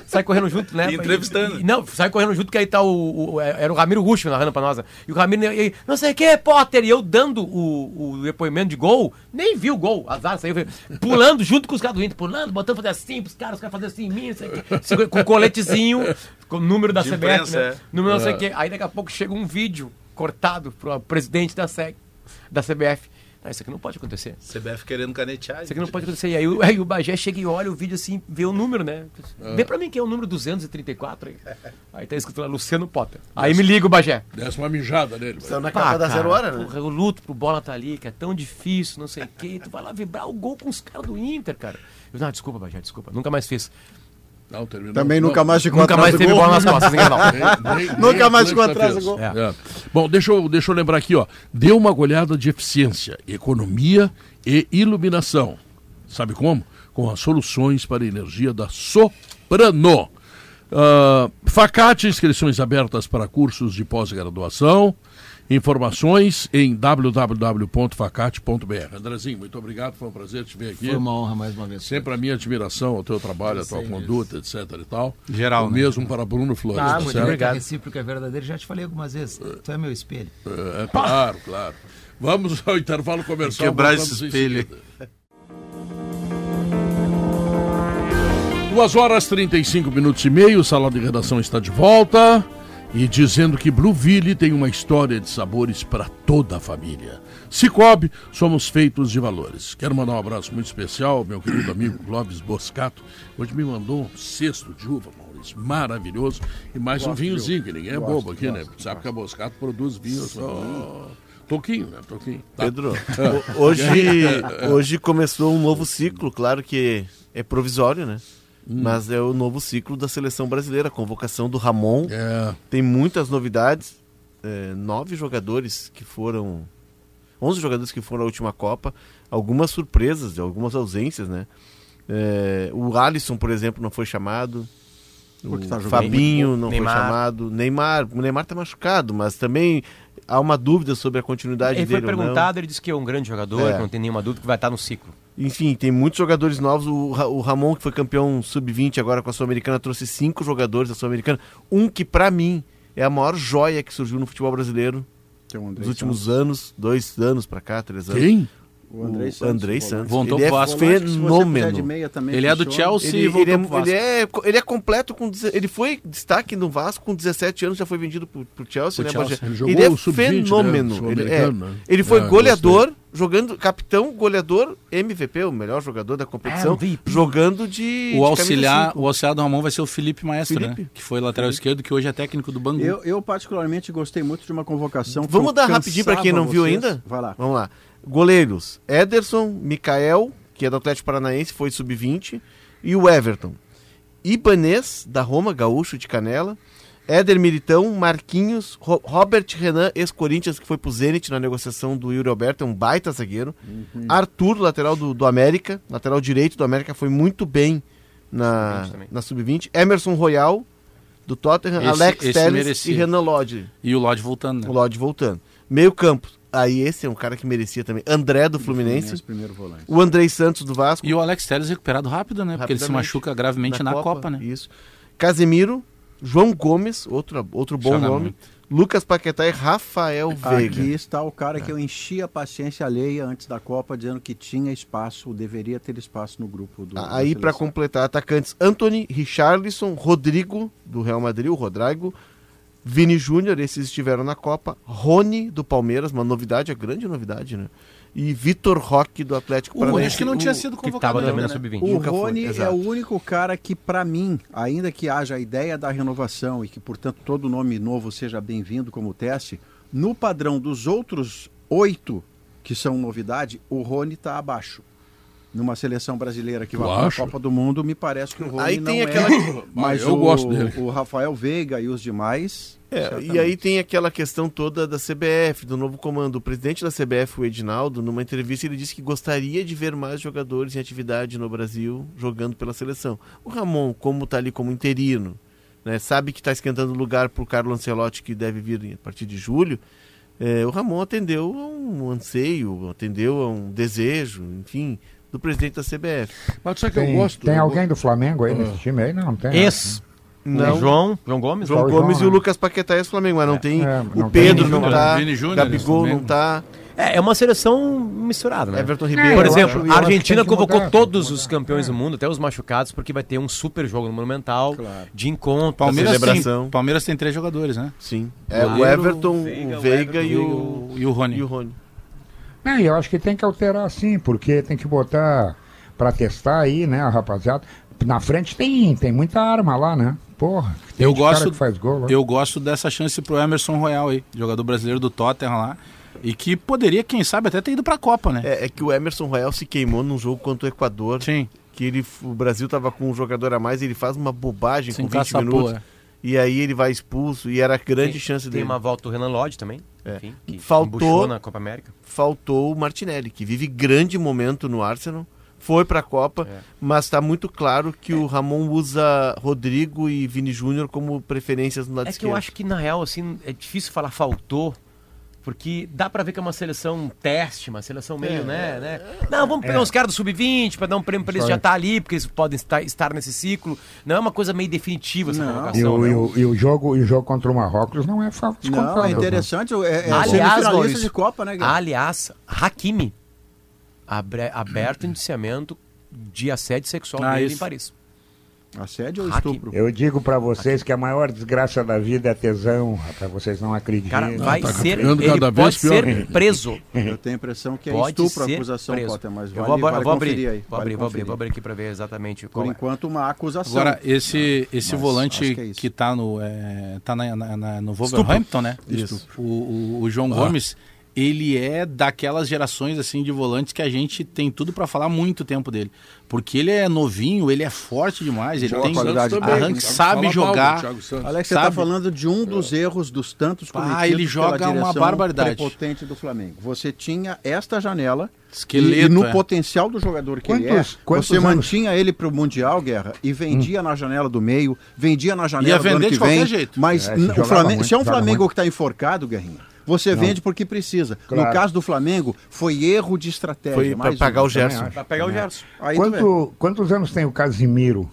S6: Sai correndo junto, né?
S5: E entrevistando.
S6: E- e- não, sai correndo junto que aí tá o, o- era o Ramiro Ruxo narrando pra nós. né? E o Ramiro, e- e, não sei o que, Potter, e eu dando o, o depoimento de gol, nem vi o gol, azar, saiu, pulando junto com os caras do Inter, pulando, botando fazer assim pros caras, os caras fazendo assim em mim, não sei o quê. com um coletezinho, com o número da
S5: De
S6: CBF,
S5: imprensa,
S6: né?
S5: é.
S6: número não sei o quê. Aí daqui a pouco chega um vídeo cortado pro presidente da SEC, da CBF. Ah, isso aqui não pode acontecer.
S5: CBF querendo canetear.
S6: Isso aqui não pode acontecer. E aí, o- aí o Bagé chega e olha o vídeo assim, vê o número, né? Vê pra mim que é o número 234. Aí, aí tá escrito lá, Luciano Potter. Aí me liga o Bagé.
S8: Tá,
S1: Desce uma mijada nele.
S3: Estão na
S6: Pá,
S3: capa da
S6: cara,
S3: zero hora, né?
S6: porra, eu luto pro bola tá ali, que é tão difícil, não sei o quê. Tu vai lá vibrar o gol com os caras do Inter, cara. Eu, não, desculpa, Bagé, desculpa. Nunca mais fiz.
S1: Não, terminou.
S2: Também
S1: Não.
S2: nunca mais ficou
S6: Nunca
S2: atrás
S6: mais
S2: do
S6: teve
S2: gol.
S6: bola nas costas, hein, Grenal?
S1: Nem- nem-
S2: Nunca
S1: nem
S2: mais ficou
S1: Atlanta
S2: atrás do
S1: fez.
S2: gol.
S1: É. Bom, deixa eu, deixa eu lembrar aqui, ó. Deu uma olhada de eficiência, economia e iluminação. Sabe como? Com as soluções para a energia da Soprano. Ah, Facate, inscrições abertas para cursos de pós-graduação. Informações em www.facate.br. Andrezinho, muito obrigado, foi um prazer te ver aqui.
S8: Foi uma honra mais uma vez.
S1: Sempre a minha admiração ao teu trabalho, à tua conduta, etc e tal.
S5: Geral,
S1: o
S5: né?
S1: mesmo para Bruno Flores,
S9: Ah,
S1: tá
S9: muito
S1: certo?
S9: obrigado.
S8: A recíproca é verdadeira. Já te falei algumas vezes. Tu é meu espelho.
S1: É, claro, claro. Vamos ao intervalo comercial.
S5: Quebrar
S1: voltamos
S5: esse
S1: em
S5: espelho.
S1: seguida. Duas horas 35 minutos e meio, o Sala de Redação está de volta e dizendo que Blueville tem uma história de sabores para toda a família. Cicobi, somos feitos de valores. Quero mandar um abraço muito especial ao meu querido amigo Clóvis Boscato. Hoje me mandou um cesto de uva, Maurício, maravilhoso. E mais um vinhozinho, que ninguém é bobo aqui, né? Sabe que a Boscato produz vinho só... Toquinho, né? Toquinho. Tá. É.
S3: Pedro, ho- hoje, hoje começou um novo ciclo, claro que é provisório, né? Mas é o novo ciclo da seleção brasileira, a convocação do Ramon.
S1: É,
S3: Tem muitas novidades. é, nove jogadores que foram. Onze jogadores que foram à última Copa. Algumas surpresas, algumas ausências, né? É, o Alisson, por exemplo, não foi chamado.
S2: Porque
S3: o
S2: tá jogando
S3: Fabinho não
S6: Neymar.
S3: foi chamado. Neymar, o Neymar tá machucado, mas também há uma dúvida sobre a continuidade
S6: Ele foi
S3: dele. ou não.
S6: perguntado, ele disse que é um grande jogador,
S3: É.
S6: que não tem nenhuma dúvida, que vai estar no ciclo.
S3: Enfim, tem muitos jogadores novos. O, Ra- o Ramon, que foi campeão sub-20 agora com a Sul-Americana, trouxe cinco jogadores da Sul-Americana. Um que, pra mim, é a maior joia que surgiu no futebol brasileiro
S2: Tem o Andrei
S3: nos últimos anos, dois anos pra cá, três anos.
S1: quem?
S2: Santos.
S3: O Andrei Santos.
S5: Voltou
S3: ele
S5: pro
S3: é
S5: Vasco.
S3: fenômeno. Ele,
S5: Ele é do Chelsea e
S3: ele,
S5: voltou
S3: é,
S5: pro Vasco.
S3: ele, é, ele é completo com. deze- Ele foi destaque no Vasco com 17 anos, já foi vendido pro, pro Chelsea,
S1: Pro
S3: né,
S1: Chelsea.
S3: Bagé?
S1: Ele jogou
S3: Ele é
S1: o sub-20, né,
S3: fenômeno. ele, é,
S1: sul-americano, né?
S3: ele foi
S1: Ah,
S3: goleador, jogando. Capitão, goleador, MVP, o melhor jogador da competição,
S6: MVP.
S3: jogando de. de
S5: O auxiliar,
S3: camisa cinco.
S5: o auxiliar do Ramon vai ser o Felipe Maestro, né?
S3: Felipe.
S5: Que foi lateral esquerdo, que hoje é técnico do Bangu.
S2: Eu, eu particularmente gostei muito de uma convocação. que
S3: Vamos
S2: eu
S3: dar rapidinho pra quem não
S2: cansava
S3: viu
S2: vocês.
S3: ainda?
S2: Vai lá.
S3: Vamos lá. Goleiros: Ederson, Mikael, que é do Atlético Paranaense, foi sub-20, e o Everton. Ibanês, da Roma, gaúcho de Canela. Éder Militão, Marquinhos, Ro- Robert Renan, ex-Corinthians, que foi pro Zenit na negociação do Yuri Alberto, é um baita zagueiro.
S5: Uhum.
S3: Arthur, lateral do, do América, lateral direito do América, foi muito bem na, na sub-20. Emerson Royal, do Tottenham,
S5: Esse-
S3: Alex
S5: esse
S3: Telles e
S5: merecia.
S3: Renan Lodge.
S5: E o Lodge voltando,
S3: O
S5: né?
S3: Lodge voltando. Meio campo. Aí esse é um cara que merecia também. André do Fluminense.
S2: Fluminense, primeiro volante.
S3: O Andrei Santos do Vasco.
S5: E o Alex Telles recuperado rápido, né? Porque ele se
S3: Rapidamente.
S5: machuca gravemente na, Copa, né?
S3: Isso. Casemiro. João Gomes, outro, outro bom
S5: Joga
S3: nome.
S5: muito.
S3: Lucas Paquetá e Rafael Veiga.
S2: Aqui está o cara que eu enchi a paciência alheia antes da Copa, dizendo que tinha espaço, deveria ter espaço no grupo do. da
S3: Aí, para
S2: seleção.
S3: completar, atacantes Anthony, Richarlison, Rodrigo, do Real Madrid, o Rodrigo, Vini Júnior, esses estiveram na Copa, Rony, do Palmeiras, uma novidade, a grande novidade, né? E Vitor Roque, do Atlético
S5: O,
S3: Paranaense.
S5: acho que não
S3: O-
S5: tinha sido
S6: Que
S5: convocado
S6: tava
S5: ainda,
S6: também na
S5: né?
S6: Sub-20.
S2: Então, O
S3: Nunca foi,
S2: Rony é
S3: exato.
S2: o único cara que, para mim, ainda que haja a ideia da renovação e que, portanto, todo nome novo seja bem-vindo como teste, no padrão dos outros oito que são novidade, o Rony está abaixo. Numa seleção brasileira que
S1: Tu
S2: vai para a
S1: acha?
S2: Copa do Mundo, me parece que o Rony
S3: Aí
S2: não
S3: tem
S2: é.
S3: aquela-
S1: Ah, eu
S2: o,
S1: gosto dele.
S2: o Rafael Veiga e os demais.
S3: É,
S2: certamente.
S3: e aí tem aquela questão toda da CBF, do novo comando. O presidente da CBF, o Edinaldo, numa entrevista, ele disse que gostaria de ver mais jogadores em atividade no Brasil jogando pela seleção. O Ramon, como está ali como interino, né, sabe que está esquentando o lugar para o Carlo Ancelotti, que deve vir a partir de julho. é, o Ramon atendeu a um anseio, atendeu a um desejo, enfim, do presidente da CBF.
S1: Mas sabe que eu
S4: Tem,
S1: gosto? Ah.
S4: tem
S1: eu
S4: alguém do Flamengo aí nesse time aí? Não, não tem. né?
S6: Esse.
S3: Não.
S6: João, João Gomes?
S3: João
S4: Só o
S3: Gomes
S4: João,
S3: e o
S4: né?
S3: Lucas Paquetá e o Flamengo, mas não tem.
S4: É,
S3: o
S4: não tem
S3: Pedro
S5: ninguém.
S3: não tá,
S5: Vini Júnior,
S3: Gabigol
S5: Flamengo.
S3: não tá.
S6: né? É, é uma seleção misturada, né?
S3: Everton Ribeiro.
S6: Por
S3: eu
S6: exemplo,
S4: acho- eu
S6: a
S4: acho que tem
S6: Argentina
S4: que
S6: convocou
S4: mudar, tem que
S6: todos os
S3: É.
S6: campeões do mundo, até os machucados, porque vai ter um super jogo no Monumental, de encontro.
S5: Palmeiras
S3: celebração.
S5: tem, Palmeiras tem três jogadores, né?
S3: Sim. É o
S5: Goleiro,
S3: Everton,
S9: Veiga,
S3: o
S9: o
S3: Veiga
S9: Everton
S3: e o,
S5: E o Rony.
S3: e o Rony.
S4: Não, e eu acho que tem que alterar sim, porque tem que botar pra testar aí, né, a rapaziada. Na frente tem, tem muita arma lá, né? Porra, tem
S5: Eu
S4: de
S5: gosto-
S4: cara que faz gol. né? lá.
S5: Eu gosto dessa chance pro Emerson Royal aí, jogador brasileiro do Tottenham lá. E que poderia, quem sabe, até ter ido pra Copa, né?
S3: É, é que o Emerson Royal se queimou num jogo contra o Equador.
S5: Sim.
S3: Que ele, o Brasil tava com um jogador a mais e ele faz uma bobagem
S5: Se
S3: com 20
S5: encaçapou,
S3: minutos.
S5: é.
S3: E aí ele vai expulso e era a grande chance
S6: Tem
S3: dele.
S6: uma volta do Renan Lodge também.
S3: É.
S6: enfim,
S3: Faltou-
S6: embuchou na Copa América.
S3: Faltou o Martinelli, que vive grande momento no Arsenal. Foi pra Copa,
S6: É.
S3: mas tá muito claro que o Ramon usa Rodrigo e Vini Júnior como preferências no lado
S6: É que
S3: esquerdo.
S6: eu acho que, na real, assim, é difícil falar faltou, porque dá pra ver que é uma seleção teste, uma seleção meio,
S3: É.
S6: né, né? Não, vamos pegar uns caras do Sub-20 pra dar um prêmio pra eles
S4: Isso
S6: já
S3: é.
S4: aí.
S6: estar ali, porque eles podem estar, estar nesse ciclo. Não é uma coisa meio definitiva essa
S4: E
S6: convocação.
S4: o,
S6: né?
S4: e o- e o jogo, e o jogo contra o Marrocos não é fácil.
S2: Não, é interessante. É, é
S6: Aliás,
S2: semifinalista
S6: Maurício,
S2: de Copa, né, Guilherme?
S6: Aliás, Hakimi, abre- aberto indiciamento de assédio sexual
S5: Ah,
S6: dele
S5: isso.
S6: em Paris.
S2: Assédio ou
S6: Hack.
S2: estupro?
S4: Eu digo pra vocês que a maior desgraça da vida é tesão, rapaz, vocês não
S6: O
S4: acreditam.
S6: cara vai
S1: tá
S6: ser,
S1: ficando
S6: ele
S1: cada vez
S6: pode
S1: pior.
S6: ser preso.
S2: Eu tenho a impressão que é
S6: pode
S2: estupro a
S6: ser
S2: acusação,
S6: preso.
S2: Potter, mas
S6: Eu
S2: vale,
S6: vou, abra-
S2: vale
S6: vou abrir,
S2: conferir aí.
S6: vou
S2: vale
S6: abrir, vou abrir,
S2: conferir.
S6: vou abrir aqui pra ver exatamente
S2: Por
S6: qual é.
S2: enquanto, uma acusação.
S5: Agora, esse, esse
S2: Ah, Mas
S5: volante
S2: acho que é isso.
S5: que tá no, é, tá na, na- na- no Wolverhampton, né?
S3: Isso.
S5: O, o, o
S2: Ah.
S5: João Gomes, ele é daquelas gerações assim de volantes que a gente tem tudo pra falar muito tempo dele. Porque ele é novinho, ele é forte demais, ele
S2: Boa
S5: tem
S2: qualidade.
S5: arranque,
S2: Também,
S5: sabe
S2: Alex,
S5: jogar.
S6: tá
S2: você está
S5: sabe? É.
S2: falando de um dos erros dos tantos
S5: Pá,
S2: cometidos
S5: ele joga
S2: pela
S5: uma
S2: direção
S5: barbaridade.
S2: prepotente do Flamengo. Você tinha esta janela
S5: Esqueleto,
S2: e no
S5: é.
S2: potencial do jogador que ele
S4: Quantos-
S2: é,
S4: quantos
S2: você
S4: anos?
S2: mantinha ele para o Mundial, Guerra, e vendia na janela do meio, vendia na janela do
S5: Hum. vender
S2: ano que
S5: de qualquer
S2: vem.
S5: jeito.
S2: Mas
S4: É,
S2: n-
S4: se
S2: o
S4: jogava
S2: Flamengo,
S4: muito,
S2: se é um
S4: jogava
S2: Flamengo
S4: muito.
S2: que está enforcado, Guerrinha, você vende porque precisa. No
S4: Claro.
S2: caso do Flamengo, foi erro de estratégia.
S3: Foi pra
S2: mais
S3: pagar
S2: um.
S3: o Gerson.
S6: Pra pegar o Gerson.
S2: Aí tu vê.
S4: É. Quanto- quantos anos tem o Casimiro?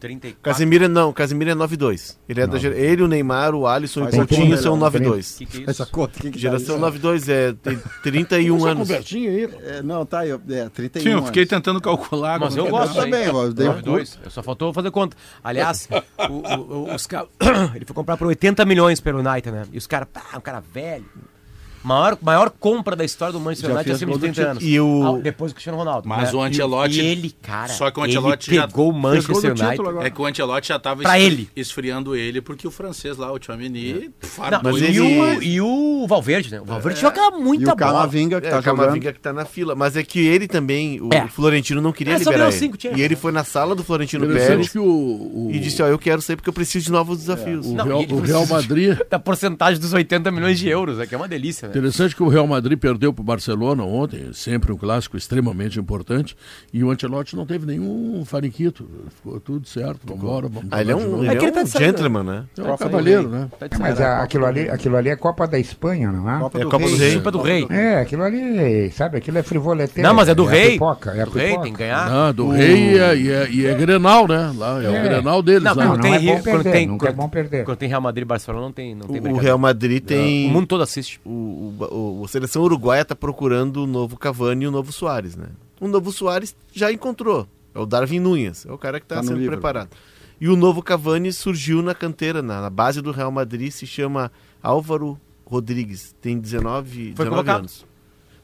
S6: 34.
S3: Casemiro é- não, Casemiro é 9-2. Ele, é da gera- ele, o Neymar, o Alisson e o
S2: Faz a
S3: Coutinho
S2: conta,
S3: são
S2: Leandro.
S3: 9-2.
S6: Que que é isso?
S2: é né? Essa conta, que que dá
S3: Geração
S2: isso?
S3: 9-2 é tem 31 anos.
S2: É, não, tá aí, ó, é, 31
S5: Sim, um eu fiquei
S2: anos.
S5: tentando calcular.
S6: Mas
S5: como
S6: eu
S5: que
S6: gosto
S5: dá.
S2: também,
S6: hein?
S2: ó, Tá dei-
S6: Nove, dois. Eu só faltou fazer conta. Aliás, o- o- o- os ca- ele foi comprar por 80 milhões pelo United, né? E os caras, pá, um cara velho. Maior, maior compra da história do Manchester
S2: Já
S6: United
S2: fez
S6: acima
S2: gol
S6: de
S2: do
S6: 30
S2: título.
S6: anos.
S3: E o-
S6: Ah, depois do Cristiano Ronaldo. Né?
S5: Mas o Ancelotti-
S6: É, E ele, cara.
S5: Só que o
S6: ele
S5: Ancelotti já
S6: pegou o
S2: Fez
S6: Manchester
S2: gol do título
S6: United.
S2: agora.
S5: É que o Antelote já tava
S6: Pra
S5: es-
S6: ele. É.
S5: esfriando ele, porque o francês lá, o Tchouameni,
S6: Não,
S5: fardou
S6: e,
S3: ele-
S6: o, e o Valverde, né? O Valverde joga
S2: É. E
S6: muita
S2: o
S6: bola.
S2: Camavinga, que
S3: É,
S2: tá
S3: o Camavinga
S2: jogando.
S3: que tá na fila. Mas é que ele também, o
S6: É.
S3: Florentino não queria
S6: É, só
S3: liberar
S6: ganhou
S3: ele.
S6: cinco, tinha.
S3: e ele foi na sala do Florentino
S1: Interessante
S3: Pérez
S1: que o, o,
S3: e disse, ó, eu quero sair porque eu preciso de
S2: É.
S3: novos desafios.
S1: o
S6: Não,
S1: Real,
S6: e ele-
S1: o Real Madrid.
S6: Da porcentagem dos 80 milhões de euros, né? Que é uma delícia, né?
S1: Interessante que o Real Madrid perdeu para o Barcelona ontem, sempre um clássico extremamente importante, e o Ancelotti não teve nenhum fariquito, ficou tudo certo, vamos embora, vamos
S3: Ah, ele é
S1: jogar de
S3: um,
S1: novo.
S3: ele é
S6: que ele tá
S3: um
S6: de saída.
S3: gentleman, né?
S1: É um cavaleiro, né?
S6: Tá de
S4: É, mas
S6: sacanagem.
S4: a- aquilo, ali, aquilo ali é Copa da Espanha, não é?
S3: É a Copa do Rei.
S6: Copa do Rei.
S4: É, aquilo ali, sabe? Aquilo é frivoleteiro.
S6: Não, mas é do
S4: a
S6: rei.
S4: pipoca, é a
S6: do rei,
S4: pipoca.
S6: tem que ganhar.
S1: Ah, do Rei e é, e, é, e é Grenal, né? Lá, é, o
S4: É.
S1: Grenal deles. lá.
S6: Não,
S4: Não,
S6: quando
S4: não
S6: tem
S4: é
S6: Rio-
S4: bom perder,
S6: quando tem-
S4: nunca é bom perder.
S6: Quando tem Real Madrid e Barcelona, não tem, não tem
S3: O
S6: brincadeira.
S3: Real Madrid tem...
S6: O mundo todo assiste.
S3: o, o- o- a seleção uruguaia tá procurando o novo Cavani e o novo Soares, né? O novo Soares já encontrou. É o Darwin Nunes. É o cara que tá,
S2: Tá no
S3: sendo
S2: livro.
S3: preparado. E o novo Cavani surgiu na canteira, na, na base do Real Madrid, se chama Álvaro Rodrigues. Tem 19,
S6: Foi
S3: 19
S6: convocado?
S3: anos.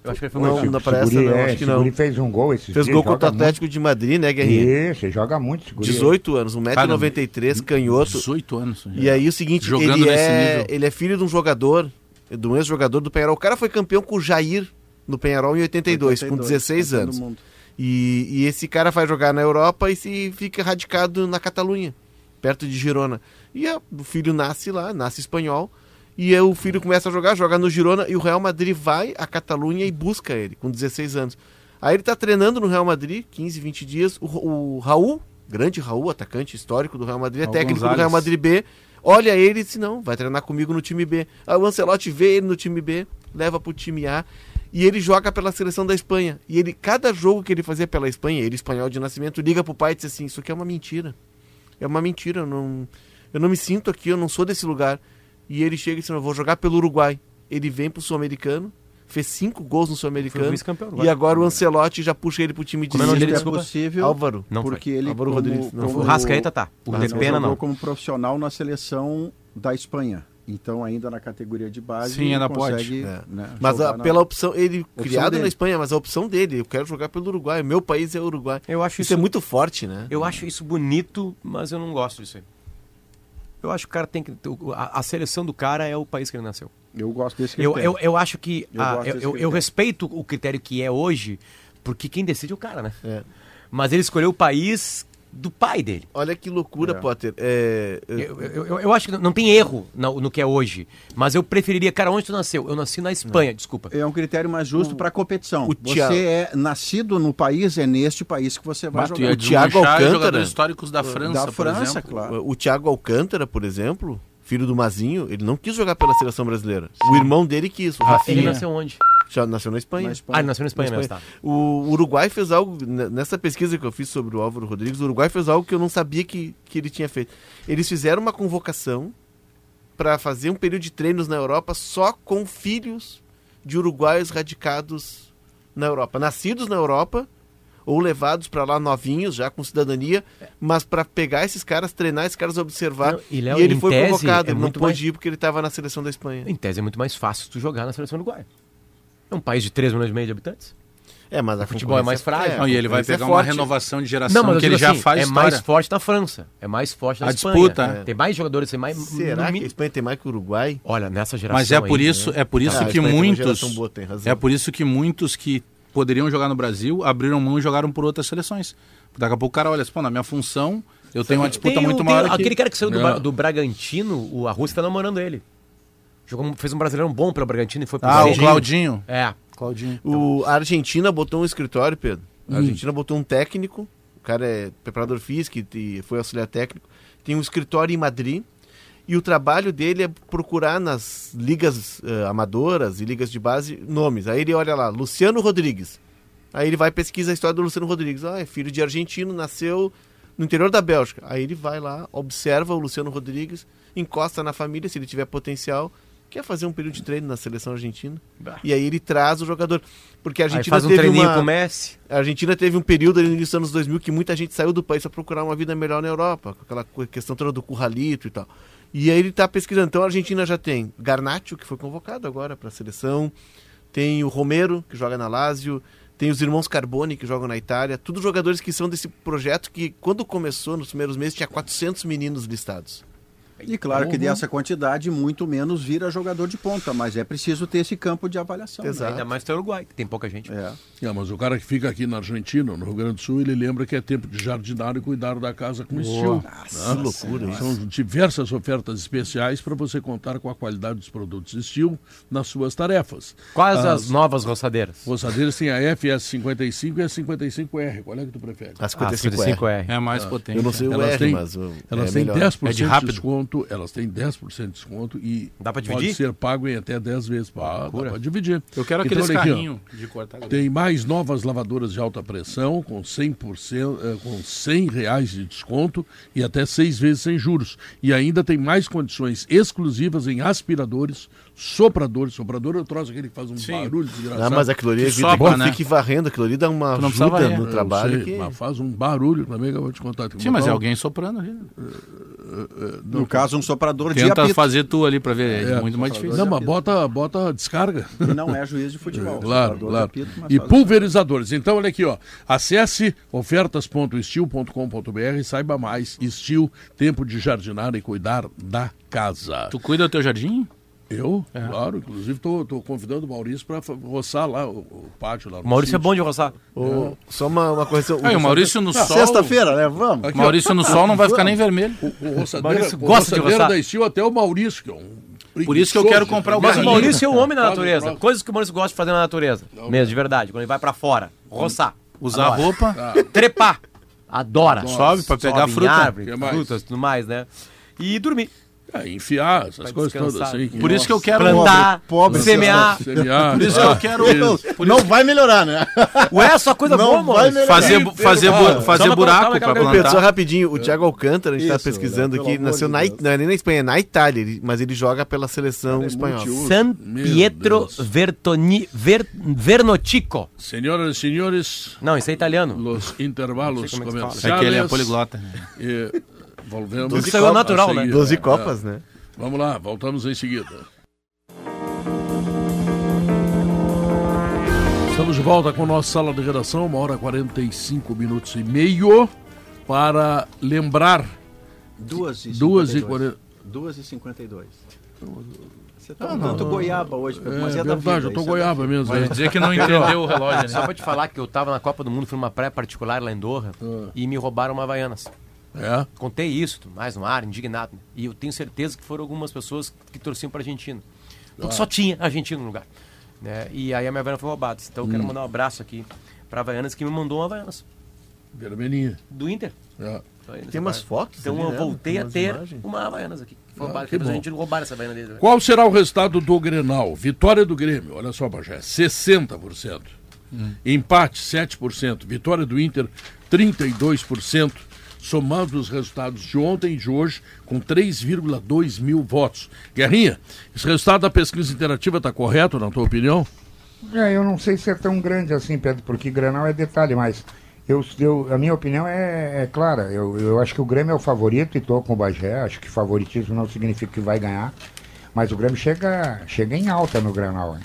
S6: Eu acho que ele foi
S3: Não,
S6: muito.
S3: não
S4: Esse
S3: parece,
S4: guri,
S3: não,
S4: é,
S3: acho que
S4: esse
S3: não.
S4: guri fez um gol esse
S3: Fez gol contra o Atlético de Madrid, né, Guerrinha?
S4: Isso, ele joga muito esse guri.
S3: 18 anos, 1,93m, canhoto.
S5: 18 anos.
S3: E aí o seguinte,
S5: Jogando
S3: ele,
S5: nesse
S3: é,
S5: nível.
S3: ele é filho de um jogador, de um ex-jogador do Penharol. O cara foi campeão com o Jair no Penharol em 82, com 16
S2: campeão do
S3: anos.
S2: mundo.
S3: E, e esse cara vai jogar na Europa e se fica radicado na Catalunha, perto de Girona. E é- o filho nasce lá, nasce espanhol. E aí o filho começa a jogar, joga no Girona e o Real Madrid vai à Catalunha e busca ele, com 16 anos. Aí ele tá treinando no Real Madrid, 15, 20 dias. O, Ra- o Raul, grande Raul, atacante histórico do Real Madrid, é
S5: Raul
S3: técnico do
S5: Gonzalez.
S3: Real Madrid B. Olha ele e disse, não, vai treinar comigo no time B. Aí o Ancelotti vê ele no time B, leva pro time A. E ele joga pela seleção da Espanha. E ele, cada jogo que ele fazia pela Espanha, ele espanhol de nascimento, liga pro pai e diz assim, isso aqui é uma mentira. É uma mentira, eu não, eu não me sinto assim, aqui, eu não sou desse lugar. E ele chega e diz, não, eu vou jogar pelo Uruguai. Ele vem pro Sul-Americano, fez cinco gols no Sul-Americano.
S6: vice-campeão
S3: E
S6: agora.
S3: agora o Ancelotti já puxa ele pro time de
S6: Como é o nome
S3: cima.
S6: dele?
S2: é
S6: Desculpa.
S2: possível,
S3: Álvaro.
S6: Não foi.
S2: porque ele
S3: Álvaro
S2: como,
S3: Rodrigues, não
S6: O
S3: foi.
S6: Rascaeta tá. O
S2: Ele
S6: Depena
S2: jogou
S6: não.
S2: como profissional na seleção da Espanha. Então, ainda na categoria de base,
S5: Sim, é na
S2: consegue,
S3: É.
S2: né,
S3: Mas a-
S2: jogar na-
S3: pela opção, ele criado
S2: dele.
S3: na Espanha, mas a opção dele, eu quero jogar pelo Uruguai, meu país é o Uruguai.
S6: Eu acho
S3: isso é
S6: isso-
S3: muito forte, né?
S6: Eu acho isso bonito, mas eu não gosto disso aí. Eu acho que o cara tem que. o- A, a seleção do cara é o país que ele nasceu.
S2: Eu gosto desse
S6: Eu,
S2: critério.
S6: eu, eu acho que.
S2: Eu
S6: ah,
S2: gosto
S6: eu,
S2: desse
S6: eu- eu
S2: critério.
S6: respeito o critério que é hoje, porque quem decide é o cara, né?
S3: É.
S6: Mas ele escolheu o país do pai dele.
S3: Olha que loucura, Potter. É, eu-
S6: Eu, eu- eu- eu acho que não tem erro na- no, que é hoje. Mas eu preferiria, cara, onde tu nasceu? Eu nasci na Espanha, desculpa.
S2: É um critério mais justo para a competição.
S3: o
S2: Você
S3: Thiago-
S2: é nascido no país, é neste país que você vai
S5: Bato,
S2: jogar.
S5: ia
S3: o Thiago
S5: desmanchar
S3: Alcântara.
S5: jogadores históricos da França,
S2: da
S5: por
S2: França,
S5: exemplo.
S2: claro.
S3: O Thiago Alcântara, por exemplo, filho do Mazinho, ele não quis jogar pela seleção brasileira. O irmão dele quis, o
S6: Ele
S3: Rafinha,
S6: nasceu onde?
S3: já nasceu na Espanha.
S2: Na
S6: Ah, ele nasceu na
S3: Na
S6: Espanha, mesmo, tá.
S3: Espanha. O Uruguai fez algo, ne- nessa pesquisa que eu fiz sobre o Álvaro Rodrigues, o Uruguai fez algo que eu não sabia que, que ele tinha feito. Eles fizeram uma convocação para fazer um período de treinos na Europa só com filhos de uruguaios radicados na Europa, nascidos na Europa ou levados para lá novinhos, já com cidadania, mas para pegar esses caras, treinar esses caras, observar.
S6: Não, e, Léo,
S3: e ele
S6: em
S3: foi
S6: tese,
S3: convocado,
S6: é
S3: ele não
S6: muito
S3: pôde
S6: mais-
S3: ir porque ele estava na seleção da Espanha.
S6: Em tese é muito mais fácil tu jogar na seleção uruguaia. É um país de 3 milhões e meio de habitantes.
S3: É, mas a
S6: futebol é mais
S3: concorrência-
S6: frágil.
S5: Não, e ele
S3: a
S5: vai
S3: concorrência é
S5: pegar uma
S3: forte.
S5: renovação de geração que ele
S6: digo
S5: já
S6: assim,
S5: faz
S6: é
S5: história.
S6: mais forte na França, é mais forte na
S5: A
S6: Espanha.
S5: disputa,
S6: é. Tem mais jogadores, tem mais... no
S3: Será que a
S6: mínimo-
S3: Espanha tem mais que o Uruguai?
S6: Olha, nessa geração
S5: Mas é por
S6: aí,
S5: isso, é por isso
S3: Ah, a
S5: que
S3: Espanha tem uma geração
S5: muitos
S3: boa, tem razão.
S5: é por isso que muitos que poderiam jogar no Brasil abriram mão e jogaram por outras seleções. Daqui a pouco o cara olha, assim, pô, na minha função eu tenho uma disputa
S6: Tem o-
S5: muito
S6: tem
S5: maior
S6: o-
S5: aqui.
S6: Aquele cara que saiu do,
S1: É.
S6: Bra- do Bragantino, o Arruda tá namorando ele. Jogou, um- fez um brasileirão bom pelo Bragantino e foi pro
S5: Ah, o
S6: Bragantino.
S5: Claudinho.
S6: É.
S5: Claudinho.
S3: O, a Argentina botou um escritório, Pedro. A
S6: Hum.
S3: Argentina botou um técnico. O cara é preparador físico e e foi auxiliar técnico. Tem um escritório em Madrid. E o trabalho dele é procurar nas ligas eh, amadoras e ligas de base nomes. Aí ele olha lá, Luciano Rodrigues. Aí ele vai e pesquisa a história do Luciano Rodrigues. Ah, é filho de argentino, nasceu no interior da Bélgica. Aí ele vai lá, observa o Luciano Rodrigues, encosta na família, se ele tiver potencial, quer fazer um período de treino na seleção argentina. E aí ele traz o jogador. Porque a
S6: Aí
S3: Argentina,
S6: faz um
S3: teve
S6: treininho
S3: uma,
S6: com o Messi.
S3: a Argentina teve um período ali no início dos anos 2000 que muita gente saiu do país para procurar uma vida melhor na Europa, com aquela co- questão toda do curralito e tal. E aí ele está pesquisando. Então a Argentina já tem Garnacho, que foi convocado agora para a seleção, tem o Romero, que joga na Lazio, tem os irmãos Carboni, que jogam na Itália. Tudo jogadores que são desse projeto que, quando começou nos primeiros meses, tinha 400 meninos listados.
S2: E claro que dessa quantidade, muito menos vira jogador de ponta, mas é preciso ter esse campo de avaliação. né?
S3: Exato.
S6: Ainda mais tem o Uruguai, que tem pouca gente.
S2: É.
S1: É, mas o cara que fica aqui na Argentina, no Rio Grande do Sul, ele lembra que é tempo de jardinar e cuidar da casa com estilo. Nossa, que loucura São diversas ofertas especiais para você contar com a qualidade dos produtos Estil nas suas tarefas. Ah,
S6: Quais
S3: Ah,
S6: as, novas roçadeiras?
S1: Roçadeiras tem a FS55 e a 55R. Qual é que tu prefere?
S3: As
S6: Ah,
S3: 55 é.
S5: É mais potente.
S3: Eu não sei o
S1: Elas
S3: R,
S1: têm,
S3: mas o,
S1: elas
S3: é
S1: têm
S3: melhor.
S1: 10%
S5: É de
S1: de
S5: rápido.
S1: desconto, elas têm 10% de desconto e
S6: Dá pra
S1: pode
S6: dividir?
S1: ser pago em até 10 vezes. Ah, dá pra dividir.
S5: Eu quero
S1: Então,
S5: aqueles
S1: olha aqui, ó.
S5: carrinhos de cortar grama.
S1: Tem mais novas lavadoras de alta pressão com 100%, eh, com 100 reais de desconto e até seis vezes sem juros. E ainda tem mais condições exclusivas em aspiradores, sopradores. Soprador eu trouxe aquele que faz um barulho desgraçado.
S3: Ah, mas a cloria
S5: Que
S3: evita
S5: sopra,
S3: que
S5: né?
S3: fique varrendo, a cloria dá uma
S5: Tu não precisava
S3: ajuda
S5: varrer.
S3: no
S1: Eu
S3: trabalho
S1: sei,
S3: que-
S1: mas faz um barulho também que eu vou te contar. Tem que
S5: Sim, mas
S1: botar
S5: é
S1: um-
S5: alguém soprando ali.
S2: No caso, um soprador de
S5: Tenta
S2: apito,
S5: fazer tu ali pra ver. É, muito mais difícil.
S1: Não,
S6: um
S1: mas bota, bota descarga.
S2: que não é juiz de futebol.
S1: Claro,
S2: Soprador de
S1: claro.
S2: apito, mas faz-
S1: e
S2: assim.
S1: pulverizadores. Então, olha aqui, ó. Acesse ofertas.estil.com.br e saiba mais. Estil, tempo de jardinar e cuidar da casa.
S5: Tu cuida do teu jardim? É.
S1: Eu? Claro, inclusive tô, tô convidando o Maurício para roçar lá o, o pátio lá.
S6: O Maurício é bom de roçar.
S3: Ô, Só um uma, uma correção.
S5: Ah, e o Maurício no sol.
S2: Sexta-feira, né? Vamos.
S1: Aqui, ó,
S5: Maurício no sol não vai ficar nem vermelho.
S1: O, o roçadeiro,
S6: Maurício
S1: o
S6: gosta de
S1: roçadeiro
S6: roçar.
S1: da Estil até o Maurício, que é um
S5: Por isso que eu quero
S1: preguiçoso,
S5: comprar o
S6: Mas o
S5: Sim.
S6: Maurício é um homem da
S1: Fala,
S6: natureza.
S1: pronto.
S6: Coisas que o Maurício gosta de fazer na natureza. Mesmo, de verdade. Quando ele vai pra fora, roçar.
S5: Usar
S6: Adora.
S5: roupa.
S1: Tá.
S6: Trepar. Adora.
S5: Sobe pra pegar
S6: em
S5: fruta.
S6: árvore,
S1: Que mais?
S6: frutas e tudo mais, né? E dormir.
S1: É, enfiar essas
S6: Pra
S1: coisas todas
S6: descansar.
S1: assim.
S5: Por isso que eu quero.
S6: Plantar,
S10: pobre
S6: semear.
S1: um Semear,
S5: Por isso que
S1: tá?
S5: eu quero.
S1: Isso.
S10: Não vai melhorar, né?
S3: é
S6: Ué, só coisa boa,
S10: Não
S6: mano.
S10: vai melhorar. Ah,
S5: Fazer, bu- fazer, bu- fazer buraco pra
S3: Ô, Pedro, só
S5: plantar.
S3: rapidinho, o Thiago Alcântara, a gente
S10: Isso,
S3: tá pesquisando
S10: né?
S3: aqui,
S10: Pelo
S3: nasceu
S10: amor
S3: na,
S10: de
S3: I-
S10: Deus. é
S3: não é nem na Espanha, é na Itália, ele- mas ele joga pela seleção espanhola.
S6: San Pietro
S1: Deus.
S6: Vertoni, Ver- Vernotico.
S1: Senhoras e senhores,
S6: Não, isso é italiano.
S1: los intervalos
S6: como é que fala.
S1: comerciais.
S5: É que ele é poliglota. né?
S1: E volvemos.
S6: Isso é o natural,
S1: a
S6: né?
S1: seguir.
S3: 12 Copas, né?
S1: Vamos lá, voltamos em seguida. Estamos de volta com a nossa sala de redação, uma hora 45 minutos e meio, para lembrar
S2: 2 e
S1: duas e
S2: 42.
S1: quarenta-
S2: 2 e 52. Você tá dando goiaba hoje, Pedro,
S1: Ah, É
S2: mas é da
S1: verdade,
S2: vida.
S1: eu tô
S2: isso é
S1: goiaba mesmo.
S5: Vai
S1: né?
S5: dizer que não entendeu o relógio,
S6: Só
S5: né?
S6: pra te falar que eu tava na Copa do Mundo, fui numa praia particular lá em Doha, e me roubaram uma Havaianas.
S1: Ah. É.
S6: Contei isso, tudo mais no ar, indignado. né? E eu tenho certeza que foram algumas pessoas que torciam pra Argentina.
S1: Tá.
S6: Porque só tinha Argentina no lugar. Né? E aí a minha Havaiana foi roubada. Então
S1: Hum.
S6: eu quero mandar um abraço aqui pra Havaianas, que me mandou uma Havaianas.
S1: Vermelhinha.
S6: Do Inter.
S1: É.
S6: Então, aí,
S3: Tem umas fotos
S6: Então
S3: ali,
S6: eu
S3: né?
S6: voltei
S3: Tem
S6: a
S3: umas
S6: ter
S3: imagens.
S6: uma Havaianas aqui. Foi roubada,
S1: Ah, que
S6: que a
S1: bom.
S6: gente roubaram essa Havaiana né? dele.
S1: Qual será o resultado do Grenal? Vitória do Grêmio, olha só, Bajé, 60%. Empate, 7%. Vitória do Inter, 32%. Somando os resultados de ontem e de hoje, com 3,2 mil votos. Guerrinha, esse resultado da pesquisa interativa está correto, na tua opinião?
S4: É, eu não sei se é tão grande assim, Pedro, porque Granal é detalhe, mas eu, eu- a minha opinião é, é clara. Eu, eu acho que o Grêmio é o favorito e estou com o Bagé. Acho que favoritismo não significa que vai ganhar. Mas o Grêmio chega, chega em alta no Granal, hein?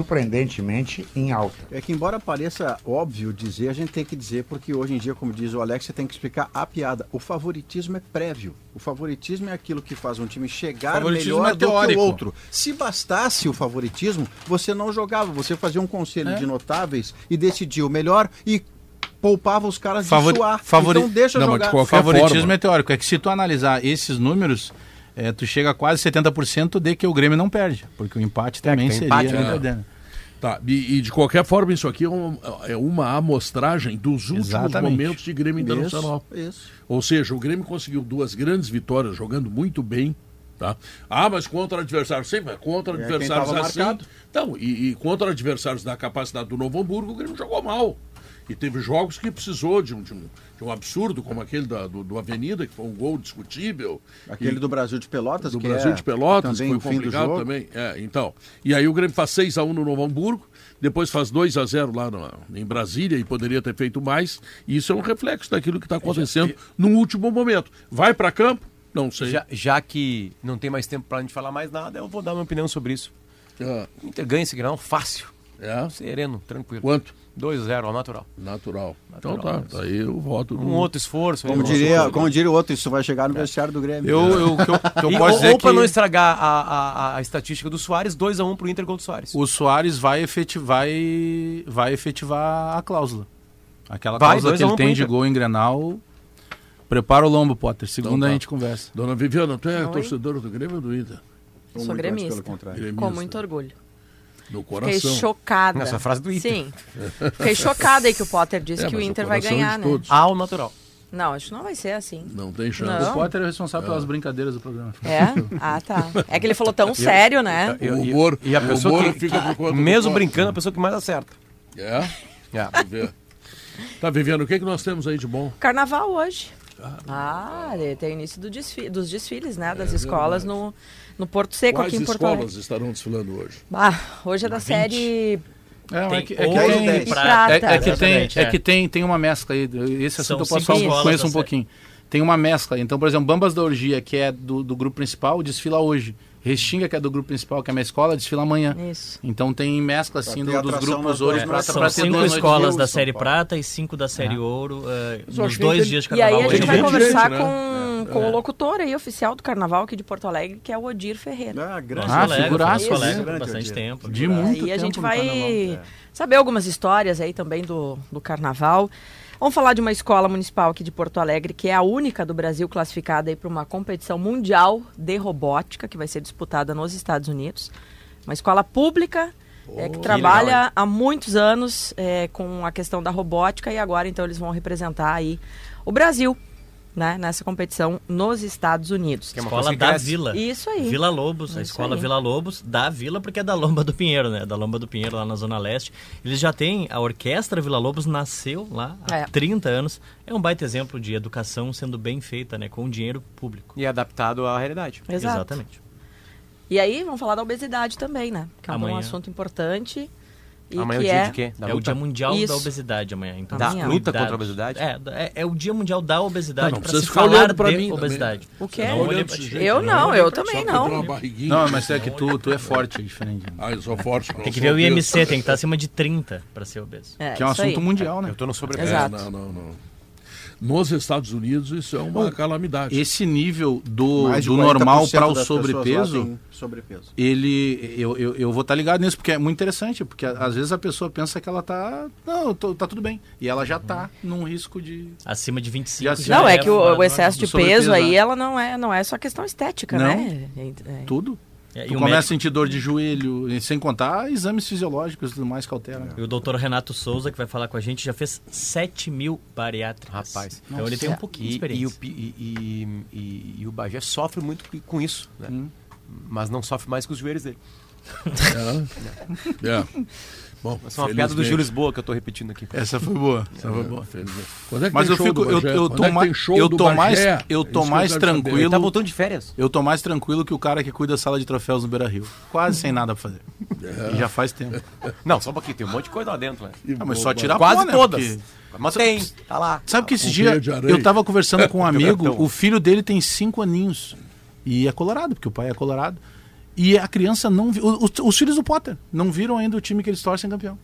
S4: Surpreendentemente em alta.
S2: É que embora pareça óbvio dizer, a gente tem que dizer, porque hoje em dia, como diz o Alex, você tem que explicar a piada. O favoritismo é prévio. O favoritismo é aquilo que faz um time chegar
S5: Favoritismo
S2: melhor
S5: é
S2: do que o
S5: teórico.
S2: outro. Se bastasse o favoritismo, você não jogava, você fazia um
S5: É.
S2: conselho de notáveis e decidia o melhor e poupava os caras
S5: Favori-
S2: de suar.
S5: favori-
S2: Então deixa
S1: Não, mas de
S2: jogar.
S1: qualquer
S5: Favoritismo
S1: forma.
S5: é teórico. É que se tu analisar esses números, eh, tu chega a quase 70% de que o Grêmio não perde. Porque o empate também
S6: tem
S5: seria.
S6: empate, né?
S5: né, perdendo.
S1: Tá, e, e de qualquer forma, isso aqui é, um- é uma amostragem dos últimos
S5: Exatamente.
S1: momentos de Grêmio Internacional.
S2: Isso, isso.
S1: Ou seja, o Grêmio conseguiu duas grandes vitórias jogando muito bem. Tá? Ah, mas contra adversários, sim, mas contra
S2: quem
S1: adversários
S2: tava
S1: assim.
S2: marcado.
S1: Então, e, e contra adversários da capacidade do Novo Hamburgo, o Grêmio jogou mal. E teve jogos que precisou de um, de um, de um absurdo, como aquele da- do, do Avenida, que foi um gol discutível.
S2: Aquele
S1: E-
S2: do Brasil de Pelotas,
S1: do
S2: que
S1: Brasil
S2: é
S1: de Pelotas,
S2: também
S1: foi
S2: o fim do
S1: complicado
S2: jogo.
S1: também. É, então. E aí o Grêmio faz 6x1 no Novo Hamburgo, depois faz 2x0 lá no- em Brasília e poderia ter feito mais. E isso é um reflexo daquilo que está acontecendo no último momento. Vai para campo? Não sei.
S6: Já, já que não tem mais tempo pra gente falar mais nada, eu vou dar minha opinião sobre isso.
S1: É,
S6: O Inter ganha esse grão fácil,
S1: é.
S6: sereno, tranquilo.
S1: Quanto?
S6: 2-0 ao natural.
S1: Natural. Então
S6: Natural,
S1: tá,
S6: né?
S1: tá aí o voto do...
S6: Um outro esforço.
S2: Como
S6: aí,
S2: diria,
S6: nosso-
S2: como diria o outro, isso vai chegar no vestiário do Grêmio.
S5: É. Eu, eu, que eu, que eu
S6: E,
S5: posso
S6: ou
S5: dizer é
S6: ou pra não
S5: que
S6: estragar a, a- a- a estatística do Soares, 2x1 pro Inter contra o Soares.
S5: o Soares vai efetivar, vai, vai efetivar a cláusula. Aquela
S6: Vai,
S5: cláusula
S6: dois
S5: que
S6: a
S5: ele
S6: um
S5: tem
S6: pro
S5: de
S6: Inter.
S5: gol em Grenal. Prepara o lombo, Potter. Segunda
S1: Então tá.
S5: a gente conversa.
S1: Dona Viviana, tu é torcedora do Grêmio ou do Inter?
S11: Sou
S2: Ou muito antes,
S11: gremista.
S2: pelo contrário.
S1: Gremista.
S11: Com muito orgulho.
S1: No
S11: Fiquei
S1: coração.
S11: chocada.
S6: Nessa frase do Inter.
S11: Sim. Fiquei chocada aí que o Potter disse
S1: É,
S11: que o
S1: mas o
S11: Inter vai
S1: coração
S11: ganhar,
S1: de
S11: né?
S1: todos.
S6: Ao natural.
S11: Não, acho que não vai ser assim.
S1: Não tem chance.
S11: Não.
S5: O Potter é responsável pelas brincadeiras do programa.
S11: É? Ah, tá. É que ele falou tão sério, né?
S1: É, O humor,
S6: E a
S1: o
S6: pessoa
S1: humor
S6: que,
S1: fica por conta do
S6: mesmo
S1: voto.
S6: brincando, a pessoa que mais acerta.
S1: É?
S6: É.
S1: Vamos ver. Tá, Viviana, o que, é que nós temos aí de bom?
S11: Carnaval hoje. Ah, ele tem início do desfi- dos desfiles, né? Das escolas no, no Porto Seco,
S1: Quais
S11: aqui em Porto
S1: escolas
S11: Alegre.
S1: estarão desfilando hoje?
S11: Ah, hoje é da série
S5: É, é que, é que
S2: ouro,
S5: tem-
S11: e prata.
S5: É, é que, tem,
S10: Exatamente,
S5: é.
S10: é.
S5: que tem, tem uma mescla aí. Esse
S10: São
S5: assunto eu
S10: cinco
S5: posso falar, eu
S10: escolas
S5: conheço
S10: da série.
S5: um pouquinho. Tem uma mescla. Então, por exemplo, Bambas da Orgia, que é do, do grupo principal, desfila hoje. Restinga, que é do grupo principal, que é a minha escola, desfila amanhã.
S11: Isso.
S5: Então tem mescla
S2: Pra
S5: assim do-
S2: ter
S5: dos
S2: atração nas
S5: grupos ouro
S2: duas
S5: e prata
S2: praças.
S10: São
S5: pra ter É.
S10: cinco
S5: duas noites
S10: escolas
S5: de
S10: da
S5: ouro,
S10: série
S5: São Paulo.
S10: prata e cinco da série ouro eh,
S1: acho
S10: nos
S1: que
S10: dois
S1: tem-
S10: dias de
S11: E aí
S10: carnaval. é
S11: a
S10: hoje
S11: gente
S10: em
S11: vai
S10: dia.
S1: gente,
S11: conversar
S1: né?
S10: É,
S11: com, com o locutor aí, oficial do carnaval aqui de Porto Alegre, que é o Odir Ferreira.
S2: Ah, grande.
S10: Nosso
S5: Ah,
S10: colega,
S5: figuraça,
S10: nosso colega
S2: né?
S10: por bastante
S2: Grande
S10: tempo.
S5: De muito
S11: aí Né? a
S5: tempo
S11: gente
S5: no
S11: vai
S5: carnaval. É.
S11: saber algumas histórias aí também do, do carnaval. Vamos falar de uma escola municipal aqui de Porto Alegre, que é a única do Brasil classificada aí para uma competição mundial de robótica, que vai ser disputada nos Estados Unidos. Uma escola pública é,
S5: Oh,
S11: que trabalha há muitos anos é, com a questão da robótica e agora então eles vão representar aí o Brasil né, nessa competição nos Estados Unidos.
S10: Que é uma escola da Vila.
S11: Isso aí.
S10: Vila Lobos, a
S11: Isso
S10: escola
S11: aí.
S10: Vila Lobos da Vila, porque é da Lomba do Pinheiro, né? Da Lomba do Pinheiro, lá na Zona Leste. Eles já têm, a orquestra Vila Lobos nasceu lá há
S11: É.
S10: 30 anos. É um baita exemplo de educação sendo bem feita, né? Com dinheiro público.
S6: E adaptado à realidade.
S11: Exato.
S10: Exatamente.
S11: E aí, vamos falar da obesidade também, né? Que é um
S10: Amanhã.
S11: assunto importante. E
S10: Amanhã
S11: que
S10: é o dia
S11: é...
S10: de quê? Da É o luta? Dia Mundial da Obesidade amanhã, então Da cuidado. luta contra a obesidade? É, é, é o Dia Mundial da Obesidade.
S1: Não, não
S10: pra
S1: precisa
S10: se
S1: ficar
S10: falar
S1: olhando pra
S10: de
S1: mim também.
S10: obesidade.
S11: O quê?
S10: Não
S1: Não
S10: olha
S1: olhando
S10: pra
S1: pra
S10: ti.
S1: gente,
S11: Eu
S1: não
S11: não,
S1: olha
S11: eu
S1: pra-
S11: também
S1: só quebrar
S11: não.
S1: uma barriguinha.
S5: Não, mas é que tu, tu é forte, é diferente.
S1: Ah, eu sou forte. eu
S10: Tem que
S1: sou
S10: ver o
S1: obeso.
S10: IMC, tem que estar acima de 30 para ser obeso.
S11: É,
S5: Que é um
S11: isso aí.
S5: assunto mundial, né?
S6: Eu tô no
S1: É,
S6: sobrepeso.
S11: Exato.
S1: Não, não, não. Nos Estados Unidos isso é uma
S5: Bom,
S1: calamidade.
S5: Esse nível do,
S2: Mais de
S5: do normal
S2: 40%
S5: para o
S2: das pessoas lá
S5: sobrepeso,
S2: têm sobrepeso.
S5: ele. Eu, eu, eu vou estar ligado nisso, porque é muito interessante, porque a- às vezes a pessoa pensa que ela tá. Não, eu tô- tá tudo bem. E ela já tá num risco de.
S10: Acima de 25.
S5: Já
S10: já
S11: Não, é
S10: leva
S11: que o,
S10: uma-
S11: o excesso de
S5: do sobrepeso,
S11: peso aí,
S5: né?
S11: ela não é, não é só questão estética,
S5: Não.
S11: né? É, é.
S5: Tudo.
S10: É,
S5: Tu
S10: e o
S5: começa a
S10: médico-
S5: sentir dor de joelho, e sem contar exames fisiológicos e tudo mais né? que altera.
S10: E o doutor Renato Souza, que vai falar com a gente, já fez 7 mil bariátricas.
S6: Rapaz.
S10: Então ele tem
S1: É.
S10: um pouquinho de
S6: E,
S10: experiência.
S6: e o, pi- e, e- e- e o Bagé sofre muito com- com isso, né?
S1: Hum.
S6: Mas não sofre mais com os joelhos dele.
S1: É. Bom,
S6: Mas é uma piada do
S1: felizmente.
S6: Júlio Lisboa que eu tô repetindo aqui. É.
S5: Essa foi boa.
S1: Essa foi boa. Quando é que
S5: Mas
S1: tem
S5: eu
S1: show
S5: fico.
S1: do
S5: Eu,
S1: Bagé?
S5: eu tô
S1: Quando é que tem
S5: mais,
S1: show
S5: eu
S1: do
S5: tô mais,
S1: Bagé?
S5: eu
S1: É
S5: tô
S1: isso que
S5: mais
S1: quero saber.
S6: Ele tá
S5: tranquilo.
S6: voltando de férias.
S5: Eu tô mais tranquilo que o cara que cuida da sala de troféus no Beira Rio. Quase sem nada pra fazer.
S1: É.
S5: E já faz tempo.
S6: Não, só um pouquinho, tem um monte de coisa lá dentro, né?
S5: Ah, mas só tirar a
S6: Quase
S5: pó, né?
S6: todas.
S5: Porque-
S6: Mas tem, tá lá.
S5: Sabe que esse
S1: Um
S5: dia
S1: pé de areia.
S5: eu tava conversando com um amigo,
S6: Então.
S5: o filho dele tem cinco aninhos. E é colorado, porque o pai é colorado. E a criança não viu. Os, os filhos do Potter não viram ainda o time que eles torcem campeão.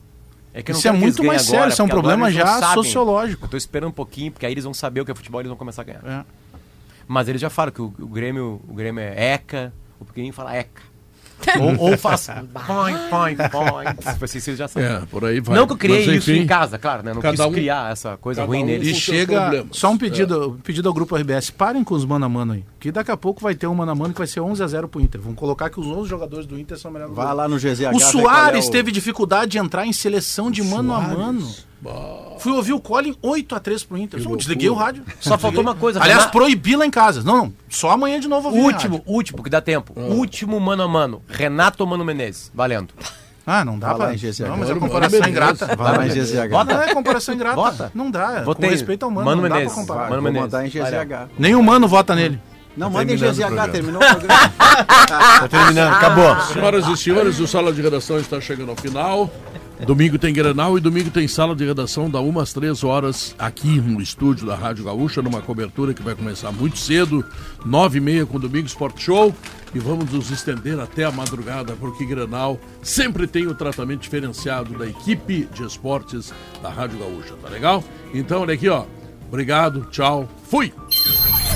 S6: que
S5: Isso
S6: eu não
S5: é
S6: quero que eles
S5: muito mais
S6: ganhem
S5: sério, isso é um
S6: porque agora
S5: problema
S6: eles não
S5: já
S6: sabem.
S5: sociológico.
S6: Eu tô esperando um pouquinho, porque aí eles vão saber o que é futebol e eles vão começar a ganhar.
S5: É.
S6: Mas eles já falam que o, o Grêmio, o Grêmio é ECA, o pequenininho fala ECA. ou, ou faz point, point, point. Assim, vocês já sabem.
S1: É, por aí vai.
S6: Não que eu criei
S1: Mas,
S6: isso
S1: enfim,
S6: em casa, claro, né? Não
S1: cada
S6: quis
S1: um-
S6: criar essa coisa
S1: cada
S6: ruim
S1: um-
S5: E
S6: neles.
S1: os seus
S5: chega.
S1: problemas. É.
S5: Só um pedido, pedido ao grupo RBS: parem com os mano a mano aí. Que daqui a pouco vai ter um mano a mano que vai ser 11 a 0 pro Inter. Vamos colocar que os 11 jogadores do Inter são melhores do
S2: Vai
S5: mundo.
S2: lá no GZH.
S5: O
S2: vê qual é
S5: Soares
S2: o-
S5: teve dificuldade de entrar em seleção de mano a mano. Fui ouvir o Colin 8x3 pro Inter. Só
S1: loucura.
S5: desliguei o rádio.
S6: Só faltou uma coisa.
S5: Aliás,
S6: Renato.
S5: proibi lá em casa. Não, não. Só amanhã de novo eu ouvi na
S6: último,
S5: rádio.
S6: último, que dá tempo.
S1: Ah.
S6: Último mano a mano. Renato Mano Menezes. Valendo.
S5: Ah, não dá
S2: Vai lá
S5: pra.
S2: em GZH.
S5: Não, mas é
S1: Mano,
S5: comparação
S1: mano,
S5: ingrata.
S2: Vai lá em GZH.
S5: Bota. Não é comparação ingrata.
S6: Bota.
S5: Não dá.
S6: Botei.
S5: Com respeito ao mano,
S6: Mano
S5: não
S6: Menezes.
S5: dá pra comparar.
S6: Mano
S2: Vou
S6: Menezes. Tá
S2: mandar em GZH.
S5: Nem o mano vota nele.
S2: Não, manda em
S12: terminando o
S2: GZH,
S12: programa.
S2: terminou o programa.
S12: Tá terminando, acabou.
S1: Senhoras e senhores, o Sala de Redação está chegando ao final. Domingo tem Grenal e domingo tem Sala de Redação da 1 às 3 horas aqui no estúdio da Rádio Gaúcha, numa cobertura que vai começar muito cedo, 9 e meia com o Domingo Sport Show. E vamos nos estender até a madrugada, porque Grenal sempre tem o tratamento diferenciado da equipe de esportes da Rádio Gaúcha, tá legal? Então, olha aqui, ó. Obrigado, tchau, fui!